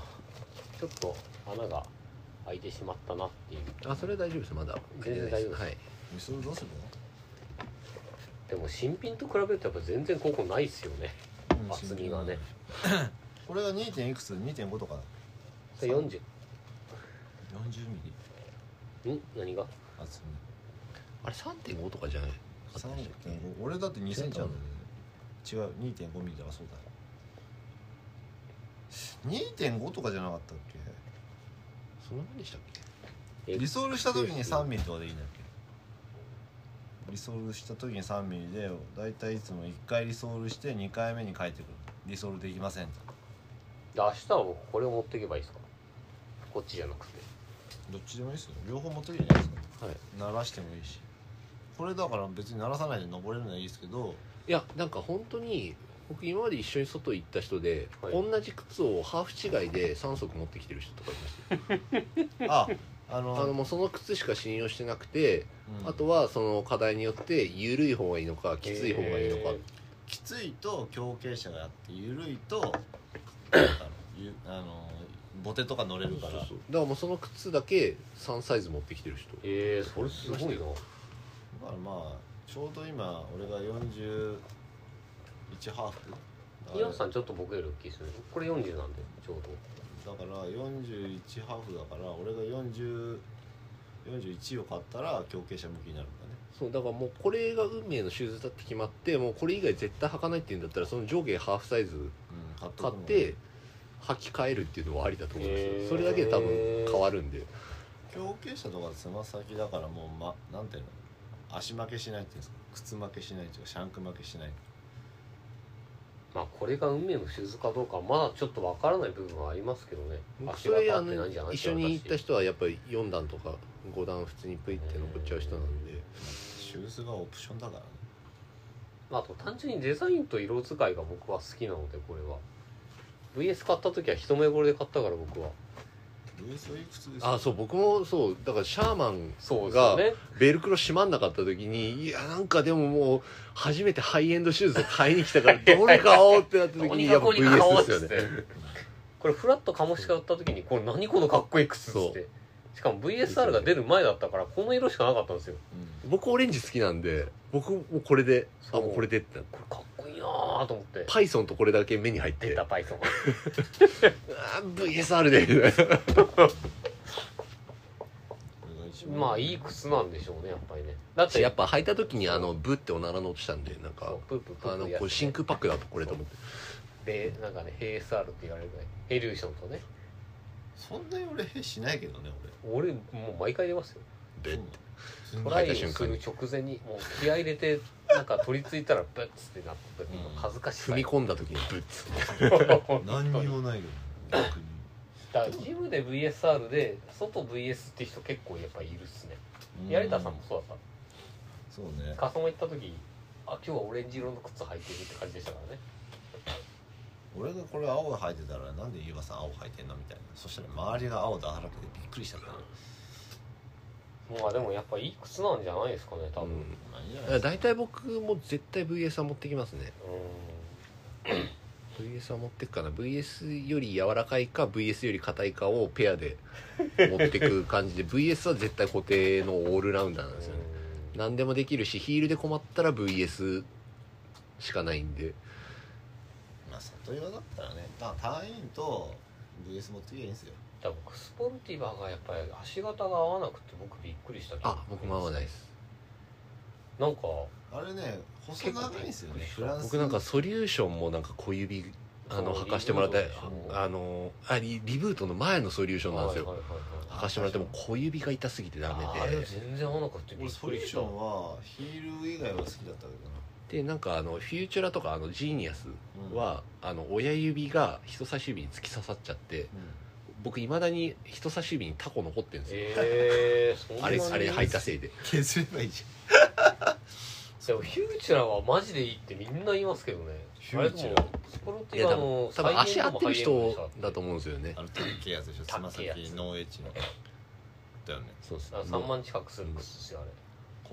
[SPEAKER 4] ちょっと穴が開いてしまったなっていう
[SPEAKER 3] あそれは大丈夫ですまだ
[SPEAKER 4] 全然大丈夫です
[SPEAKER 3] はい
[SPEAKER 2] ミソールどうする
[SPEAKER 4] でも新品と比べるとやっぱ全然ここないっすよね
[SPEAKER 2] の
[SPEAKER 4] 厚みがね
[SPEAKER 2] これが 2. 点いくつ2.5とかだ
[SPEAKER 4] それ40
[SPEAKER 2] 40ミリ
[SPEAKER 4] ん何が
[SPEAKER 2] 厚
[SPEAKER 3] あれ3.5とかじゃない
[SPEAKER 2] み3.5俺だって2センチあるんだけどね違う2.5ミリだからそうだ2.5とかじゃなかったっ
[SPEAKER 3] そんなもんでしたっけ
[SPEAKER 2] けリソールした時に3ミリとかでいいんだっけリソールした時に3ミリでだいたいいつも1回リソールして2回目に帰ってくるリソールできませんと
[SPEAKER 4] で明日は僕これを持っていけばいいですかこっちじゃなくて
[SPEAKER 2] どっちでもいいですよ両方持ってきていいじゃないですか
[SPEAKER 4] はい
[SPEAKER 2] 鳴らしてもいいしこれだから別に鳴らさないで登れるのはいいですけど
[SPEAKER 3] いやなんか本当に僕今まで一緒に外行った人で、
[SPEAKER 4] はい
[SPEAKER 3] 同じ靴をハーフ違いで3足持ってきてる人とかいましたよ
[SPEAKER 2] ああの
[SPEAKER 3] あのもうその靴しか信用してなくて、
[SPEAKER 2] うん
[SPEAKER 3] あとはその課題によって緩い方がいいのかきつい方がいいのか、
[SPEAKER 4] え
[SPEAKER 2] きついと強傾斜があって緩いとなんだろうゆあのボテとか乗れるから
[SPEAKER 3] そうそうだからもうその靴だけ3サイズ持ってきてる人
[SPEAKER 4] ーえー、それすごいな
[SPEAKER 2] だからまあちょうど今俺が41ハーフだから
[SPEAKER 4] 岩さんちょっと僕より大きいですねこれ40なんでちょうど
[SPEAKER 2] だから41ハーフだから俺が40 41を買ったら強傾斜向きになるんだね
[SPEAKER 3] そうだからもうこれが運命のシューズだって決まってもうこれ以外絶対履かないっていうんだったらその上下ハーフサイズ
[SPEAKER 2] うん買っと
[SPEAKER 3] 買っ
[SPEAKER 2] くの
[SPEAKER 3] て履き替えるっていうのはありだと思いますよ
[SPEAKER 4] へー
[SPEAKER 3] それだけで多分変わるんで
[SPEAKER 2] 強傾斜とかつま先だからもう、ま、なんていうの足負けしないっていうんですか靴負けしないっていうかシャンク負けしない
[SPEAKER 4] まあこれが運命のシューズかどうかはまだちょっとわからない部分はありますけどね
[SPEAKER 3] それあ
[SPEAKER 4] 足が立ってないんじゃな
[SPEAKER 3] の
[SPEAKER 4] い
[SPEAKER 3] 一緒に行った
[SPEAKER 4] 人
[SPEAKER 3] 人はやっぱり4段とか5段普通にプイって残っちゃう人なんで
[SPEAKER 2] シューズがオプションだからね
[SPEAKER 4] あと単純にデザインと色使いが僕は好きなのでこれは VS 買った時は一目惚れで買ったから僕は
[SPEAKER 2] ルイスはいくつですか
[SPEAKER 3] あそう僕もそうだからシャーマン
[SPEAKER 4] そうです
[SPEAKER 3] が
[SPEAKER 4] よね
[SPEAKER 3] ベルクロ閉まんなかった時にいやなんかでももう初めてハイエンドシューズを買いに来たからどれ買おうってなった時
[SPEAKER 4] と
[SPEAKER 3] に
[SPEAKER 4] に
[SPEAKER 3] や
[SPEAKER 4] か
[SPEAKER 3] っぱ
[SPEAKER 4] くに買お
[SPEAKER 3] VS
[SPEAKER 4] う
[SPEAKER 3] です
[SPEAKER 4] っ
[SPEAKER 3] よ
[SPEAKER 4] つっ
[SPEAKER 3] ね
[SPEAKER 4] て これフラットカモシカ売った時にこれ何このかっこいい靴っつってしかも VSR が出る前だったからこの色しかなかったんですよ
[SPEAKER 2] う
[SPEAKER 3] 僕オレンジ好きなんで僕もうこれであ
[SPEAKER 4] そう
[SPEAKER 3] もうこれでってなって
[SPEAKER 4] これかっこいいなーと思って
[SPEAKER 3] パイソンとこれだけ目に入っ
[SPEAKER 4] 出
[SPEAKER 3] て
[SPEAKER 4] たパイソンが
[SPEAKER 3] あー VSR で
[SPEAKER 2] んこれが一番
[SPEAKER 4] まあいい靴なんでしょうねやっぱりねだって
[SPEAKER 3] やっぱ履いた時にあのブっておならの音したんでなんか
[SPEAKER 4] そうプープープ
[SPEAKER 3] あ
[SPEAKER 4] ープ
[SPEAKER 3] の
[SPEAKER 4] ー
[SPEAKER 3] これ
[SPEAKER 4] やつね
[SPEAKER 3] 真空パックだとこれと思って
[SPEAKER 4] でなんかね ASR って言われるぐらいヘリューションとね
[SPEAKER 2] そんなに俺へしないけどね
[SPEAKER 4] 俺もう毎回出ますよ
[SPEAKER 2] 俺
[SPEAKER 3] で
[SPEAKER 2] うん
[SPEAKER 4] トライ
[SPEAKER 3] 入
[SPEAKER 4] を
[SPEAKER 3] った瞬
[SPEAKER 4] す
[SPEAKER 3] 間に
[SPEAKER 4] る直前にもう気合い入れてなんか取り付いたらブッつってなって
[SPEAKER 2] うん
[SPEAKER 4] 恥ずかしさ
[SPEAKER 3] 踏み込んだ時にブッつって
[SPEAKER 2] 何にもないけどね逆に
[SPEAKER 4] だからジムで VSR で外 VS って人結構やっぱいるっすね
[SPEAKER 2] うん
[SPEAKER 4] 槍田さんもそうだっ
[SPEAKER 2] そうね
[SPEAKER 4] たカソン行った時あ今日はオレンジ色の靴履いてるって感じでしたからね
[SPEAKER 2] 俺がこれ青が履いてたらなんで岩さん青履いてんのみたいなそしたら周りが青だらけでびっくりしたから
[SPEAKER 4] まあでもやっぱいい靴なんじゃないですかね多分うん
[SPEAKER 2] まあいいんじゃな
[SPEAKER 3] だか
[SPEAKER 2] い
[SPEAKER 3] ら大体僕も絶対 VS は持ってきますね VS は持ってくかな VS より柔らかいか VS より硬いかをペアで持ってく感じで VS は絶対固定のオールラウンダーなんですよね何でもできるしヒールで困ったら VS しかないんで
[SPEAKER 2] まあ里岩だったらねまあ隊員と VS 持ってきゃいいんですよ
[SPEAKER 4] だから僕スポルティバーがやっぱり足型が合わなくて僕びっくりした
[SPEAKER 3] あ僕も合わない
[SPEAKER 4] い
[SPEAKER 3] です
[SPEAKER 4] なんか
[SPEAKER 2] あれね細長いんですよね
[SPEAKER 4] 結構
[SPEAKER 2] フランス
[SPEAKER 3] 僕なんかソリューションもなんか小指あの
[SPEAKER 4] そう
[SPEAKER 3] 履かしてもらった
[SPEAKER 4] リブートでしょ
[SPEAKER 3] あのあリリブートの前のソリューションなんですよ
[SPEAKER 4] はいはいはいはい
[SPEAKER 3] 履かしてもらっても小指が痛すぎてダ
[SPEAKER 4] ああ
[SPEAKER 3] メ
[SPEAKER 4] れ
[SPEAKER 3] で
[SPEAKER 4] 全然合わなくてび
[SPEAKER 2] 俺
[SPEAKER 4] っ
[SPEAKER 2] ソ
[SPEAKER 4] く
[SPEAKER 2] リュー
[SPEAKER 4] りし
[SPEAKER 2] シ
[SPEAKER 4] た
[SPEAKER 2] ョンはヒール以外は好きだったけ
[SPEAKER 3] でなんかあのフューチュラとかあのジーニアス
[SPEAKER 2] どな、うん、
[SPEAKER 3] は、あの親指が人差し指に突き刺さっちゃって
[SPEAKER 2] うん
[SPEAKER 3] 僕いまだに人差し指にタコ残ってるんですよ
[SPEAKER 4] ええそんな
[SPEAKER 3] あれ
[SPEAKER 4] に
[SPEAKER 3] あれ履いたせいで
[SPEAKER 2] 削ればいいじ
[SPEAKER 4] でもフューチュラーはマジでいいってみんな言いますけどね
[SPEAKER 2] フューチュラー
[SPEAKER 4] あれでもスポルテ
[SPEAKER 3] い
[SPEAKER 4] ィ
[SPEAKER 3] や
[SPEAKER 4] バ
[SPEAKER 3] 多
[SPEAKER 4] ーの
[SPEAKER 3] 分多分足合ってる人だと
[SPEAKER 4] 思
[SPEAKER 3] 思
[SPEAKER 4] う
[SPEAKER 3] うんですよね
[SPEAKER 2] ゃんあの高いやつでしょつま
[SPEAKER 4] 高い
[SPEAKER 2] 先
[SPEAKER 4] やつ
[SPEAKER 2] ノーエッジのだよね
[SPEAKER 3] そうです
[SPEAKER 4] 3万近くする靴ですよあれ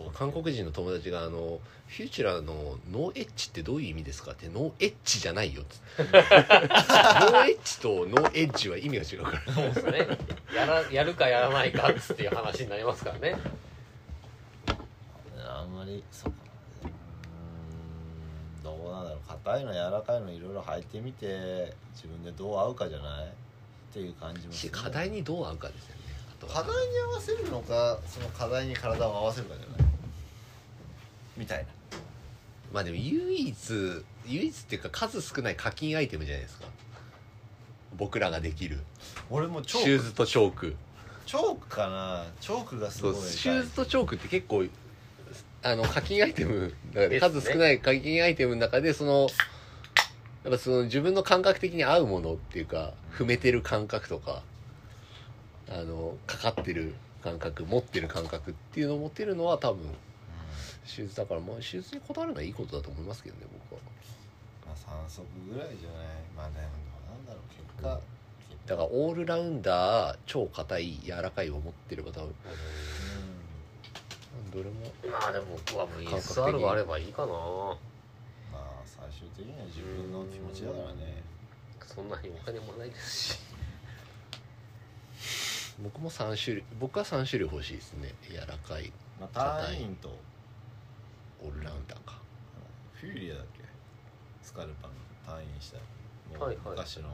[SPEAKER 2] こう
[SPEAKER 3] 韓国人の友達があのフューチュラーのノーエッジってどういう意味ですかってノーエッジじゃないよっつってノーエッジとノーエッジは意味が違うから
[SPEAKER 4] そうですねやらやるかやらないかっつっていう話になりますからね
[SPEAKER 2] あんまりそうかなうーんどうなんだろう硬いの柔らかいのいろいろ履いてみて自分でどう合うかじゃないっていう感じもす
[SPEAKER 3] し
[SPEAKER 2] る
[SPEAKER 3] 課題にどう合うかですよねあと
[SPEAKER 2] 課
[SPEAKER 3] は
[SPEAKER 2] 題に合わせるのかその課題に体を合わせるかじゃないみたいな
[SPEAKER 3] まあでも唯一唯一っていうか数少ない課金アイテムじゃないですか僕らができる
[SPEAKER 2] 俺もチ
[SPEAKER 3] シ
[SPEAKER 2] ョー
[SPEAKER 3] ュー
[SPEAKER 2] ク
[SPEAKER 3] ズとチョーク
[SPEAKER 2] チョークかなチョークがす
[SPEAKER 3] そ
[SPEAKER 2] ご
[SPEAKER 3] う
[SPEAKER 2] い
[SPEAKER 3] シューズとチョークって結構あの課金アイテムの中で数少ない課金アイテムの中でそのやっぱその自分の感覚的に合うものっていうか踏めてる感覚とかあのかかってる感覚持ってる感覚っていうのを持てるのは多分シューズだからまあシューズにこだわるのはいいことだと思いますけどね僕は
[SPEAKER 2] まあ3足ぐらいじゃないまあでもどうなんだろう結果
[SPEAKER 3] だからオールラウンダー超硬い柔らかいを持ってれば多分
[SPEAKER 2] うん
[SPEAKER 3] どれも
[SPEAKER 4] まあでも僕は
[SPEAKER 3] 感覚的
[SPEAKER 4] VSR があればいいかな
[SPEAKER 2] まあ最終的には自分の気持ちだからね
[SPEAKER 4] そんなにお金もないですし
[SPEAKER 3] 僕も3種類僕は3種類欲しいですね柔らかい
[SPEAKER 2] まあ隊員と
[SPEAKER 3] オールラウンダーか
[SPEAKER 2] フューリアだっけスカルパの退院したもう
[SPEAKER 4] はいはい
[SPEAKER 2] 昔の、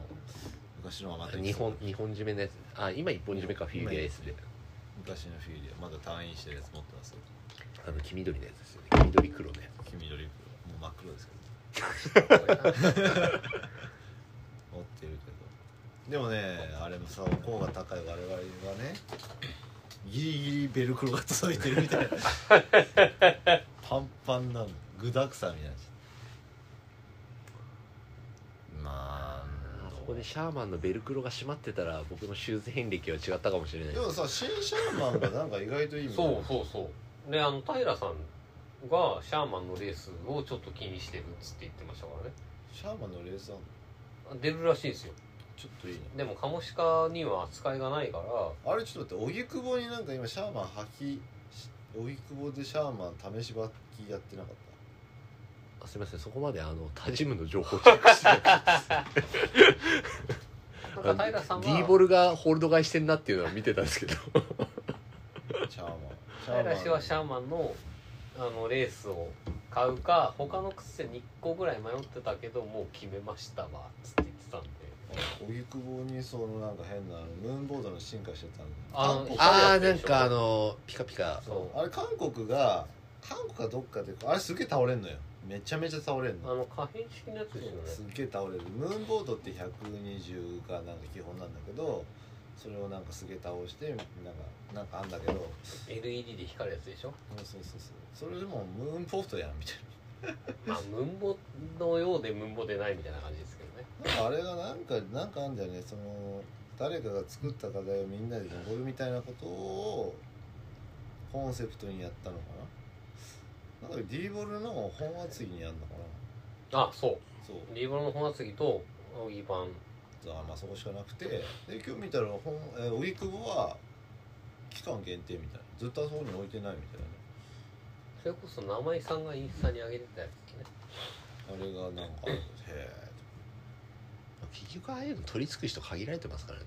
[SPEAKER 2] 昔のまま
[SPEAKER 3] 日本日本締めのやつあ今一本締めかフィーリア S で
[SPEAKER 2] 昔のフューリアまだ退院してるやつ持ってますよ
[SPEAKER 3] あの黄緑のやつですよね黄緑黒のや
[SPEAKER 2] 黄緑もう真っ黒ですけど持ってるけどでもねあれもさ甲が高い我々がねギリギリベルクロが届いてるみたいなパンパンなの具だくさんみたいになっちゃったまあ
[SPEAKER 3] つそこでシャーマンのベルクロが閉まってたら僕のシューズ遍歴は違ったかもしれない
[SPEAKER 2] でもさ新シャーマンがなんか意外といいみたいな
[SPEAKER 4] そうそうそうであの平さんがシャーマンのレースをちょっと気にしてるっつって言ってましたからね
[SPEAKER 2] シャーマンのレースは
[SPEAKER 4] 出るらしいですよ
[SPEAKER 2] ちょっといい
[SPEAKER 4] でもカモシカには扱いがないから
[SPEAKER 2] なあれちょっと待って荻窪になんか今シャーマン履き荻窪でシャーマン試し履きやってなかっ
[SPEAKER 3] あすみませんそこまであの他ジムの情報チェックしてなか
[SPEAKER 4] な
[SPEAKER 3] っ
[SPEAKER 4] ん
[SPEAKER 3] た
[SPEAKER 4] か平さんは
[SPEAKER 3] D ボルがホールド買いしてんなっていうのは見てたんですけど
[SPEAKER 2] たシャーマンシ
[SPEAKER 4] 平氏はシャーマンのあのレースを買うか他の靴で2個ぐらい迷ってたけどもう決めましたわっつって言ってたんで
[SPEAKER 2] 荻窪にそのなんか変なムーンボードの進化してたの
[SPEAKER 4] あの
[SPEAKER 2] 韓国
[SPEAKER 3] ああなんかあのピカピカ
[SPEAKER 4] そう
[SPEAKER 2] あれ韓国が韓国かどっかであれすげえ倒れんのよめちゃめちゃ倒れん
[SPEAKER 4] あ
[SPEAKER 2] の
[SPEAKER 4] の可変式のやつですよね
[SPEAKER 2] すっげえ倒れるムーンボードって120がなんか基本なんだけどそれをなんかすげえ倒してなんかなんかあんだけど
[SPEAKER 4] LED で光るやつでしょ
[SPEAKER 2] そうそうそうそうそれでもムーンポートやんみたい
[SPEAKER 4] まあムンボのようでムンボでないみたいな感じですけど
[SPEAKER 2] なな
[SPEAKER 4] ね
[SPEAKER 2] んかあれがなんかなんかあんだよねその誰かが作った課題をみんなで登るみたいなことをコンセプトにやったのかななんか D ボルの本厚木にやんのかな
[SPEAKER 4] あそう
[SPEAKER 2] そう
[SPEAKER 4] リーボロの本厚木と青木版
[SPEAKER 2] だからまあそこしかなくてで今日見たら本、えー、荻窪は期間限定みたいなずっとあそこに置いてないみたいな
[SPEAKER 4] それこそ名井さんがインスタに上げてたやつね
[SPEAKER 2] あれがなんかへえ
[SPEAKER 3] 結局ああいうの取り付く人限られてますからね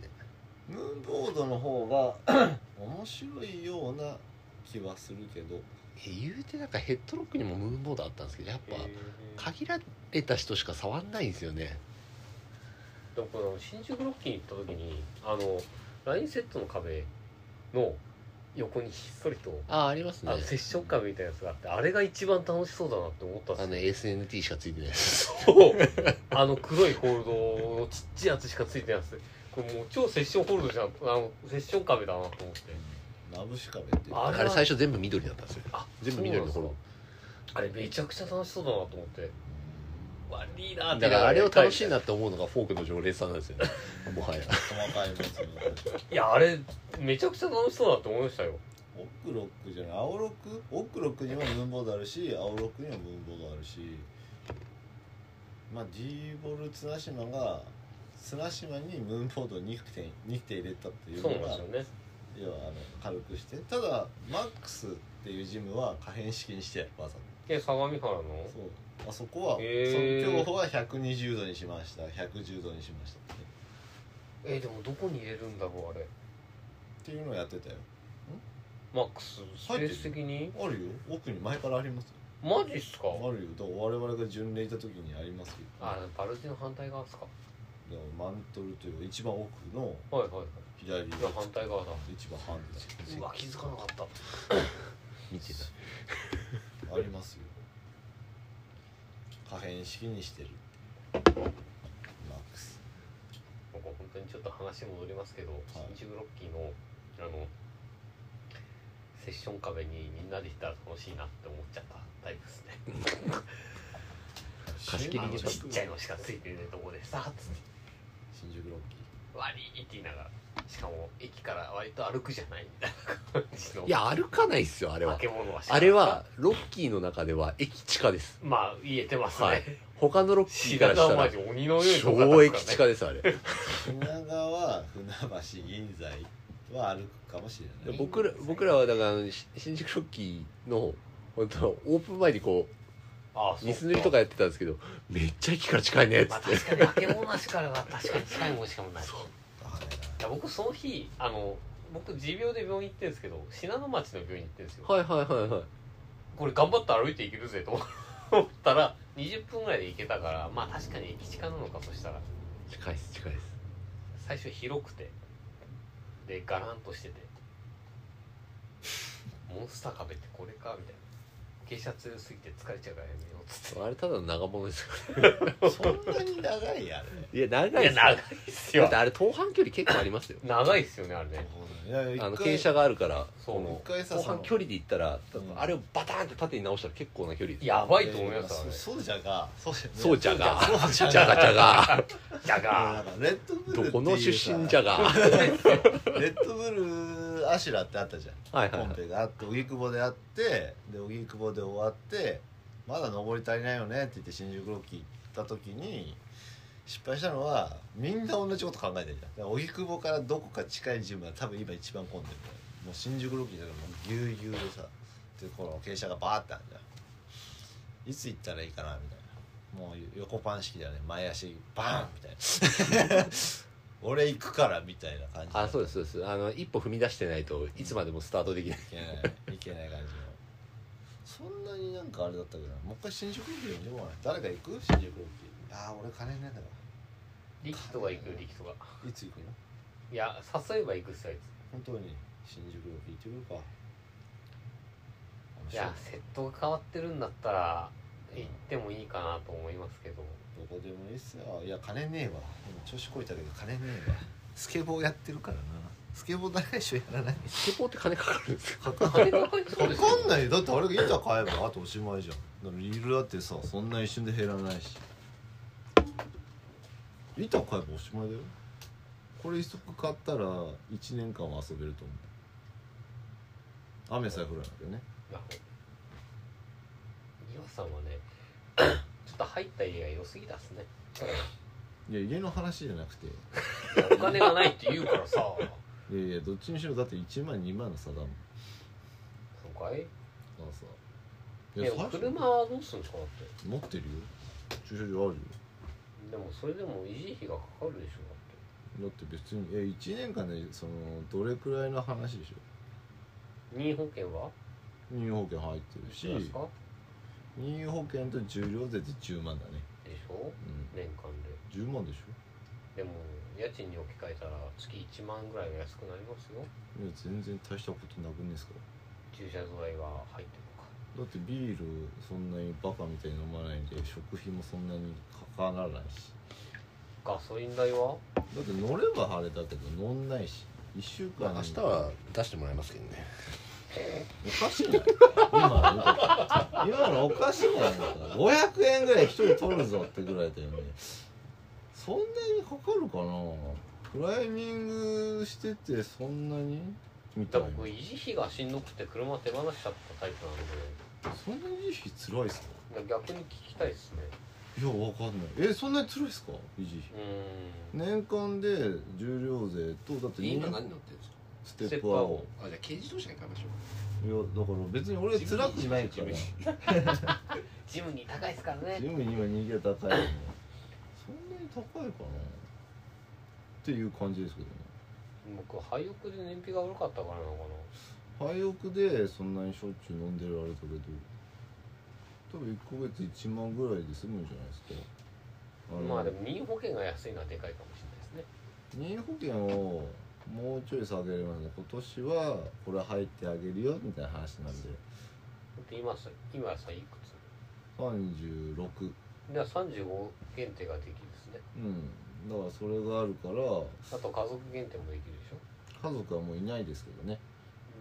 [SPEAKER 2] ムーンボードの方が 面白いような気はするけど
[SPEAKER 3] え言うてなんかヘッドロックにもムーンボードあったんですけどやっぱ限られた人しか触んないんですよね
[SPEAKER 4] だから新宿ロッキーに行った時にあのラインセットの壁の横にひっそりと
[SPEAKER 3] ああありますね
[SPEAKER 4] あの接触感みたいなやつがあってあれが一番楽しそうだなって思った
[SPEAKER 3] あ
[SPEAKER 4] ん
[SPEAKER 3] の
[SPEAKER 4] です
[SPEAKER 3] SNT しかついてないです
[SPEAKER 4] よそうあの黒いホールドのちっちゃいやつしかついてないやつこれもう超セッションホールドじゃんあのセッション壁だなと思って
[SPEAKER 2] まぶし壁っていう
[SPEAKER 4] あ
[SPEAKER 3] あ
[SPEAKER 4] れ
[SPEAKER 3] れ
[SPEAKER 4] は
[SPEAKER 3] 最初全部緑だったんですよ
[SPEAKER 4] あ
[SPEAKER 3] 全部緑の
[SPEAKER 4] そう
[SPEAKER 3] 頃
[SPEAKER 4] なんですかあれめちゃくちゃ楽しそうだなと思って悪いなって
[SPEAKER 3] だからあれを楽しいなって思うのがフォークの常連さんなんですよね もはや
[SPEAKER 2] 細かいもつ
[SPEAKER 4] いやあれめちゃくちゃ楽しそうだなって思いましたよ
[SPEAKER 2] オックロックじゃない青ロックオックロックにもムーンボードあるし青ロックにもムーンボードあるしまあ D ボル綱島が綱島にムーンボード2点2点入れたっていう
[SPEAKER 4] そうなん
[SPEAKER 2] の
[SPEAKER 4] で
[SPEAKER 2] が
[SPEAKER 4] すよね
[SPEAKER 2] 要はあの軽くしてただマックスっていうジムは可変式にしてあるわざと
[SPEAKER 4] で相模原の
[SPEAKER 2] そうあそこは、
[SPEAKER 4] へー
[SPEAKER 2] その競歩は120度にしました110度にしましたって
[SPEAKER 4] えーでもどこに入れるんだろうあれ
[SPEAKER 2] っていうのをやってたよ
[SPEAKER 4] マックススペース的に
[SPEAKER 2] あるよ奥に前からありますよ
[SPEAKER 4] マジっすか
[SPEAKER 2] あるよだから我々が巡礼行った時にありますよ
[SPEAKER 4] あバルジの反対側っすか
[SPEAKER 2] だからマントルというか一番奥の
[SPEAKER 4] はいはいはい
[SPEAKER 2] 左
[SPEAKER 4] じゃあ反対側だ
[SPEAKER 2] 一番反対
[SPEAKER 4] うわ気づかなかった
[SPEAKER 3] 見てた
[SPEAKER 2] ありますよ可変式にしてるマックス
[SPEAKER 4] なんか本当にちょっと話戻りますけど、新宿ロッキーのあのセッション壁にみんなで行ったら楽しいなって思っちゃったタイプですね
[SPEAKER 3] 貸し切りに
[SPEAKER 4] ち
[SPEAKER 3] しま
[SPEAKER 4] っ
[SPEAKER 3] す
[SPEAKER 4] ちゃいのしかついてないとこでさつって
[SPEAKER 2] 新宿ロッキー
[SPEAKER 4] 「悪い」って言いながらしかも駅から割と歩くじゃないみたいな感じの
[SPEAKER 3] いや歩かないっすよあれ
[SPEAKER 4] 化
[SPEAKER 3] は
[SPEAKER 4] け物はし
[SPEAKER 3] あれはロッキーの中では駅地下です
[SPEAKER 4] まあ言えてますね、
[SPEAKER 3] はい他のロッキーからしたら
[SPEAKER 4] 白髪鬼のように遠か
[SPEAKER 3] 超
[SPEAKER 4] った
[SPEAKER 3] 駅
[SPEAKER 4] です
[SPEAKER 3] 地
[SPEAKER 4] から
[SPEAKER 3] 下
[SPEAKER 4] ね
[SPEAKER 3] ですあれ
[SPEAKER 2] 品川船橋銀座は歩くかもしれない
[SPEAKER 3] 僕ら僕らはだからあのし新宿ロッキーの本当オープン前にこ
[SPEAKER 4] ああ
[SPEAKER 3] う
[SPEAKER 4] そう
[SPEAKER 3] 水塗りとかやってたんですけどめっちゃ駅から近いねっつ
[SPEAKER 4] まあ
[SPEAKER 3] って
[SPEAKER 4] 確かに化け物はしからは確かに近いもんしかもない
[SPEAKER 2] あれない
[SPEAKER 4] や僕その日あの僕持病で病院行ってるんですけど信濃町の病院行ってるんですよ、
[SPEAKER 3] はいはいはいはい
[SPEAKER 4] これ頑張って歩いていけるぜと思ったら20分ぐらいで行けたからまあ確かに駅近なのかそしたら
[SPEAKER 3] 近いです近いです
[SPEAKER 4] 最初広くてでガランとしててモンスター壁ってこれかみたいな傾斜強すぎて疲れちゃうからやめようっつっ
[SPEAKER 3] あれただの長物ですか
[SPEAKER 2] そんなに長い あれ
[SPEAKER 3] らいや長いで
[SPEAKER 4] ていや
[SPEAKER 3] す
[SPEAKER 4] 長いっす
[SPEAKER 3] だっ
[SPEAKER 4] よ
[SPEAKER 3] てあれ等半距離結構ありますよ
[SPEAKER 4] 長いっすよねあれね
[SPEAKER 2] いや一
[SPEAKER 3] あの
[SPEAKER 2] 回
[SPEAKER 3] 傾斜があるから
[SPEAKER 4] そう
[SPEAKER 2] 一回さ
[SPEAKER 3] 後半距離で行ったら多
[SPEAKER 2] う
[SPEAKER 3] 分
[SPEAKER 2] ん
[SPEAKER 3] あれをバターンって縦に直したら結構な距離です
[SPEAKER 4] やばいと思いました
[SPEAKER 2] そ
[SPEAKER 4] あ
[SPEAKER 2] う
[SPEAKER 4] れ
[SPEAKER 2] そうじゃがそうじゃね
[SPEAKER 3] そうじゃが
[SPEAKER 2] そうじ
[SPEAKER 3] じ
[SPEAKER 2] ゃ
[SPEAKER 3] ゃ
[SPEAKER 2] が
[SPEAKER 3] がじゃ が
[SPEAKER 4] じゃ
[SPEAKER 2] な
[SPEAKER 4] が
[SPEAKER 2] んかレッドブルっていう
[SPEAKER 3] ど
[SPEAKER 2] さ
[SPEAKER 3] この出身じゃがはい
[SPEAKER 2] レッドブルアシュラってあったじゃん
[SPEAKER 3] はい
[SPEAKER 2] コン
[SPEAKER 3] はい
[SPEAKER 2] ペがあって荻窪であってで荻窪で終わってまだ登り足りないよねって言って新宿ロッキー行った時に失敗したのはみんな同じこと考えてるじゃんだから荻窪からどこか近いジムは多分今一番混んでるんだよもう新宿ロッキーだからもうぎゅうぎゅうでさでこの傾斜がバーってあるじゃんいつ行ったらいいかなみたいなもう横パン式だよね前足バーンみたいな 俺行くからみたいな感じ
[SPEAKER 3] あそうですそうですあの一歩踏み出してないといつまでもスタート できない
[SPEAKER 2] いけないいけない感じのそんなになんかあれだったけどなもう一回新宿駅呼んでもらえ誰か行く新宿駅ああ俺金ねえんだか
[SPEAKER 4] 力とか行く力とから
[SPEAKER 2] いつ行くの
[SPEAKER 4] いや誘えば行くっすよあいつ
[SPEAKER 2] 本当に新宿駅行ってくるか面
[SPEAKER 4] い
[SPEAKER 2] 白い
[SPEAKER 4] やセットが変わってるんだったら行ってもいいかなと思いますけど
[SPEAKER 2] どこでもいいっすよいや金ねえわ今調子こいたけど金ねえわスケボーやってるからなスケボー誰か一緒やらない
[SPEAKER 3] スケボーって金かかるんですよ
[SPEAKER 2] かかんない
[SPEAKER 4] 金がかかり そう
[SPEAKER 2] わ
[SPEAKER 4] です
[SPEAKER 2] かんないよだってあれが板買えばあとおしまいじゃんだからリールだってさそんな一瞬で減らないし板買えばおしまいだよこれ一足買ったら1年間は遊べると思う雨さえ降らなきゃね
[SPEAKER 4] な 岩さんはねちょっと入った家が良すぎたっすね
[SPEAKER 2] いや家の話じゃなくて
[SPEAKER 4] いやお金がないって言うからさ
[SPEAKER 2] いやいやどっちにしろだって1万2万の差だもん
[SPEAKER 4] そうかい
[SPEAKER 2] そうそう
[SPEAKER 4] い
[SPEAKER 2] い
[SPEAKER 4] や
[SPEAKER 2] 最初
[SPEAKER 4] 車はどうするんですかだって
[SPEAKER 2] 持ってるよ駐車場あるよ
[SPEAKER 4] でもそれでも維持費がかかるでしょだって
[SPEAKER 2] だって別にいや1年間でそのどれくらいの話でしょ
[SPEAKER 4] 任意保険は
[SPEAKER 2] 任意保険入ってる
[SPEAKER 4] いくらです
[SPEAKER 2] し
[SPEAKER 4] か
[SPEAKER 2] 任意保険と重量税で10万だね
[SPEAKER 4] でしょ
[SPEAKER 2] う
[SPEAKER 4] 年間で
[SPEAKER 2] ん10万でし
[SPEAKER 4] でも家賃に置き換えたら月1万ぐらいは安くなりますよ
[SPEAKER 2] ょいや全然大したことなくねえですか
[SPEAKER 4] 駐車代は入ってるのか
[SPEAKER 2] だってビールそんなにバカみたいに飲まないで食費もそんなにかからないし
[SPEAKER 4] ガソリン代は
[SPEAKER 2] だって乗ればあれだけど乗んないし1週間
[SPEAKER 3] まあ明日は出してもらいますけどね
[SPEAKER 2] おかしいない今の今のおかしいない500円ぐらい一人取るぞってぐらいだよねそんなにかかるかなクライミングしててそんなにみた
[SPEAKER 4] だ
[SPEAKER 2] いな
[SPEAKER 4] から僕維持費がしんどくて車手放しちゃったタイプなの
[SPEAKER 2] そんなに維持費つらいっすか
[SPEAKER 4] で逆に聞きたいですね
[SPEAKER 2] いやわかんないえそんなにつらいっすか維持費
[SPEAKER 4] うーん
[SPEAKER 2] 年間で重量税とだって
[SPEAKER 5] 今
[SPEAKER 2] 年
[SPEAKER 5] 何乗ってるんですか
[SPEAKER 2] ステップア
[SPEAKER 4] ス
[SPEAKER 2] を
[SPEAKER 5] あじゃあ軽自動車に変えましょう
[SPEAKER 2] いやだから別に俺辛くないから
[SPEAKER 5] 自
[SPEAKER 4] ジムに高いですからね
[SPEAKER 2] ジムには人気が高いよねそんなに高いかなっていう感じですけどね
[SPEAKER 4] 僕廃屋で燃費が悪かったからなのか
[SPEAKER 2] 廃屋でそんなにしょっちゅう飲んでるあれだけど多分1ヶ月1万ぐらいで済むんじゃないですかの
[SPEAKER 4] なまあでも任意保険が安いのはでかいかもしれな
[SPEAKER 2] 任意
[SPEAKER 4] いですね
[SPEAKER 2] 保険をもうちょい下げれますね今年はこれ入ってあげるよみたいな話なんで
[SPEAKER 4] だって今さ今さいくつ
[SPEAKER 2] 36
[SPEAKER 4] では35限定ができるですね
[SPEAKER 2] うんだからそれがあるから
[SPEAKER 4] あと家族限定もできるでしょ
[SPEAKER 2] 家族はもういないですけどね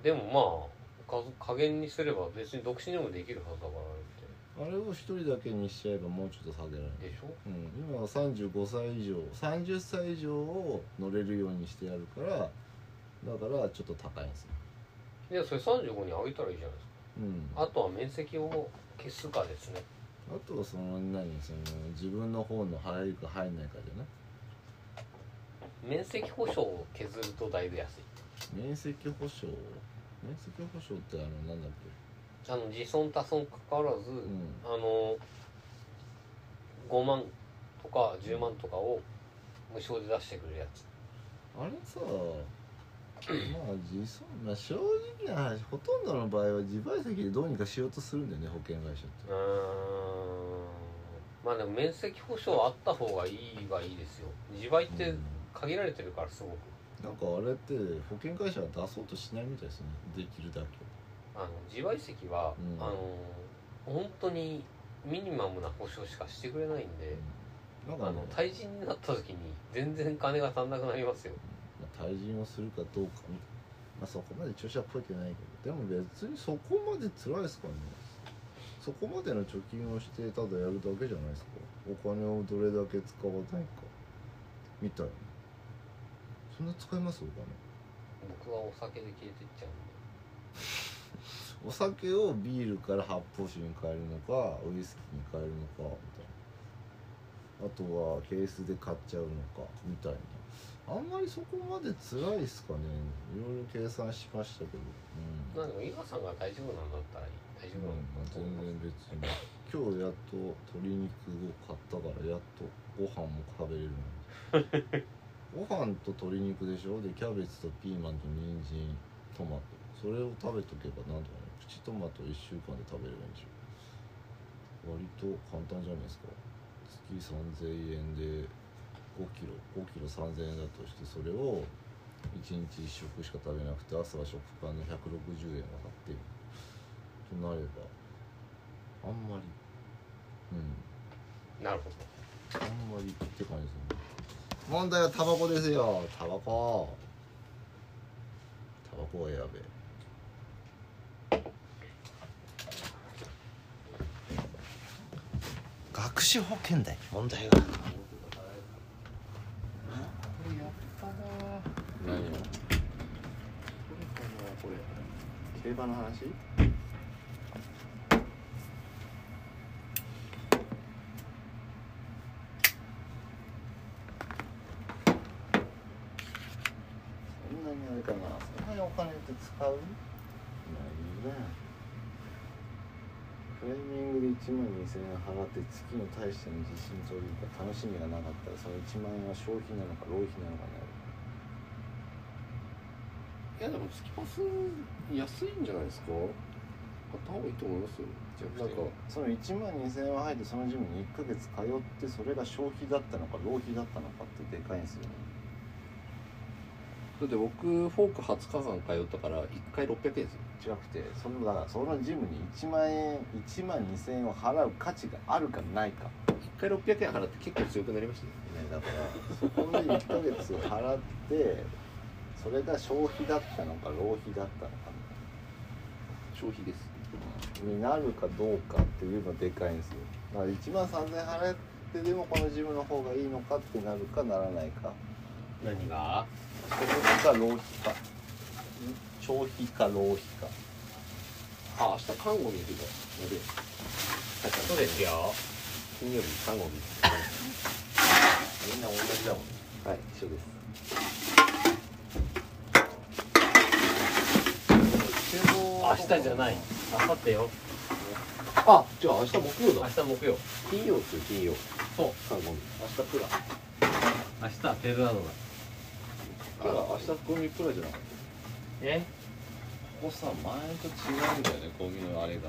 [SPEAKER 4] でもまあ加加減にすれば別に独身でもできるはずだからっ
[SPEAKER 2] あれを一人だけにしちゃえばもうちょっと下げられる、
[SPEAKER 4] てでしょ
[SPEAKER 2] うん、今は35歳以上30歳以上を乗れるようにしてやるからだからちょっと高いんですよ、
[SPEAKER 4] でそれ35に上げたらいいじゃないです
[SPEAKER 2] うん、
[SPEAKER 4] か
[SPEAKER 2] あ
[SPEAKER 4] あとは面積を消すかですね
[SPEAKER 2] とはその何その自分の方の入るか入んないかじゃない
[SPEAKER 4] 面積保証を削るとだいぶ安い
[SPEAKER 2] 面積保証面積保証ってあのなんだっけ
[SPEAKER 4] あの自損多損かかわらず、
[SPEAKER 2] うん
[SPEAKER 4] あの5万とか10万とかを無償で出してくれるやつ
[SPEAKER 2] あれ さまあ自損、まあ、正直な話ほとんどの場合は自賠責でどうにかしようとするんだよね保険会社って
[SPEAKER 4] うーんまあでも面積保証あった方がいいはいいですよ自賠って
[SPEAKER 2] うん
[SPEAKER 4] 限られてるからすごく
[SPEAKER 2] なんかあれって保険会社は出そうとしないみたいですねできるだけ
[SPEAKER 4] あの自賠責は、
[SPEAKER 2] うん
[SPEAKER 4] あの本当にミニマムな保証しかしてくれないんで、
[SPEAKER 2] なんか
[SPEAKER 4] あ
[SPEAKER 2] ね
[SPEAKER 4] の対人になった時に全然金が足んなくなりますよ
[SPEAKER 2] まあ退陣をするかどうかみたいな、まあ、そこまで調子はこいてないけどでも別にそこまで辛いですかねそこまでの貯金をしてただやるだけじゃないですかお金をどれだけ使わないかみたいなそんな使いますお金
[SPEAKER 4] 僕はお酒で消えてっちゃうん
[SPEAKER 2] お酒をビールから発泡酒に変えるのかウイスキーに変えるのかみたいなあとはケースで買っちゃうのかみたいなあんまりそこまで辛いっすかねいろいろ計算しましたけど
[SPEAKER 4] でなんか伊賀さんが大丈夫なんだったらいい大丈
[SPEAKER 2] うん、
[SPEAKER 4] 夫
[SPEAKER 2] まあ
[SPEAKER 4] なんだと
[SPEAKER 2] 全
[SPEAKER 4] 思います
[SPEAKER 2] 然別に今日やっと鶏肉を買ったからやっとご飯も食べれるのに ご飯と鶏肉でしょでキャベツとピーマンと人参トマトそれを食べとけばなんとかねプチトマト1週間で食べればいいんでしょ割と簡単じゃないですか月3000円で5キロ5キロ3000円だとしてそれを1日1食しか食べなくて朝は食パンの160円が買ってとなればあんまりうん
[SPEAKER 4] なるほ
[SPEAKER 2] あんまりって感じですね問題はタバコですよタバコタバコはやべえ
[SPEAKER 5] 学士保険代問題が
[SPEAKER 2] 何を
[SPEAKER 5] これ競馬の話
[SPEAKER 2] あ
[SPEAKER 7] 金って使う
[SPEAKER 2] ないよねクライミングで1万2000円払って月の大しての自信というか楽しみがなかったらその1万円は消費なのか浪費なのかなる
[SPEAKER 8] いやでも月パス安いんじゃないですか買った方がいいと思いますよめちゃ
[SPEAKER 2] な
[SPEAKER 8] くち
[SPEAKER 2] んか
[SPEAKER 8] ゃ
[SPEAKER 2] その1万2000円は入ってそのジムに1ヶ月通ってそれが消費だったのか浪費だったのかってでかいんですよね
[SPEAKER 8] だって僕フォーク20日間通ったから1回600円ですよ
[SPEAKER 2] 違くてそのだからそのジムに1万円1万2000円を払う価値があるかないか、ね、
[SPEAKER 8] 1回600円払って結構強くなりましたね
[SPEAKER 2] だからそこで1ヶ月払ってそれが消費だったのか浪費だったのか
[SPEAKER 8] 消費です
[SPEAKER 2] になるかどうかっていうのでかいんですよだから1万3000円払ってでもこのジムの方がいいのかってなるかならないか
[SPEAKER 4] 何が
[SPEAKER 2] 消費か浪費か消費か浪費か
[SPEAKER 8] あ明日看護見てるやべえ
[SPEAKER 4] そうですよ
[SPEAKER 8] 金曜日看護見て
[SPEAKER 2] みんな同じだもんね
[SPEAKER 8] るはい一緒です
[SPEAKER 9] 明日じゃない明後日よ
[SPEAKER 8] あじゃあ明日木曜
[SPEAKER 9] 明
[SPEAKER 8] だ
[SPEAKER 9] 日木曜
[SPEAKER 8] 金曜ですよ金曜
[SPEAKER 9] そう
[SPEAKER 8] 看護見明日プラ
[SPEAKER 9] 明日はペルラードだ
[SPEAKER 2] だから明日ゴミプラじゃなくて
[SPEAKER 9] え
[SPEAKER 2] ここさ前と違うんだよねゴミのあれが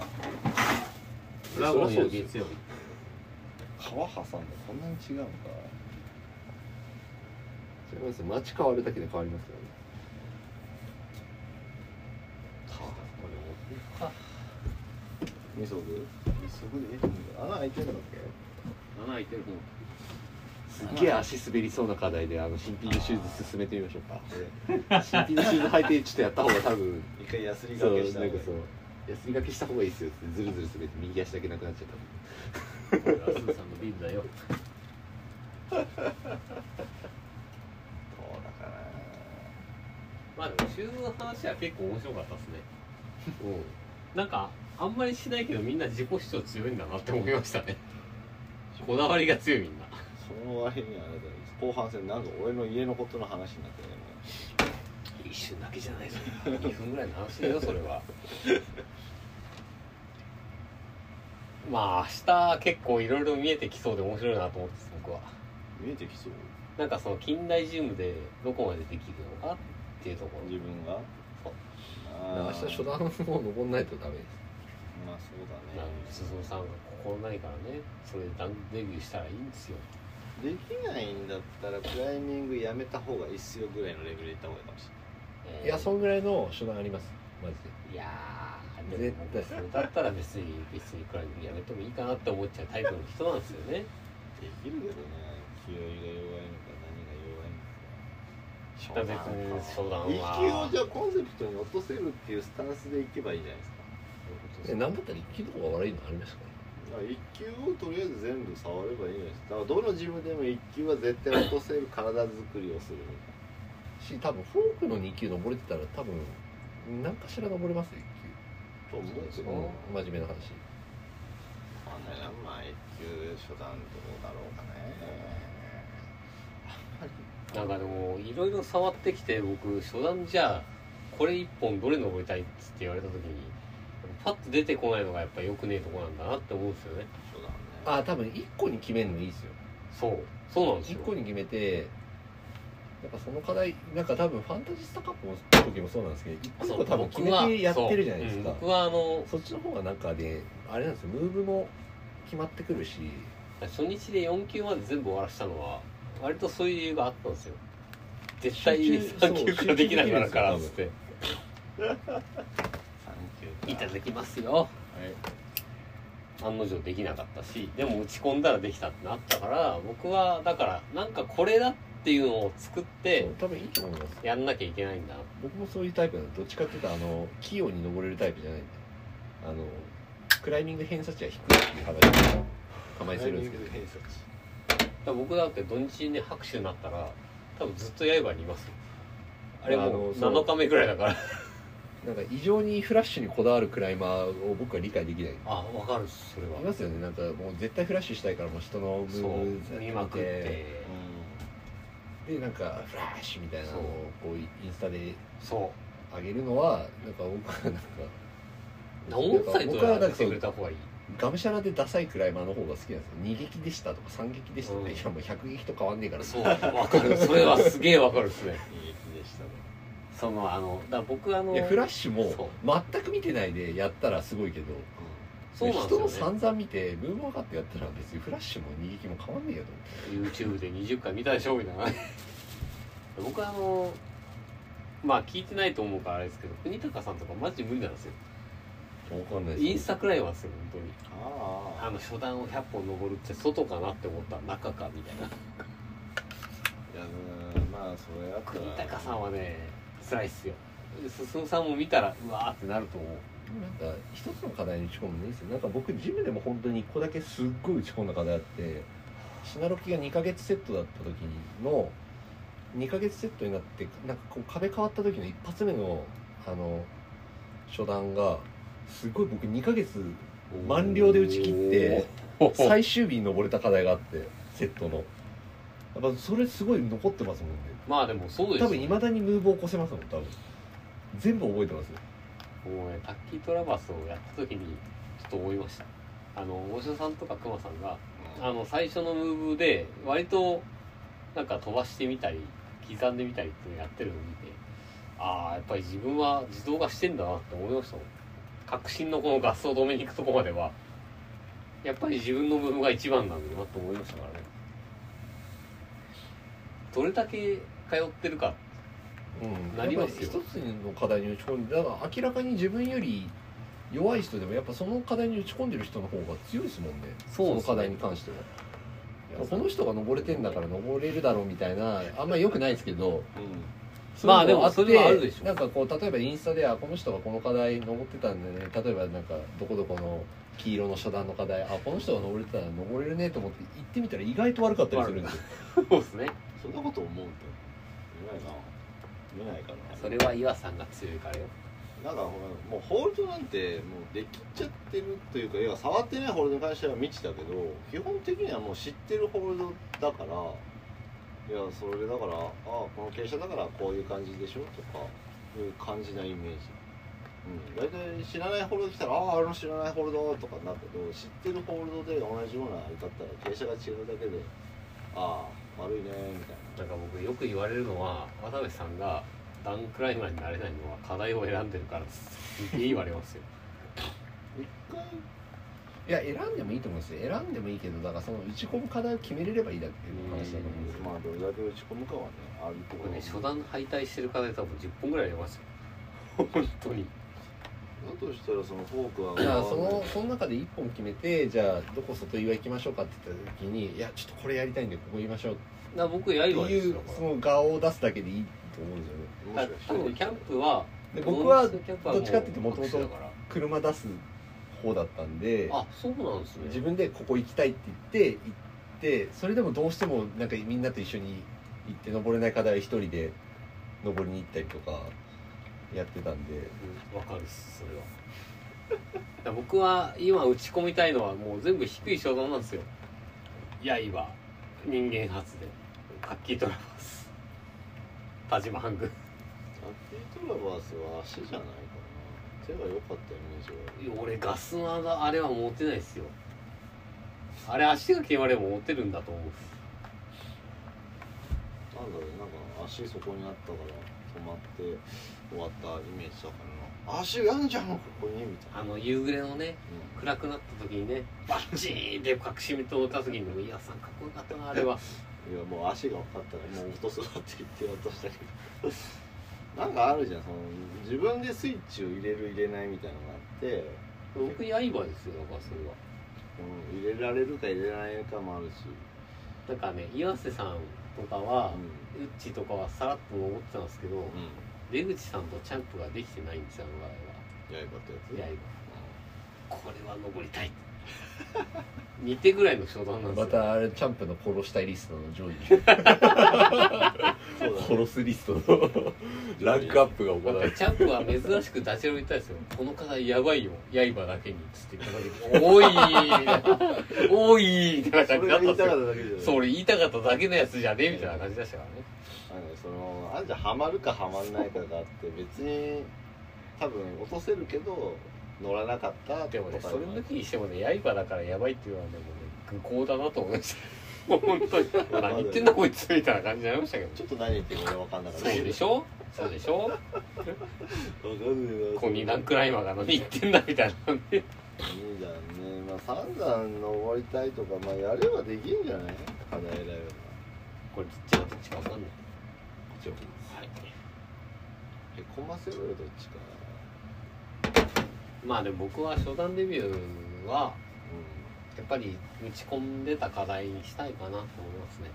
[SPEAKER 9] プラゴンの月曜日
[SPEAKER 2] 川挟んでこんなに違うのか
[SPEAKER 8] 違います街変わるだけで変わりますよね
[SPEAKER 2] 二足二足でえ穴開いてるのだっ
[SPEAKER 8] 穴開いてるすっげえ足滑りそうな課題であの新品のシューズ進めてみましょうか新品のシューズ履いてちょっとやった方が多分
[SPEAKER 2] け一回ヤスリ
[SPEAKER 8] そう
[SPEAKER 2] 掛
[SPEAKER 8] なん
[SPEAKER 2] けした方が
[SPEAKER 8] かそう休みがけした方がいいですよってずるずる滑って右足だけなくなっちゃった
[SPEAKER 9] これはスーさんのビールだよ
[SPEAKER 2] そうだから
[SPEAKER 4] まあでもシューズの話は結構面白かったですね
[SPEAKER 8] うん
[SPEAKER 4] なんかあんまりしないけどみんな自己主張強いんだなって思いましたねこだわりが強いみんな
[SPEAKER 2] その割にはあれだよ後半戦なんか俺の家のことの話になってねも
[SPEAKER 4] 一瞬だけじゃないぞ2分ぐらいの話だよそれはまあ明日結構いろいろ見えてきそうで面白いなと思ってます僕は
[SPEAKER 2] う見えてきそう
[SPEAKER 4] なんかその近代ジムでどこまでできるのかっていうところ
[SPEAKER 2] 自分が
[SPEAKER 4] そう
[SPEAKER 2] あ
[SPEAKER 3] 明
[SPEAKER 2] ー
[SPEAKER 3] 日初段を登んないとダメです
[SPEAKER 2] まあそうだ
[SPEAKER 4] なん
[SPEAKER 2] ね
[SPEAKER 4] で鈴さんが心ないからねそれでデビューしたらいいんですよ
[SPEAKER 2] できないんだったらクライミングやめた方がいいっすよぐらいのレベルでいった方がいいかもしれない
[SPEAKER 3] い
[SPEAKER 4] えー
[SPEAKER 3] やそんぐらいの初段ありますマジで
[SPEAKER 4] いやー
[SPEAKER 3] 絶対
[SPEAKER 4] それだったら別に別にクライミングやめてもいいかなって思っちゃうタイプの人なんですよね
[SPEAKER 2] できるけどね気負いが弱いのか何が弱いのか
[SPEAKER 4] 別に商談
[SPEAKER 2] 一級を
[SPEAKER 4] は
[SPEAKER 2] じゃあコンセプトに落とせるっていうスタンスでいけばいいじゃないですか
[SPEAKER 3] えなんだったら一気の方が悪いのありますか
[SPEAKER 2] だから一級をとりあえず全部触ればいいじゃないですかだからどのジムでも一級は絶対落とせる体作りをするみたい
[SPEAKER 3] らし多分フォークの2級登れてたら多分何かしら登れますよ
[SPEAKER 2] なと思うけ
[SPEAKER 3] 一級、
[SPEAKER 2] どわ
[SPEAKER 3] 真面目な話
[SPEAKER 2] かんないなまあ一級初段どうだろうかね
[SPEAKER 4] なんかでもいろいろ触ってきて僕初段じゃあこれ一本どれ登りたいっつって言われた時にパッと出てこないのがやっぱ良くねえとこなんだなって思うんですよね
[SPEAKER 2] 初段ね
[SPEAKER 3] ああ多分1個に決めるのいいですよ
[SPEAKER 4] そうそうなんです
[SPEAKER 3] 1
[SPEAKER 4] よ
[SPEAKER 3] 個に決めてなんかその課題なんか多分ファンタジスタカップの時もそうなんですけど1個多分決めてやってるじゃないですか
[SPEAKER 4] そううん僕はあの
[SPEAKER 3] そっちの方がなんかねあれなんですよムーブも決まってくるし
[SPEAKER 4] 初日で4級まで全部終わらしたのは割とそういう理由があったんですよ絶対に
[SPEAKER 3] 集中
[SPEAKER 4] 3級からできないからからっつって
[SPEAKER 2] 三級
[SPEAKER 4] 「いただきますよ」案の定できなかったしでも打ち込んだらできたってなったから僕はだからなんかこれだっていうのを作っ
[SPEAKER 3] そ
[SPEAKER 4] て
[SPEAKER 3] う多分いいと思います
[SPEAKER 4] やんなきゃいけないんだな
[SPEAKER 3] 僕もそういうタイプなのどっちかっていうとあの器用に登れるタイプじゃないんであのクライミング偏差値は低いっていう話を構えするんですけど
[SPEAKER 2] 偏差値
[SPEAKER 4] だから僕だって土日にね拍手になったら多分ずっと刃にいますよあれ
[SPEAKER 3] あ
[SPEAKER 4] もう
[SPEAKER 3] のそう
[SPEAKER 4] 7日目ぐらいだから
[SPEAKER 3] なんか異常にフラッシュにこだわるクライマーを僕は理解できない
[SPEAKER 4] あ分かるっすそれ
[SPEAKER 3] い
[SPEAKER 4] は
[SPEAKER 3] ますよねなんかもう絶対フラッシュしたいからもう人のム
[SPEAKER 4] そ
[SPEAKER 3] ーブ
[SPEAKER 4] う見まくって
[SPEAKER 2] う
[SPEAKER 3] でなんかフラッシュみたいなのをこうインスタで
[SPEAKER 4] そ
[SPEAKER 3] あげるのはなんか僕はなんか
[SPEAKER 4] オンサイト
[SPEAKER 3] 僕は
[SPEAKER 4] な
[SPEAKER 3] なんん
[SPEAKER 4] か
[SPEAKER 3] か
[SPEAKER 4] して
[SPEAKER 3] そう
[SPEAKER 4] くれた方がいい
[SPEAKER 3] がむしゃらでダサいクライマーの方が好きなんですよ二撃でしたとか三撃でしたと
[SPEAKER 4] うん
[SPEAKER 3] かいやもう百撃と変わんねえから
[SPEAKER 4] そうわかるそれはすげえわかるっすね
[SPEAKER 2] でしたね
[SPEAKER 4] そのあのだから僕あの
[SPEAKER 3] いやフラッシュ
[SPEAKER 4] そう
[SPEAKER 3] も全く見てないでやったらすごいけど
[SPEAKER 4] そうなん
[SPEAKER 3] 人の
[SPEAKER 4] ですよね
[SPEAKER 3] 散々見てムーブ分かってやったら別にフラッシュも二撃も変わんねえよと思って
[SPEAKER 4] YouTube で20回見たでしょみたいな 僕あのまあ聞いてないと思うからあれですけど国高さんとかマジ無理なんですよ
[SPEAKER 3] わかんない
[SPEAKER 4] イ
[SPEAKER 3] で
[SPEAKER 4] ン
[SPEAKER 3] す
[SPEAKER 4] スタくらいはですよ本当に
[SPEAKER 10] あ
[SPEAKER 4] あの初段を100本登るって外かなって思ったら中かみたいない
[SPEAKER 2] やうんまあそれやった
[SPEAKER 4] 国
[SPEAKER 2] ら
[SPEAKER 4] 高さんはね辛いっすよ進さんも見たらうわーってなると思う
[SPEAKER 3] なんか一つの課題に打ち込むのいいですよなんか僕ジムでも本当に1個だけすっごい打ち込んだ課題あってシナロキが2ヶ月セットだった時の2ヶ月セットになってなんかこう壁変わった時の一発目のあの初段がすごい僕2ヶ月満了で打ち切って最終日に登れた課題があってセットのやっぱそれすごい残ってますもんね
[SPEAKER 4] まあでもそうです
[SPEAKER 3] 多
[SPEAKER 4] よ
[SPEAKER 3] 分
[SPEAKER 4] ね
[SPEAKER 3] いまだにムーブを起こせますもん多分全部覚えてますよ
[SPEAKER 4] もうね、タッキートラバスをやった時にちょっと思いましたあの大城さんとか熊さんがあの最初のムーブで割となんか飛ばしてみたり刻んでみたりっていうのやってるのを見てああやっぱり自分は自動化してんだなって思いましたもん革新のこの合奏止めに行くとこまではやっぱり自分のムーブが一番なんだなと思いましたからねどれだけ通ってるか
[SPEAKER 3] うん
[SPEAKER 4] なりますよ
[SPEAKER 3] やっぱり一つの課題に打ち込んでだから明らかに自分より弱い人でもやっぱその課題に打ち込んでる人の方が強いですもんね
[SPEAKER 4] そう
[SPEAKER 3] の
[SPEAKER 4] ですね
[SPEAKER 3] 課題に関してはこの人が登れてんだから登れるだろうみたいなあんまり良くないですけど
[SPEAKER 4] まあでも
[SPEAKER 3] そういう
[SPEAKER 4] それ
[SPEAKER 3] の
[SPEAKER 4] は
[SPEAKER 3] があっ
[SPEAKER 4] ある
[SPEAKER 3] て
[SPEAKER 4] でしょ
[SPEAKER 3] なんかこう例えばインスタではこの人がこの課題登ってたんでね例えばなんかどこどこの黄色の初段の課題あこの人が登れてたら登れるねと思って行ってみたら意外と悪かったりするんですよ
[SPEAKER 4] そうですね
[SPEAKER 2] そんなこと思うと見ないな見ないかな
[SPEAKER 4] それは岩さんが強いからよ
[SPEAKER 2] なんかほらもうホールドなんてもうできちゃってるというかいや触ってないホールドに関しては未知だけど基本的にはもう知ってるホールドだからいやそれだからああこの傾斜だからこういう感じでしょとかいう感じなイメージ、うん、大体知らないホールド来たらあああの知らないホールドとかなるけど知ってるホールドで同じようなあれだったら傾斜が違うだけでああ悪いねみたいな
[SPEAKER 4] なんか僕よく言われるのは渡辺さんがダンクライマーになれないのは課題を選んでるからですって言われますよ
[SPEAKER 2] 一回
[SPEAKER 3] いや選んでもいいと思うんですよ選んでもいいけどだからその打ち込む課題を決めれればいいだけの話だと思うんですよ
[SPEAKER 2] まあどれだけ打ち込むかはねあるとこ
[SPEAKER 4] 僕
[SPEAKER 2] ろ
[SPEAKER 4] ね初段敗退してる課題多分10本ぐらいありますよ 本当に
[SPEAKER 2] だとしたらそのフォークは
[SPEAKER 3] じゃあそのその中で1本決めてじゃあどこ外岩行きましょうかって言った時にいやちょっとこれやりたいんでここ言いましょうっ
[SPEAKER 4] だから僕や
[SPEAKER 3] て
[SPEAKER 4] りばいで
[SPEAKER 3] い
[SPEAKER 4] す
[SPEAKER 3] う
[SPEAKER 4] よ
[SPEAKER 3] その顔を出すだけでいいと思うんですよね
[SPEAKER 4] だから多分キャンプは
[SPEAKER 3] で僕は
[SPEAKER 4] モンスキャンプはもう
[SPEAKER 3] どっちかっていうと元々
[SPEAKER 4] 拍手だから
[SPEAKER 3] 車出す方だったんで
[SPEAKER 4] あそうなんですね
[SPEAKER 3] 自分でここ行きたいって言って行ってそれでもどうしてもなんかみんなと一緒に行って登れない課題一人で登りに行ったりとかやってたんで
[SPEAKER 4] うんわかるっすそれはだから 僕は今打ち込みたいのはもう全部低い初段なんですよ刃人間発電カッキートラバス田島ハング
[SPEAKER 2] アッキートラバースは足じゃないかな手が良かったイメージがある
[SPEAKER 4] 俺ガスのあのあれは持てないっすよあれ足が決まれば持てるんだと思うっす
[SPEAKER 2] なんだろうなんか足そこにあったから止まって終わったイメージだからな足があんじゃんここにみたいな
[SPEAKER 4] あの夕暮れのね
[SPEAKER 2] う
[SPEAKER 4] 暗くなった時にねバッチーンって隠し目と打った時にもいやさんかっこよかったなあれ は
[SPEAKER 2] んいやもう足が分かったらもう落とすわって言って落としたけどなんかあるじゃんその自分でスイッチを入れる入れないみたいなのがあって
[SPEAKER 4] 僕刃ですよだからそれは
[SPEAKER 2] うん、入れられるか入れられないかもあるし、
[SPEAKER 4] なんかね岩瀬さんとかは、
[SPEAKER 2] うん
[SPEAKER 4] ウッチとかはさらっと登ってたんですけど、出口さんとチャンプができてないんですよあの場合
[SPEAKER 2] 刃ってやつ
[SPEAKER 4] は刃これは登りたい 似てぐらいの商談なんで
[SPEAKER 3] ま
[SPEAKER 4] すよ
[SPEAKER 3] たあれチャンプの殺したいリストの上位
[SPEAKER 11] そうだね
[SPEAKER 3] 殺すリストの ランクアップが行われる
[SPEAKER 4] チャンプは珍しくダチロ言ったんですよ。この課題やばいよ。刃だけに。つって言った だけで。おいーおいーみたいな
[SPEAKER 11] そ
[SPEAKER 4] 感じ
[SPEAKER 11] れ
[SPEAKER 4] だ
[SPEAKER 11] が
[SPEAKER 4] ったん
[SPEAKER 11] 言いたかっただけじゃ
[SPEAKER 4] ですよ。
[SPEAKER 11] ない
[SPEAKER 4] それ言いたかっただけのやつじゃねえみたいな感じでしたからね。
[SPEAKER 2] あのそのあんじゃハマるかハマんないかがあって別に多分落とせるけど乗らなかった
[SPEAKER 4] でもね、
[SPEAKER 2] とか
[SPEAKER 4] それ抜きにしてもね、刃だからやばいっていうのはね、もうね、愚行だなと思い ました。もう本当に、何言ってんだこいつみたいな感じになりましたけど。
[SPEAKER 2] ちょっと何言ってるか俺分かんなかった
[SPEAKER 4] そうでしょそうでしょ
[SPEAKER 2] 分かんねえな
[SPEAKER 4] コニーランクライマーが何言ってんだみたいな。
[SPEAKER 2] いいじゃんねまあ三段登りたいとかまあやればできんじゃない叶えられれば
[SPEAKER 4] これどっちがどっちかわかんない。
[SPEAKER 2] へこませろよどっちか
[SPEAKER 4] まあでも僕は初段デビューは、
[SPEAKER 2] う
[SPEAKER 4] やっぱり打ち込んでた課題にしたいかなと思いますね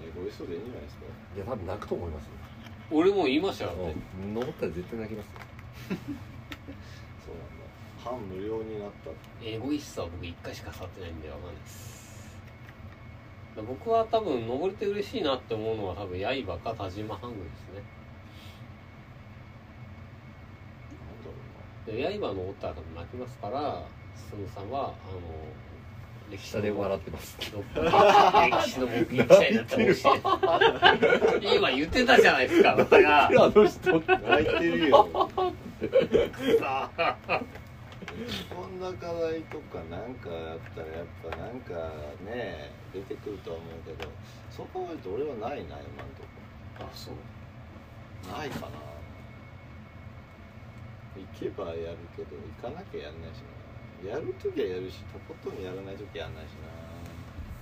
[SPEAKER 2] んエゴイストでいいんじゃないですか
[SPEAKER 3] いや多分泣くと思いますよ
[SPEAKER 4] 俺も言いましたよだって
[SPEAKER 3] うん登ったら絶対泣きますよ
[SPEAKER 2] そうなんだ半無料になったって
[SPEAKER 4] エゴイストは僕1回しか触ってないんでわかんないです僕は多分登れて嬉しいなって思うのは多分刃か田島ハン
[SPEAKER 2] なん
[SPEAKER 4] グ
[SPEAKER 2] だろう
[SPEAKER 4] ですねで刃のおったら多分泣きますから進さんはあの歴史
[SPEAKER 3] 下で
[SPEAKER 4] の
[SPEAKER 3] 笑ってます
[SPEAKER 4] 歴史の目撃者になってほしい今言ってたじゃないですかまたが
[SPEAKER 3] あの人
[SPEAKER 2] な泣いてるよ
[SPEAKER 4] さあ
[SPEAKER 2] こんな課題とかなんかあったらやっぱなんかね出てくるとは思うけどそう考えると俺はないな今んと
[SPEAKER 4] あそう
[SPEAKER 2] こないかな行けばやるけど行かなきゃやんないしなやるときはやるしとことんやらないときやんないし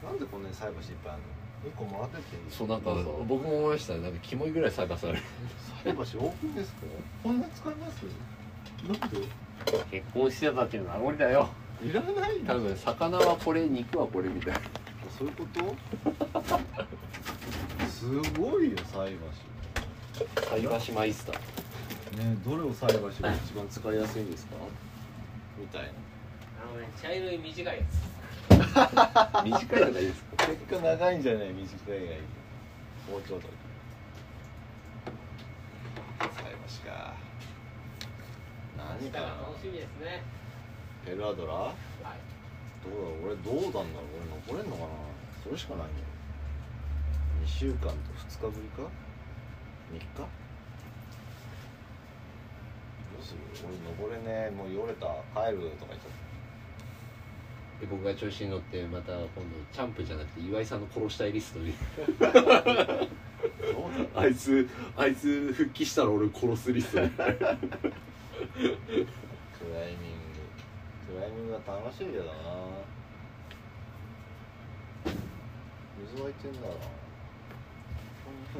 [SPEAKER 2] ななんでこんなに菜箸いっぱいあるの1個もらってっていい
[SPEAKER 3] そうなんか僕も思いましたねなんかキモいぐらいサイバーされる
[SPEAKER 2] 菜箸多くですかこんな使いますなんで
[SPEAKER 4] 結婚してたっていうのは名残だよ
[SPEAKER 2] いらない
[SPEAKER 3] 多分魚はこれ肉はこれみたいな
[SPEAKER 2] そういうこと すごいよ菜箸
[SPEAKER 4] 菜箸マイスター
[SPEAKER 2] ねどれを菜箸が一番使いやすいんですかみたいな
[SPEAKER 4] あのね茶色い短いや
[SPEAKER 3] 短いのがいい です
[SPEAKER 2] 結果長いんじゃない短いがいい包丁とか菜箸か
[SPEAKER 4] つ
[SPEAKER 2] 何かな
[SPEAKER 4] しみですね
[SPEAKER 2] ペルアドラどうだろ
[SPEAKER 4] はいう
[SPEAKER 2] 俺どうなんだろう俺残れんのかなそれしかないね2週間と2日ぶりか3日どうする俺登れねえもうよれた帰るとか言っちゃった
[SPEAKER 4] で僕が調子に乗ってまた今度チャンプじゃなくて岩井さんの殺したいリストにあいつあいつ復帰したら俺殺すリストに
[SPEAKER 2] クライミングクライミングは楽しいけどな水湧いてんだ なこんなと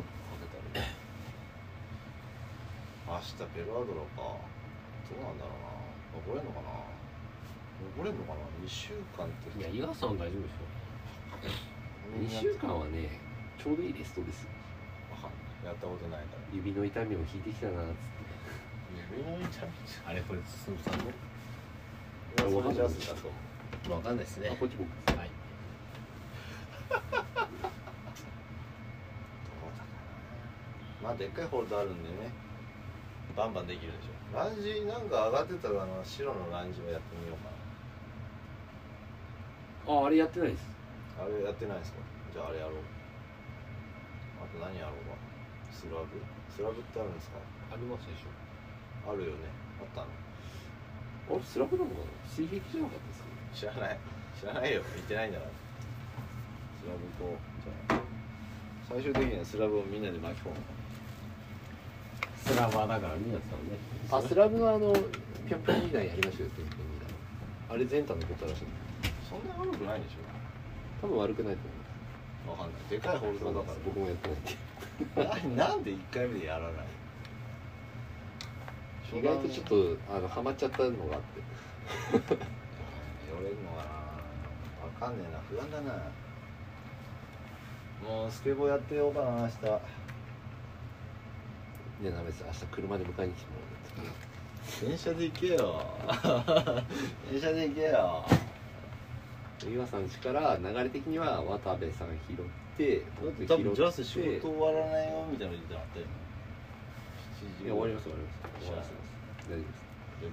[SPEAKER 2] こかけたり明日ペルアドラかどうなんだろうな登れんのかな登れんのかな2週間って
[SPEAKER 4] いや岩井さんは大丈夫でし
[SPEAKER 2] みんな
[SPEAKER 4] ょ2週間はねちょうどいいリストですよ
[SPEAKER 2] わかんないやったことないから
[SPEAKER 4] 指の痛みを引いてきたなっつっ
[SPEAKER 2] 指の痛み
[SPEAKER 12] あれこれ進さんの
[SPEAKER 2] いやそれジャズだと思う
[SPEAKER 3] わかんないです
[SPEAKER 4] てあ
[SPEAKER 3] ね
[SPEAKER 4] こっち僕はい
[SPEAKER 2] どうだかなまあでっかいホールドあるんでねバンバンできるでしょランジなんか上がってたらあの白のランジをやってみようか
[SPEAKER 4] ああれやってないです
[SPEAKER 2] なあれやってないですかじゃああれやろうあと何やろうかスラブスラブってあるんですか
[SPEAKER 4] ありますでし
[SPEAKER 2] あるよねあったの
[SPEAKER 4] ょあれスラブなのかな水撃じゃなかったですか
[SPEAKER 2] 知らない知らないよ行ってないんだからスラブ行こうじゃあ最終的にはスラブをみんなで巻き込む
[SPEAKER 4] スラバーだから皆さんね
[SPEAKER 3] あスラブはあのぴょんぴょん二段やりましょうよぴょんぴょん二段あれ前段のことらしい
[SPEAKER 2] そんな悪くないでし
[SPEAKER 3] 多分悪くないと思う
[SPEAKER 2] ょわかんないでかいホールドだから
[SPEAKER 3] 僕もやってない
[SPEAKER 2] ななんで1回目でやらない
[SPEAKER 3] 意外とちょっとあのハマっちゃったのがあって
[SPEAKER 2] 寄れるのかなわかんねえな不安だなもうスケボーやってようかな明日
[SPEAKER 3] でダメです明日車で迎えに来てもら
[SPEAKER 2] 電車で行けよ 電車で行けよ
[SPEAKER 3] 岩さんちから流れ的には渡部さん拾って僕拾
[SPEAKER 2] 多
[SPEAKER 3] って
[SPEAKER 2] 分ジャス仕事
[SPEAKER 3] い
[SPEAKER 2] 終わらないよみたいな言ってなかったよ7時
[SPEAKER 3] や終わります終わります
[SPEAKER 2] 終
[SPEAKER 3] 終
[SPEAKER 2] わ
[SPEAKER 3] わ
[SPEAKER 2] ら
[SPEAKER 3] ら
[SPEAKER 2] せ
[SPEAKER 3] せ
[SPEAKER 2] ま
[SPEAKER 3] ますす大丈夫です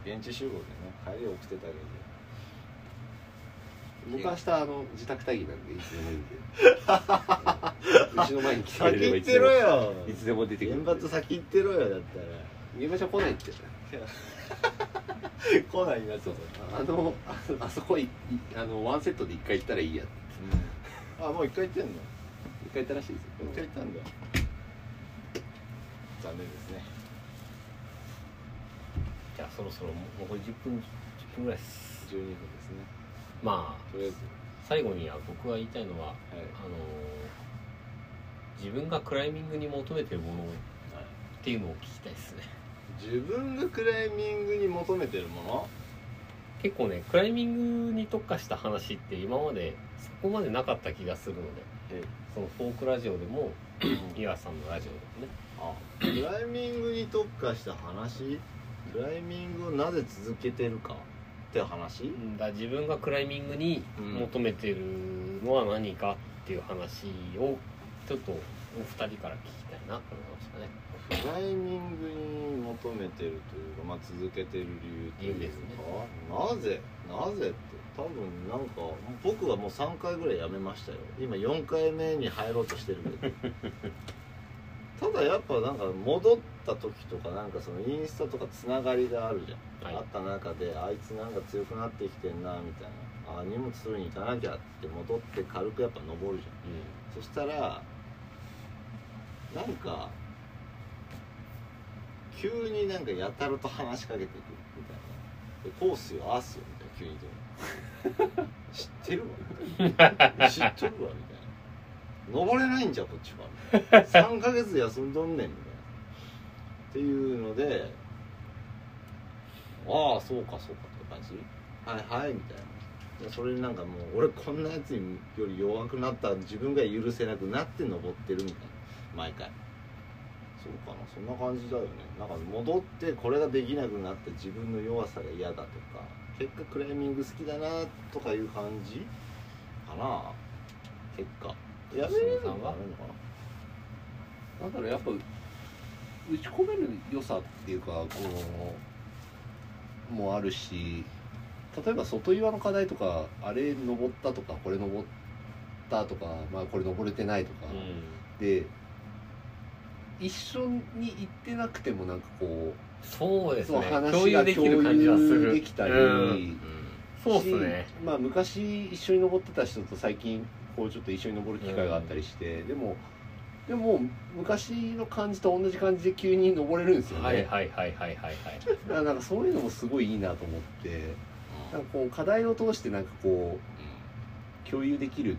[SPEAKER 2] で現地集合でね帰りを送ってたけど
[SPEAKER 3] 僕は明日あの自宅待機なんでいつでもいいんでうちの前に来てくれれ
[SPEAKER 2] 先
[SPEAKER 3] ば
[SPEAKER 2] 行
[SPEAKER 3] い
[SPEAKER 2] っ
[SPEAKER 3] つ
[SPEAKER 2] て
[SPEAKER 3] でも
[SPEAKER 2] ろよ
[SPEAKER 3] いつでも出てくる
[SPEAKER 2] 現
[SPEAKER 3] ん
[SPEAKER 2] 場
[SPEAKER 3] で
[SPEAKER 2] と先行ってろよだったら
[SPEAKER 3] 現場じゃ来ないって
[SPEAKER 2] 来ないな
[SPEAKER 3] そうあのああそこいいあのワンセットで一回行ったらいいやって
[SPEAKER 2] あもう一回行ってんの
[SPEAKER 3] 一回行ったらしいです
[SPEAKER 2] 一
[SPEAKER 3] よ
[SPEAKER 2] 回行ったんだ残念ですね
[SPEAKER 4] じゃあそろそろもう残り10分10分ぐらいです
[SPEAKER 2] 12分ですね
[SPEAKER 4] まあ
[SPEAKER 2] とりあえず
[SPEAKER 4] 最後には僕が言いたいのはあの自分がクライミングに求めてるものっていうのを聞きたいですね
[SPEAKER 2] 自分がクライミングに求めてるも の
[SPEAKER 4] 結構ねクライミングに特化した話って今までそこまでなかった気がするの
[SPEAKER 2] ええ
[SPEAKER 4] でそのフォークラジオでも岩さんのラジオでもね
[SPEAKER 2] あクライミングに特化した話クライミングをなぜ続けてるかって話
[SPEAKER 4] だから自分がクライミングに求めてるのは何かっていう話をちょっとお二人から聞きたいなと思いましたね
[SPEAKER 2] クライミングに求めてるというか、まあ、続けてる理由というかなぜなぜって多分なんか僕はもう3回ぐらいやめましたよ今4回目に入ろうとしてるけどただやっぱなんか戻った時とかなんかそのインスタとかつながりがあるじゃん
[SPEAKER 4] はい
[SPEAKER 2] あった中であいつなんか強くなってきてんなみたいなあ荷物取りに行かなきゃって戻って軽くやっぱ登るじゃん、そしたらなんか急になんかやたらと話しかけてくるみたいなでコースよあーすよみたいな急に言うと知ってるわみたいな知っとるわみたいな登れないんじゃこっちはみたいな3ヶ月休んどんねんみたいなっていうのでああそうかそうかって感じはいはいみたいなでそれになんかもう俺こんなやつにより弱くなった自分が許せなくなって登ってるみたいな毎回そうかなそんな感じだよねなんか戻ってこれができなくなって自分の弱さが嫌だとか結果クライミング好きだなとかいう感じかな結果やめれるのかな
[SPEAKER 3] なんだろうやっぱ打ち込める良さっていうかこうもあるし例えば外岩の課題とかあれ登ったとかこれ登ったとか、まあ、これ登れてないとか、で一緒に行ってなくてもなんかこ
[SPEAKER 4] そう
[SPEAKER 3] う
[SPEAKER 4] です
[SPEAKER 3] そう
[SPEAKER 4] ね
[SPEAKER 3] 話
[SPEAKER 4] 共
[SPEAKER 3] が
[SPEAKER 4] 有できる感じはす
[SPEAKER 3] 共有
[SPEAKER 4] る
[SPEAKER 3] できたり、
[SPEAKER 4] うんそうですね
[SPEAKER 3] しまあ、昔一緒に登ってた人と最近こうちょっと一緒に登る機会があったりして、でもでも昔の感じと同じ感じで急に登れるんですよね、
[SPEAKER 4] はいはいはいはいはいはい
[SPEAKER 3] だからなんかそういうのもすごいいいなと思ってなんかこう課題を通してなんかこう共有できるっ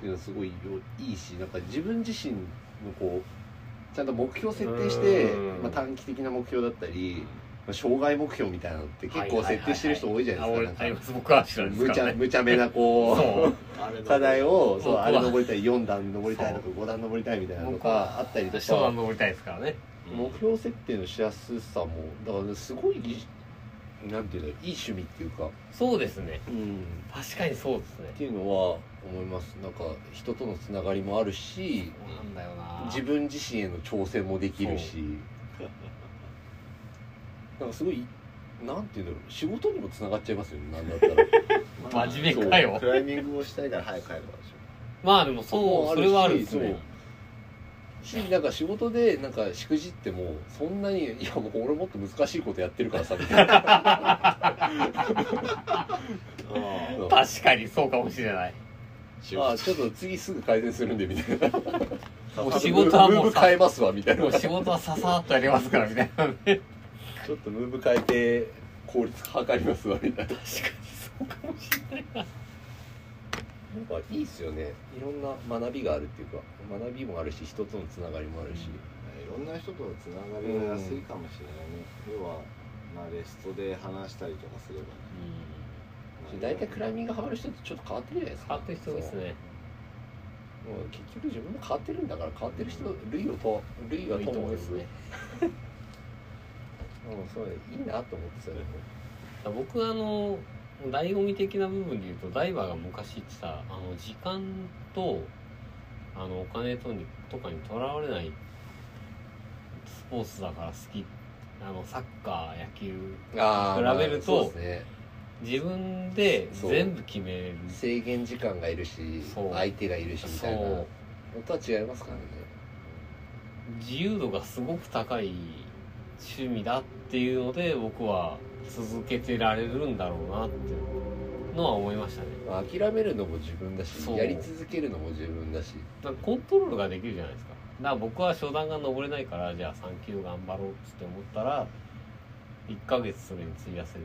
[SPEAKER 3] ていうのはすごいよいいしなんか自分自身のこうちゃんと目標設定して
[SPEAKER 4] う、ん
[SPEAKER 3] まあ、短期的な目標だったり、まあ、障害目標みたいなのって結構設定してる人多いじゃないですか,、
[SPEAKER 4] あ俺あり
[SPEAKER 3] なん
[SPEAKER 4] ま
[SPEAKER 3] か
[SPEAKER 4] す僕は知らないで
[SPEAKER 3] 無
[SPEAKER 4] すか
[SPEAKER 3] 茶
[SPEAKER 4] らね
[SPEAKER 3] 無茶めなこう
[SPEAKER 4] そう
[SPEAKER 2] あれ
[SPEAKER 3] 課題をそう
[SPEAKER 4] 僕は
[SPEAKER 3] あれ登りたい4段登りたいとか5段登りたいみたいなの
[SPEAKER 4] 僕は
[SPEAKER 3] があったりと
[SPEAKER 4] 一段
[SPEAKER 3] か
[SPEAKER 4] 登りたいですからね
[SPEAKER 3] 目標設定のしやすさもだからねすごいぎなんていうのいい趣味っていうか、
[SPEAKER 4] そうですね
[SPEAKER 3] うん、
[SPEAKER 4] 確かにそうですね
[SPEAKER 3] っていうのは思いますなんか人とのつながりもあるし
[SPEAKER 4] そうなんだよな
[SPEAKER 3] 自分自身への挑戦もできるし なんかすごいなんていうんだろう仕事にもつながっちゃいますよねなんだったら
[SPEAKER 4] 真面目かよ
[SPEAKER 2] クライミングをしたいから早く帰るわでし
[SPEAKER 4] まあでもそうそれはあるんです
[SPEAKER 3] そう
[SPEAKER 4] ね
[SPEAKER 3] しなんか仕事でなんかしくじってもそんなにいやもう俺もっと難しいことやってるからさみたい
[SPEAKER 2] ょ
[SPEAKER 3] な
[SPEAKER 2] あ
[SPEAKER 3] そう
[SPEAKER 4] 確かにそうかもしれない
[SPEAKER 3] あちょっと次すぐ改善するんでみたいな
[SPEAKER 4] もう仕事はも
[SPEAKER 3] ム
[SPEAKER 4] う
[SPEAKER 3] ーブ
[SPEAKER 4] さ
[SPEAKER 3] 変えますわみたいな
[SPEAKER 4] もう仕事はささっとやりますからみたいな確かに
[SPEAKER 3] ちょっとムーブ変えて効率測りますわみたいな
[SPEAKER 4] そうかもしれないな
[SPEAKER 3] なんかいいっすよねいろんな学びがあるっていうか学びもあるし人とのつながりもあるし、
[SPEAKER 2] いろんな人とのつながりが安いかもしれないね、要は、まあ、レストで話したりとかすればね、まあ
[SPEAKER 3] 大体クライミングハマる人ってちょっと変わってるじゃないですか
[SPEAKER 4] 変わってる人多いですね
[SPEAKER 3] そうもう結局自分も変わってるんだから変わってる人類をと類は友ですね
[SPEAKER 4] うん、それいいなと思ってたよね僕あの醍醐味的な部分で言うとダイバーが昔言ってたあの時間とあのお金とにとかにとらわれないスポーツだから好きあのサッカー野球
[SPEAKER 3] あ
[SPEAKER 4] 比べると
[SPEAKER 3] そうですね
[SPEAKER 4] 自分で
[SPEAKER 3] そう
[SPEAKER 4] 全部決める
[SPEAKER 3] 制限時間がいるし
[SPEAKER 4] そう
[SPEAKER 3] 相手がいるしみ
[SPEAKER 4] そ
[SPEAKER 3] たいな
[SPEAKER 4] う
[SPEAKER 3] 音は違いますからね
[SPEAKER 4] 自由度がすごく高い趣味だっていうので僕は続けてられるんだろうなっていうのは思いましたね
[SPEAKER 3] まあ諦めるのも自分だし
[SPEAKER 4] そう
[SPEAKER 3] やり続けるのも自分だし
[SPEAKER 4] なんかコントロールができるじゃないですかだから僕は初段が登れないからじゃあ3級頑張ろうっつって思ったら1ヶ月それに費やせるし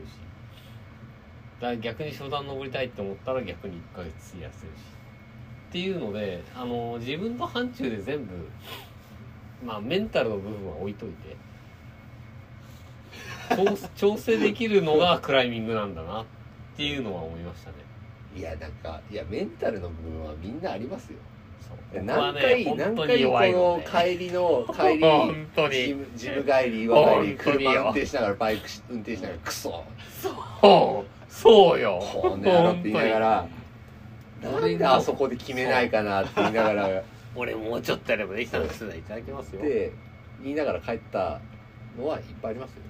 [SPEAKER 4] だから逆に初段登りたいって思ったら逆に1ヶ月費やせるしっていうのであの自分の範疇で全部まあメンタルの部分は置いといて 調調整できるのがクライミングなんだなっていうのは思いましたね
[SPEAKER 3] いやなんかいやメンタルの部分はみんなありますよ
[SPEAKER 4] そう僕は
[SPEAKER 3] 何
[SPEAKER 4] ね
[SPEAKER 3] 回、
[SPEAKER 4] 本
[SPEAKER 3] 何
[SPEAKER 4] 当
[SPEAKER 3] 回
[SPEAKER 4] に弱いの
[SPEAKER 3] この
[SPEAKER 4] で
[SPEAKER 3] 帰りの 帰り
[SPEAKER 4] 本当に
[SPEAKER 3] ジムジム帰り岩帰り
[SPEAKER 4] 本当によ
[SPEAKER 3] 車運転しながらバイクし運転しながらクソ
[SPEAKER 4] そうそうよ
[SPEAKER 3] こんなやろって言いながらなんであそこで決めないかなって言いなが ら
[SPEAKER 4] 俺もうちょっとやればできたんですいただきますよ
[SPEAKER 3] で言いながら帰ったのはいっぱいありますよ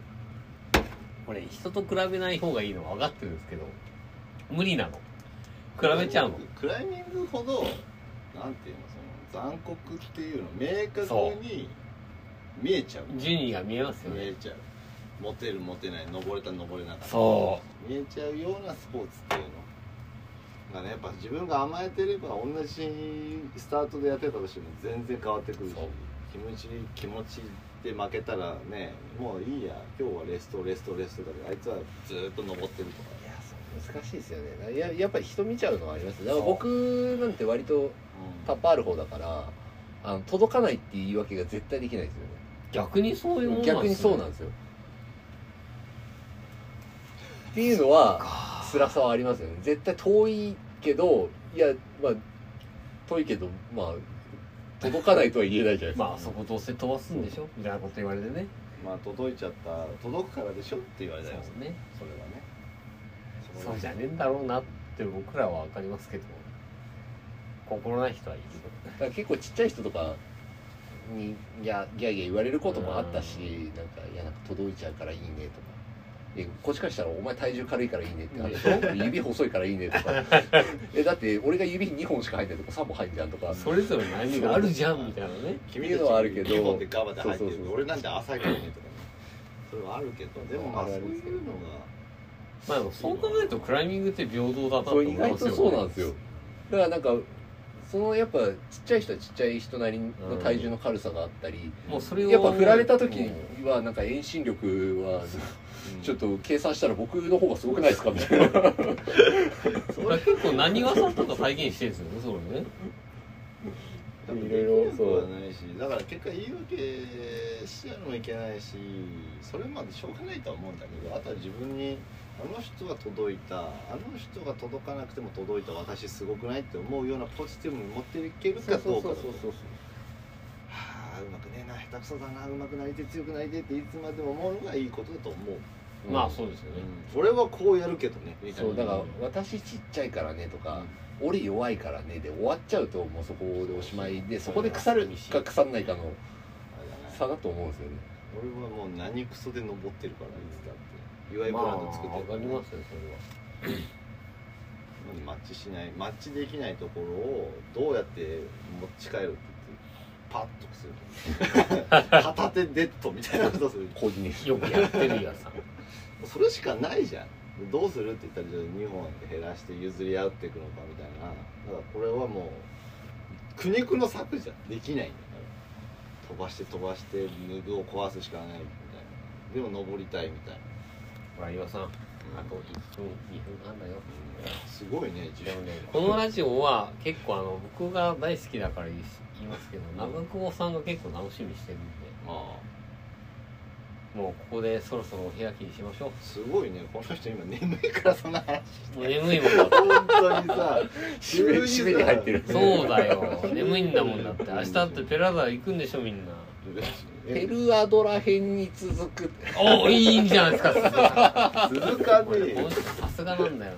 [SPEAKER 4] 俺人と比べない方がいいのは分かってるんですけど無理なの比べちゃうの
[SPEAKER 13] う
[SPEAKER 2] クライミングほどなんていうのその残酷っていうの明
[SPEAKER 4] そ
[SPEAKER 2] 確に見えちゃう
[SPEAKER 4] 順位が見えますよ
[SPEAKER 2] 見
[SPEAKER 4] ね
[SPEAKER 2] えちゃうモテるモテない登れた登れなかった
[SPEAKER 4] そ
[SPEAKER 2] 見えちゃうようなスポーツっていうのがねやっぱ自分が甘えてれば同じスタートでやってたとしても全然変わってくるし気持ち気持ちで負けたらねもういいや今日はレストレストレストだけどあいつはずーっと登ってるとか
[SPEAKER 3] いやそう難しいですよねややっぱり人見ちゃうのはありますだから僕なんて割とタッパある方だからあの届かないっていう言い訳が絶対できないですよね
[SPEAKER 4] う逆にそういうもん
[SPEAKER 3] 逆にそうなんですよっていうのは辛さはありますよね絶対遠いけどいやまあ遠いけどまあ届かないとは言えないじゃないですか、
[SPEAKER 4] まあそこどうせ飛ばすんでしょみたいなこと言われてね
[SPEAKER 2] まあ届いちゃった届くからでしょって言われ
[SPEAKER 4] そ
[SPEAKER 2] た
[SPEAKER 4] う
[SPEAKER 2] よ
[SPEAKER 4] ですね
[SPEAKER 2] それはね
[SPEAKER 4] そうじゃねえんだろうなって僕らは分かりますけど心ない人はいる
[SPEAKER 3] だから結構ちっちゃい人とかにギャギャーギャー言われることもあったし、なんかいやなんか届いちゃうからいいねとかえこっちからしたら「お前体重軽いからいいね」ってあ の指細いからいいね」とかえだって俺が指2本しか入んないとか3本入んじゃんとか
[SPEAKER 4] それぞれ何があるじゃんみたいなね
[SPEAKER 2] 君
[SPEAKER 3] っていうのはあるけど
[SPEAKER 2] 日本でガバで入ってる
[SPEAKER 3] そうそうそう
[SPEAKER 2] 俺なんて浅いからねとかねそれはあるけどでもまあ
[SPEAKER 3] あ
[SPEAKER 2] そ
[SPEAKER 3] る
[SPEAKER 2] う
[SPEAKER 3] ある
[SPEAKER 2] いうのが
[SPEAKER 4] まあでもそう考えるとクライミングって平等だなと
[SPEAKER 3] そ
[SPEAKER 4] 思
[SPEAKER 3] う
[SPEAKER 4] い
[SPEAKER 3] 意
[SPEAKER 4] ますよ、ね、
[SPEAKER 3] 外とそうなんですよだからなんかそのやっぱちっちゃい人はちっちゃい人なりの体重の軽さがあったり、
[SPEAKER 4] もうそれを
[SPEAKER 3] やっぱ振られた時はなんか遠心力はちょっと計算したら僕の方がすごくないですかみたいな
[SPEAKER 4] だから結構何わさんとか再現してるんですよねそれ
[SPEAKER 2] い
[SPEAKER 4] ね
[SPEAKER 3] い
[SPEAKER 2] ろ
[SPEAKER 3] ろ
[SPEAKER 2] いろ
[SPEAKER 3] いろ
[SPEAKER 2] そ
[SPEAKER 3] そうう
[SPEAKER 2] はないしだから結果言い訳してやのもいけないしそれまでしょうがないとは思うんだけどあとは自分にあの人が届いたあの人が届かなくても届いた私すごくないって思うようなポジティブに持っていけるかどうかだと思うはあうまくねえな下手くそだなうまくなりてえ強くなりてえっていつまでも思うのがいいことだと思う、
[SPEAKER 4] まあそうですよね、
[SPEAKER 2] 俺はこうやるけどねみたい
[SPEAKER 3] そ
[SPEAKER 2] な
[SPEAKER 3] うだから「私ちっちゃいからね」とか「俺弱いからね」で終わっちゃうともうそこでおしまいでそこで腐るか腐んないか
[SPEAKER 2] あ
[SPEAKER 3] の
[SPEAKER 2] れだね
[SPEAKER 3] 差だと思うんですよね
[SPEAKER 2] 俺はもう何クソで登ってるからいつだって岩井ブランド作ってる
[SPEAKER 4] まあ、わかりますよそれは
[SPEAKER 2] マッチしないマッチできないところをどうやって持ち帰るって言ってパッ とする片手デッドみたいなことする
[SPEAKER 3] 個人的に
[SPEAKER 4] よくやってるやつさん
[SPEAKER 2] それしかないじゃんどうするって言ったらじゃあ2本減らして譲り合っていくのかみたいなだからこれはもう苦肉の策じゃんできないんだから飛ばして飛ばして脱ぐを壊すしかないみたいなでも登りたいみたいな
[SPEAKER 4] ほら岩さんあと1分2分あんだよ
[SPEAKER 2] すごいね自
[SPEAKER 4] でも
[SPEAKER 2] 分
[SPEAKER 4] ねこのラジオは結構あの僕が大好きだから言い言いますけど長久保さんが結構楽しみにしてるんで
[SPEAKER 2] ああ
[SPEAKER 4] もうここでそろそろお開きにしましょ
[SPEAKER 2] すごいねこの人今眠いからそんな話
[SPEAKER 4] うもう眠いもんだって
[SPEAKER 2] 本当にさ
[SPEAKER 3] 締め締めに入ってる
[SPEAKER 4] そうだよ眠いんだもんだって明日だってペラザ行くんでしょみんな
[SPEAKER 2] え
[SPEAKER 3] ペルアドラ編に続く
[SPEAKER 4] おおいいじゃないです か
[SPEAKER 2] 続かね
[SPEAKER 4] こ
[SPEAKER 2] え
[SPEAKER 4] れ
[SPEAKER 2] よ
[SPEAKER 4] この人さすがなんだよ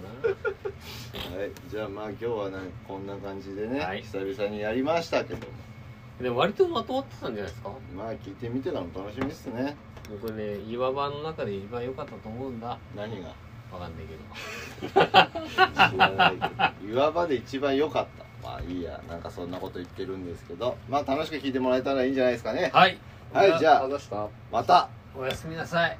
[SPEAKER 2] はい、じゃあまあ今日はなんかこんな感じでね、
[SPEAKER 4] はい
[SPEAKER 2] 久々にやりましたけども
[SPEAKER 4] なでも割とまとまってたんじゃないですか
[SPEAKER 2] まあ聞いてみてからの楽しみですね
[SPEAKER 4] 僕ね岩場の中で一番良かったと思うんだ
[SPEAKER 2] 何が
[SPEAKER 4] わかんないけど
[SPEAKER 2] 知らないけど岩場で一番良かったまあいいやなんかそんなこと言ってるんですけどまあ楽しく聞いてもらえたらいいんじゃないですかね
[SPEAKER 4] はい
[SPEAKER 2] はいじゃあ
[SPEAKER 14] 話した
[SPEAKER 2] また
[SPEAKER 4] おやすみなさい